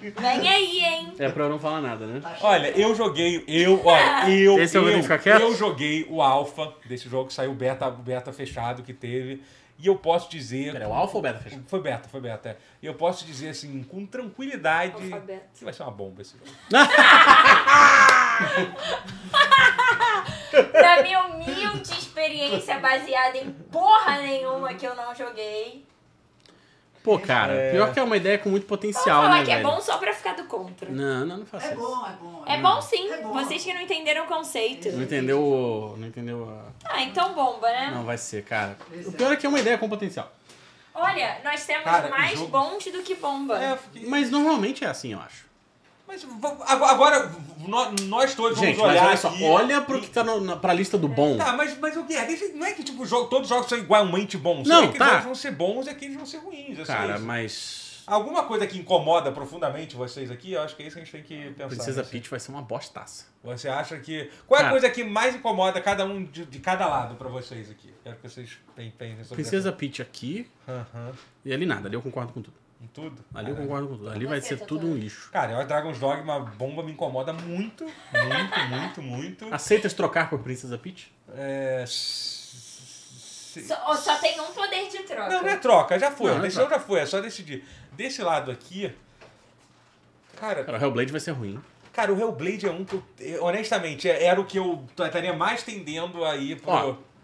Vem aí, hein?
É pra eu não falar nada, né?
Olha, eu joguei, eu, olha, eu,
Esse é o que tem
eu,
que ficar quieto?
eu joguei o alpha desse jogo, saiu o beta, o beta fechado que teve. E eu posso dizer...
Pera, é o Alpha ou Beta fechado?
Foi beta, foi beta, é. E eu posso dizer assim, com tranquilidade,
Alfabeto.
que vai ser uma bomba esse jogo.
Da minha humilde experiência baseada em porra nenhuma que eu não joguei.
Pô, cara, pior que é uma ideia com muito
Vamos
potencial,
falar
né,
que
velho?
é bom só pra ficar do contra.
Não, não, não faça
É
isso.
bom, é bom.
É bom sim,
É bom.
vocês que não entenderam o conceito.
Não entendeu o... Não entendeu a...
Ah, então bomba, né?
Não vai ser, cara.
Esse
O pior é que é uma ideia com potencial.
Olha, nós temos
Cara,
mais
jogo-
bons do que bomba.
É, eu fiquei-
Mas normalmente é assim, eu acho.
Mas v- agora, agora no- nós todos
Gente,
vamos
mas
olhar
olha só.
aqui
Olha pro que tá no, na, pra lista do bom.
Tá, mas, mas o que é? Deixa- Não é que tipo, o jogo, todos os jogos são igualmente bons.
Não,
é que
tá.
jogos vão ser bons e aqueles vão ser ruins. é só
Cara,
isso.
mas...
Alguma coisa que incomoda profundamente vocês aqui, eu acho que é isso que a gente tem que pensar.
Princesa
né?
Peach vai ser uma bostaça.
Você acha que. Qual é a
Cara.
coisa que mais incomoda cada um de, de cada lado pra vocês aqui? Quero que vocês pen- pensem sobre
Princesa Peach aqui
essa- Aham.
e ali nada. Ali eu concordo com tudo.
Em tudo?
Ali eu
Cara,
concordo com tudo. Ali vai ser tudo um lixo.
Cara, eu Dragon's Dogma bomba me incomoda muito. Muito, muito,
[laughs]
muito.
Aceitas trocar por Princesa Peach?
É. se-
Só, ó, só tem um poder de troca.
Não, não é troca, já foi.
Não,
a
não é
decisão já foi, é só decidir. Desse lado aqui. Cara,
Cara, o Hellblade vai ser ruim.
cara, o Hellblade é um que eu. eh, Honestamente, é- era o que eu t- estaria mais tendendo aí pro.
Ó,
Tipo, é,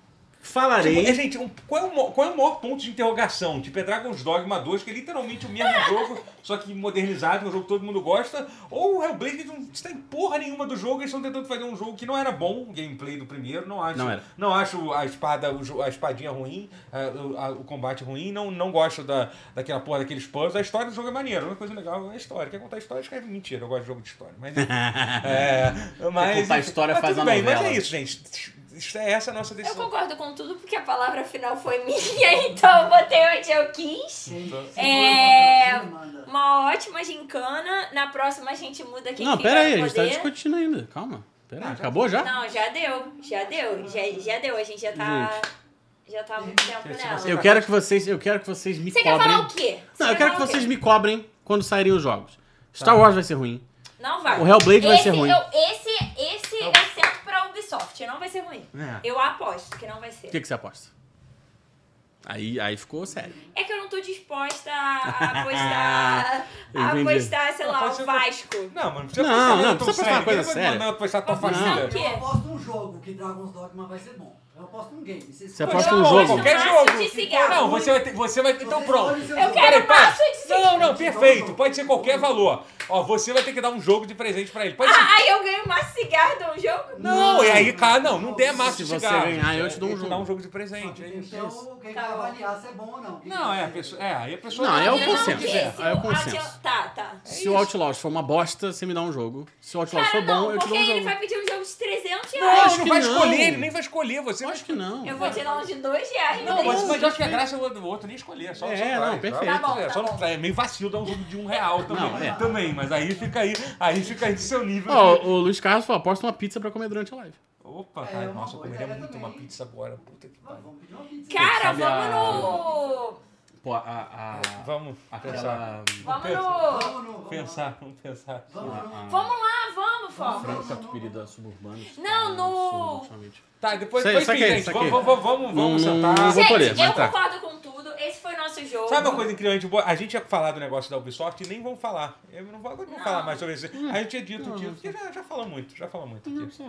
Falarei...
gente, um- qual, é o, mo- qual é o maior ponto de interrogação? Tipo, é Dragon's Dogma 2, que é literalmente o mesmo jogo, só que modernizado, um jogo que todo mundo gosta, ou o Hellblade que não está em porra nenhuma do jogo, eles estão tentando fazer um jogo que não era bom, o gameplay do primeiro, não acho,
Não era.
acho a espada, o jo- a espadinha ruim, a- o- a- o combate ruim, não, não gosto da, daquela porra, daqueles puzzles, a história do jogo é maneira, uma coisa legal é a história, quer contar história, escreve mentira, eu gosto de jogo de história, mas...
[laughs]
é, mas
contar história,
mas
faz
tudo
uma
bem, Mas
novela.
é isso, gente, Isso é essa a nossa
Eu
decisão.
concordo com tudo porque a palavra final
[laughs]
foi minha, então eu botei onde eu quis.
Quem-
Então-
quem
É,
manda.
Uma
ótima gincana. Na próxima a gente muda quem
Não,
fica
pera aí,
no
a gente tá
poder.
discutindo ainda. Calma. Pera aí, acabou já?
tá.
Não, já deu. Já deu. Já, já deu. A gente já tá. Já tá há muito tempo nela.
assim, Eu quero que vocês, eu quero que vocês me
Você quer
cobrem.
falar o quê? Você
Não, eu quero que
falar o quê?
vocês me cobrem quando saírem os jogos. Star Wars vai ser ruim.
Não vai.
O Hellblade vai
esse,
ser ruim.
Eu, esse esse eu sento pra Ubisoft. Não vai ser ruim.
É.
Eu aposto que não vai
O
ser.
que, que você aposta? Aí, aí ficou sério.
É que eu não tô disposta a
[laughs]
apostar. a
Entendi.
apostar, sei lá,
Pode
o
ser-
Vasco.
Não, mano, não precisa
Não,
pensar
não,
tão
precisa pensar
sério.
uma coisa
Ninguém vai
séria.
mandar pensar tua
Não.
família.
quê?
Eu aposto um jogo que Dragon's Dogma vai ser bom. Eu aposto um game. Vocês
Você
escolhem.
aposta
Não,
um jogo.
Qualquer
Maço
jogo.
de cigarro.
Não, você vai ter, você vai então
Vocês
pronto.
escolhem seus
Eu
jogos.
quero
Peraí, para.
maço de cigarro.
Não, não, perfeito. Pode ser qualquer valor. Ó, você vai ter que dar um jogo de presente pra ele. Pode ser.
Ah, aí eu ganho mais cigarro de um jogo?
Não, e aí, cara, não, não der massa
Se
de
você
cigarro.
ganhar, eu te dou um jogo.
dá um jogo de presente. é isso.
Então, quem
Tá
vai
bom.
avaliar se é bom ou não. Quem
Não,
vai
é, a
ser?
pessoa, é, aí a pessoa...
Não, é o
Eu
consenso.
que
quiser.
esse-
É o
adian-
consenso.
Tá, tá.
Se o Outlast for uma bosta, você me dá um jogo. Se o Outlast
Cara,
for bom,
é
não,
eu te
porque
dou um
ele
jogo.
vai pedir um jogo de 300
Não,
reais.
acho
ele não
que
vai
não.
escolher, ele nem vai escolher. Você
Eu
vai
acho que não.
Eu vou te dar um de 2 reais.
Não, mas, mas eu acho que a
Perfeito.
graça é o outro nem escolher. Só,
É,
só vai,
não,
só-
perfeito.
Tá bom,
é,
tá
só
bom.
não, é meio vacilo dar um jogo de um real também.
Não, é.
Também, mas aí fica aí, aí fica aí do seu nível.
Ó,
de-
o Luiz Carlos falou, aposta uma pizza pra comer durante a live.
Opa,
É,
cara,
uma
nossa, eu
boa
comeria
ideia
muito uma
também.
pizza agora. Puta que
Vamos,
pariu.
vamos pedir uma pizza.
Cara,
Sabe a-
vamos no.
Pô, a... a
Vamos pensar.
aquela...
Vamos no.
Vamos, no- vamos,
Pensar, vamos pensar.
Vamos, no-
a-
Vamos lá, vamos, Fórmula.
Franca Tupirida Suburbana.
Não, no-
Tá, depois,
Sei,
depois
saquei,
enfim, gente,
saquei.
vamos, vamos, vamos,
Não-
vamos sentar.
não- não-
Gente,
Hum, Vou poder,
eu
mas tá.
concordo com tudo. Esse foi nosso jogo.
Sabe uma coisa incrível? A gente, bo- a gente ia falar do negócio da Ubisoft e nem vamos falar. Eu não vou, agora não vou falar mais sobre isso. A gente tinha dito disso, porque já, já falou muito, já falou muito disso.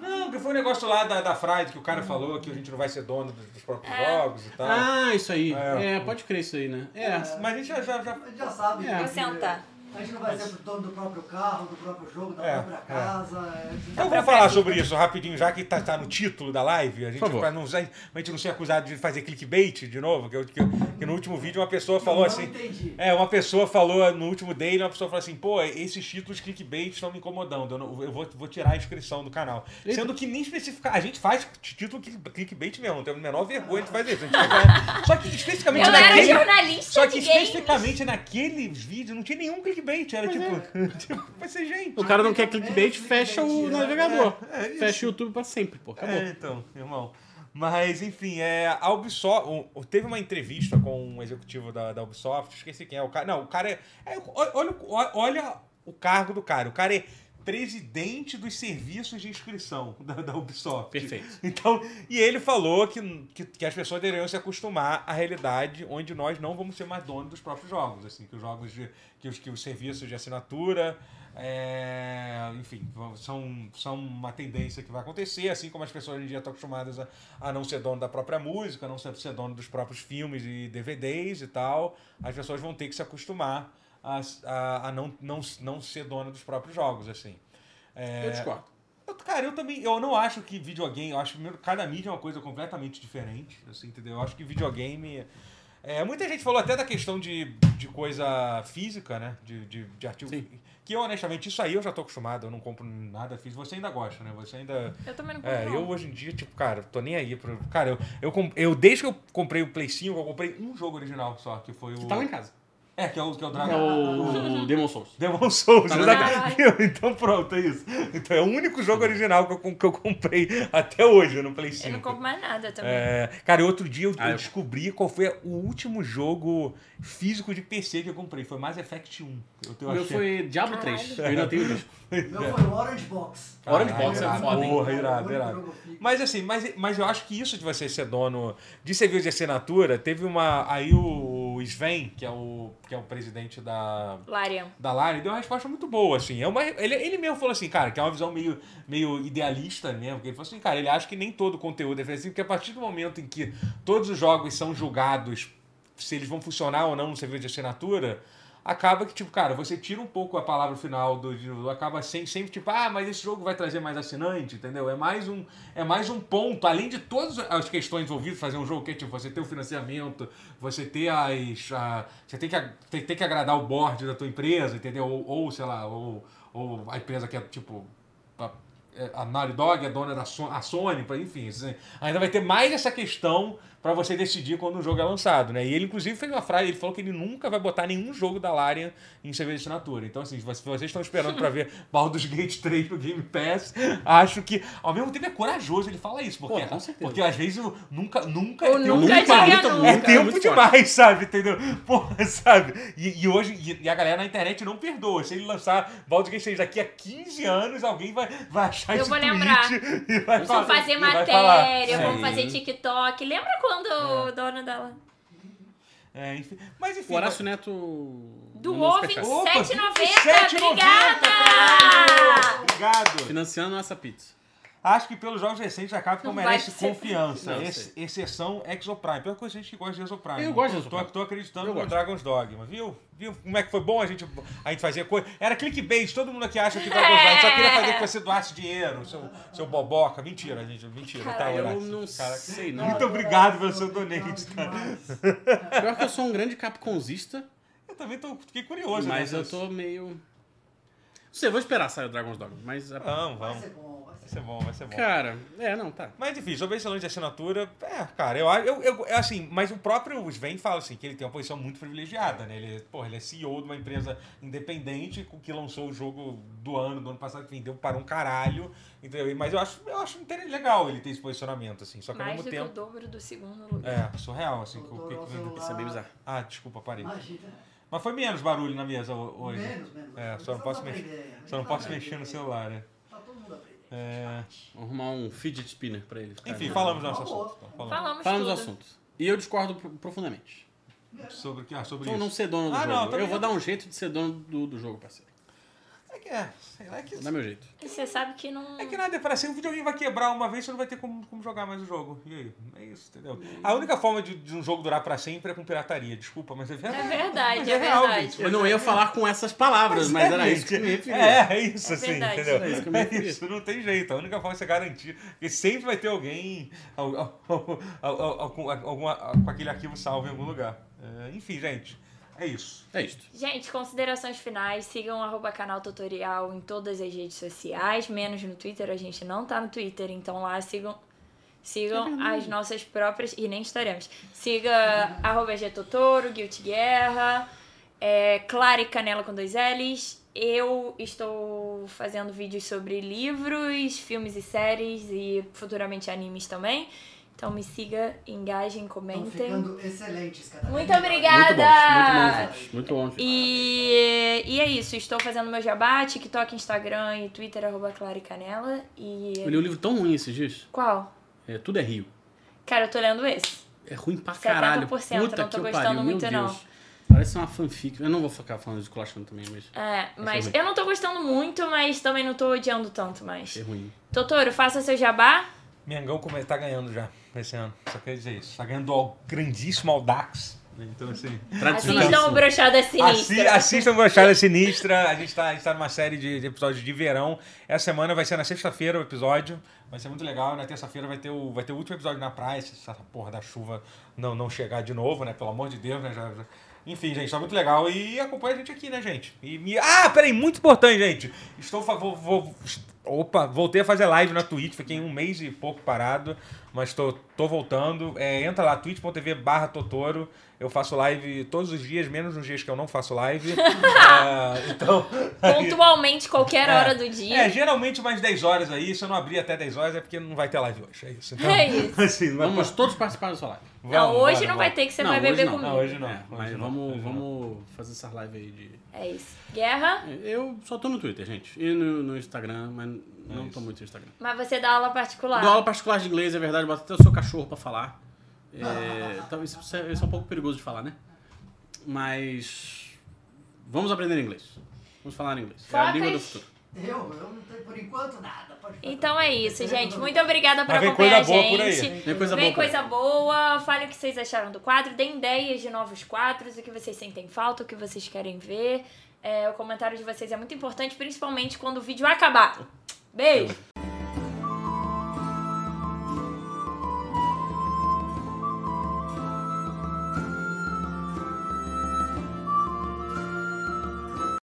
Não, que foi um negócio lá da, da Friday que o cara falou que a gente não vai ser dono dos, dos próprios jogos e tal.
Ah, isso aí.
É.
É, pode crer isso aí, né? É.
Mas a gente já. já, já-
A gente já sabe.
É.
que-
Vou sentar.
A gente não vai ser dono do próprio carro, do próprio jogo, da
É,
própria
é.
casa. é, a gente-
Eu vou falar sobre isso rapidinho, já que tá, tá no título da live. A gente,
Por favor.
pra não, ser- pra gente não ser acusado de fazer clickbait de novo, que, eu- que, eu- que no último vídeo uma pessoa falou
não
assim. [laughs]
entendi.
É, uma pessoa falou no último dele, uma pessoa falou assim, pô, esses títulos clickbait estão me incomodando, eu, não- eu vou, vou tirar a inscrição do canal. Sendo que nem especificar, a gente faz t- título click- clickbait mesmo, não tem a menor vergonha de fazer isso. a gente faz- né? Só que especificamente
Eu era
naquele...
um
jornalista
Só que
de games.
especificamente naquele vídeo não tinha nenhum clickbait, era tipo, [laughs] tipo, vai ser gente.
O cara não quer clickbait, fecha o navegador. Fecha o YouTube pra sempre, pô. Acabou.
É, então, irmão. Mas, enfim, é, a Ubisoft. o- o- teve uma entrevista com um executivo da, da Ubisoft, esqueci quem é. O cara. Não, o cara é. é, o- olha, o- olha o cargo do cara. O cara é presidente dos serviços de inscrição da, da Ubisoft.
Perfeito.
[laughs] Então, e ele falou que, que, que as pessoas deveriam se acostumar à realidade onde nós não vamos ser mais donos dos próprios jogos. Assim, que os jogos de. que os, que os serviços de assinatura. é, enfim, vão- são, são uma tendência que vai acontecer, assim como as pessoas hoje em dia estão acostumadas a, a não ser dono da própria música, a não ser, ser dono dos próprios filmes e DVDs e tal, as pessoas vão ter que se acostumar a, a, a não, não, não ser dono dos próprios jogos, assim.
Eu discordo.
Eu- Cara, eu também. Eu não acho que videogame. Eu acho que primeiro, cada mídia é uma coisa completamente diferente. Assim, entendeu? Eu acho que videogame. É, muita gente falou até da questão de, de coisa física, né? De, de, de artigo. Que eu, honestamente, isso aí eu já tô acostumado, eu não compro nada físico. Você ainda gosta, né? Você ainda.
Eu também não
É, eu hoje em dia, tipo, cara, tô nem aí pro. Cara, eu, eu, com- eu desde que eu comprei o Play 5, eu comprei um jogo original só, que foi o.
Que tá lá em casa.
É, que é o, que é o Dragon.
É [laughs] o Demon Souls.
Demon Souls.
Tá
né?
legal.
Então pronto, é isso. Então é o único jogo original que eu, com- que eu comprei até hoje no Play 5.
Eu não
né?
compro mais nada também.
É, cara, e outro dia eu,
Ah,
eu
eu-
descobri qual foi o último jogo físico de PC que eu comprei. Foi Mass Effect 1. Eu,
O
eu
meu
achei-
foi Diablo 3. Eu ainda tenho o disco.
O Meu foi o Orange Box.
Orange Box é
irado,
foda, hein?
Porra,
É o
irado,
único
irado.
jogo fixo.
Mas assim, mas, mas eu acho que isso de você ser dono de serviço de assinatura, teve uma. Aí o Sven, que é o, que é o presidente da,
Larian.
da Lari deu uma resposta muito boa, assim. É uma, ele, ele mesmo falou assim, cara, que é uma visão meio, meio idealista mesmo. Porque ele falou assim, cara, ele acha que nem todo conteúdo é defensivo, porque a partir do momento em que todos os jogos são julgados se eles vão funcionar ou não no serviço de assinatura, acaba que, tipo, cara, você tira um pouco a palavra final do. do- Acaba sem, sempre, tipo, ah, mas esse jogo vai trazer mais assinante, entendeu? É mais um, é mais um ponto, além de todas as questões envolvidas, fazer um jogo que é tipo, você ter o financiamento, você ter as. a- você tem que, a- tem, tem que agradar o board da tua empresa, entendeu? Ou, ou, sei lá, ou, ou a empresa que é, tipo. pa- é, a Naughty Dog, a dona da Son- a Sony, pra- enfim, assim, ainda vai ter mais essa questão pra você decidir quando o jogo é lançado, né? E ele inclusive fez uma frase, ele falou que ele nunca vai botar nenhum jogo da Larian em serviço de assinatura. Então assim, se vocês vocês estão esperando pra
[laughs]
ver Baldur's Gate 3 no Game Pass, acho que ao mesmo tempo é corajoso ele falar isso, porque
Pô, com certeza.
porque às vezes o nunca nunca
Ou
tem
nunca
muito
diga
barulho,
nunca.
é
É
tempo
muito
demais, sabe? Entendeu? Porra, sabe? E, e hoje, e, e a galera na internet não perdoa. Se ele lançar Baldur's Gate 3 daqui a 15 anos, alguém vai, vai achar
Eu
esse
vou
tweet
lembrar.
E vai
Vão
falar-
fazer
e vai falar.
matéria, vão
Sim.
fazer TikTok. Lembra quando o dono dela
É, enfim. Mas enfim.
O Horácio Neto. mandou
doou
superchat.
27,90?
Opa, 27,90,
Obrigada!
Obrigado.
Financiando nossa pizza.
Acho que pelos jogos recentes a Capcom
Não
merece
vai ser.
confiança.
Não,
Ex- exceção Exoprime. Pior coisa a gente que gosta de Exoprime.
Eu gosto de
Tô,
Exoprime.
tô acreditando
Eu
no
gosto.
Dragon's Dogma, viu? Viu como é que foi bom a gente, a gente fazer coisa? Era clickbait, todo mundo aqui acha que Dragon's Dogma. Só queria fazer que você doasse dinheiro, seu, seu boboca. Mentira, gente. Mentira. tá,
eu
Horácio?
não
Cara,
sei, não.
Muito obrigado pelo seu donate, cara.
Pior que eu sou um grande capconzista,
Eu também tô, fiquei curioso.
mas
né?
eu tô meio. Não sei, vou esperar sair o Dragon's Dogma, mas. a-
Vamos,
Vai
vamos.
ser bom, vai ser
Vai ser bom, vai ser bom.
Cara, é, não, tá.
Mas enfim, sobre esse lance de assinatura, é, cara, eu acho. Eu, eu, eu, assim, mas o próprio Sven fala assim que ele tem uma posição muito privilegiada, né? Ele, porra, ele é CEO de uma empresa independente com- que lançou o jogo do ano, do ano passado, que vendeu para um caralho. Entendeu? Mas eu acho, eu acho inter- legal ele ter esse posicionamento, assim. Só que ao mesmo
Mais do que
tempo.
o dobro do segundo lugar.
É, surreal, assim. que o-
Doutor,
que-
ao celular.
Isso é bem bizarro.
ah, desculpa, parei.
Imagina.
Mas foi menos barulho na mesa ho- hoje.
Menos, menos.
É, só não
Tá
posso
todo mundo
mexer.
aprendendo,
Só não
tá
posso
aprendendo.
mexer no celular, né?
Tá todo mundo aprendendo.
É.
Vou arrumar um fidget spinner pra ele. ficar-
Enfim, falamos do nosso
Tá bom.
assunto. então, falamos.
Falamos,
Falamos do
tudo.
assunto. E eu discordo pro- profundamente.
Sobre o que? Ah, sobre
Então
isso.
não ser dono do
Ah,
jogo.
não,
eu
também
vou
não.
dar um jeito de ser dono do, do jogo, parceiro.
É que é, sei lá, é que
Vou dar meu jeito.
E Você sabe que não.
É que nada, parece que o videogame vai quebrar uma vez, você não vai ter como, como jogar mais o jogo. E aí? É isso, entendeu? A única forma de, de um jogo durar pra sempre é com pirataria, desculpa, mas é
É
verdade. Mas
verdade,
é
é
real,
verdade.
gente.
Eu não ia falar com essas palavras, mas era isso que eu me referia.
É, é isso,
É
assim,
verdade.
entendeu?
Era isso que eu me
É
referia.
isso, não tem jeito. A única forma é você garantir. Porque sempre vai ter alguém al- al- al- al- al- com- alguma- com aquele arquivo salvo em algum lugar. É, enfim, gente, é isso.
É isto.
Gente, considerações finais. Sigam o arroba canal tutorial em todas as redes sociais, menos no Twitter. A gente não tá no Twitter, então lá sigam. Sigam as nossas próprias. E nem estaremos. Siga arroba Getotoro, Guilty Guerra, é, Clara e Canela com dois L's. Eu estou fazendo vídeos sobre livros, filmes e séries e futuramente animes também. Então me siga, engajem,
Estão
comentem.
ficando excelentes cada
Muito
vez.
obrigada!
Muito bom, muito bom, gente. Muito bom, gente.
E, e é isso, estou fazendo meu jabá, TikTok, Instagram e Twitter, arroba Clara e Canela.
Eu
E.
li um livro tão ruim esses dias.
Qual?
É, tudo é Rio.
Cara, eu tô lendo esse.
É ruim pra
70%,
caralho.
não
Puta
tô
que eu
gostando
pariu,
muito,
meu
não.
Deus. Parece uma fanfic. Eu não vou ficar falando de colachando também, mas
É, mas
ruim.
eu não tô gostando muito, mas também não tô odiando tanto mais.
é ruim.
Totoro, faça seu jabá.
Mengão come- tá ganhando já esse ano. Só quer dizer isso. Tá ganhando do al- grandíssimo Aldax. Então, assim.
Assistam o Brochada
Assi
Sinistra.
assistam Brochada Sinistra. A gente tá, a gente tá numa série de, de episódios de verão. Essa semana vai ser na sexta-feira o episódio. Vai ser muito legal. Na terça-feira vai ter o, vai ter o último episódio na praia. Se essa porra da chuva não, não chegar de novo, né? Pelo amor de Deus, né? Já- já- Enfim, gente, tá muito legal. E acompanha a gente aqui, né, gente? E me... Ah, peraí, muito importante, gente. Estou. fa- Vou, vou... Opa, voltei a fazer live na Twitch, fiquei um mês e pouco parado, mas tô, tô voltando. É, entra lá, twitch.tv barra Totoro. Eu faço live todos os dias, menos nos dias que eu não faço live.
[laughs]
É, então.
Pontualmente, qualquer
É.
hora do dia.
É, geralmente mais 10 horas aí. Se eu não abrir até 10 horas é porque não vai ter live hoje. É isso. Então,
[laughs] É
[laughs]
isso.
assim, não vai-
Vamos todos participar da sua live.
não,
vamos,
hoje
bora,
não
bora.
vai ter que você
Não,
vai
hoje
beber
não.
comigo.
Não, Ah, hoje não.
É, mas
hoje não,
vamos,
hoje não.
vamos fazer essas lives aí de.
É isso. Guerra,
Eu só tô no Twitter, gente. E no, no Instagram, mas não tô muito no Instagram.
mas você dá aula particular.
Dou aula particular de inglês, é verdade, boto até o seu cachorro pra falar.
[laughs]
É, talvez isso, é, isso é um pouco perigoso de falar, né? Mas. Vamos aprender inglês. Vamos falar inglês. É a
Focas.
língua do futuro.
Eu, eu não tenho por enquanto nada. Pode ficar
Então é isso, gente. Muito
obrigado.
obrigada por
Mas vem
acompanhar
coisa boa
a
por aí.
gente.
Tem coisa
Vem
boa. pra-
coisa boa, falem o que vocês acharam do quadro, deem ideias de novos quadros, o que vocês sentem falta, o que vocês querem ver. É, o comentário de vocês é muito importante, principalmente quando o vídeo acabar. Beijo!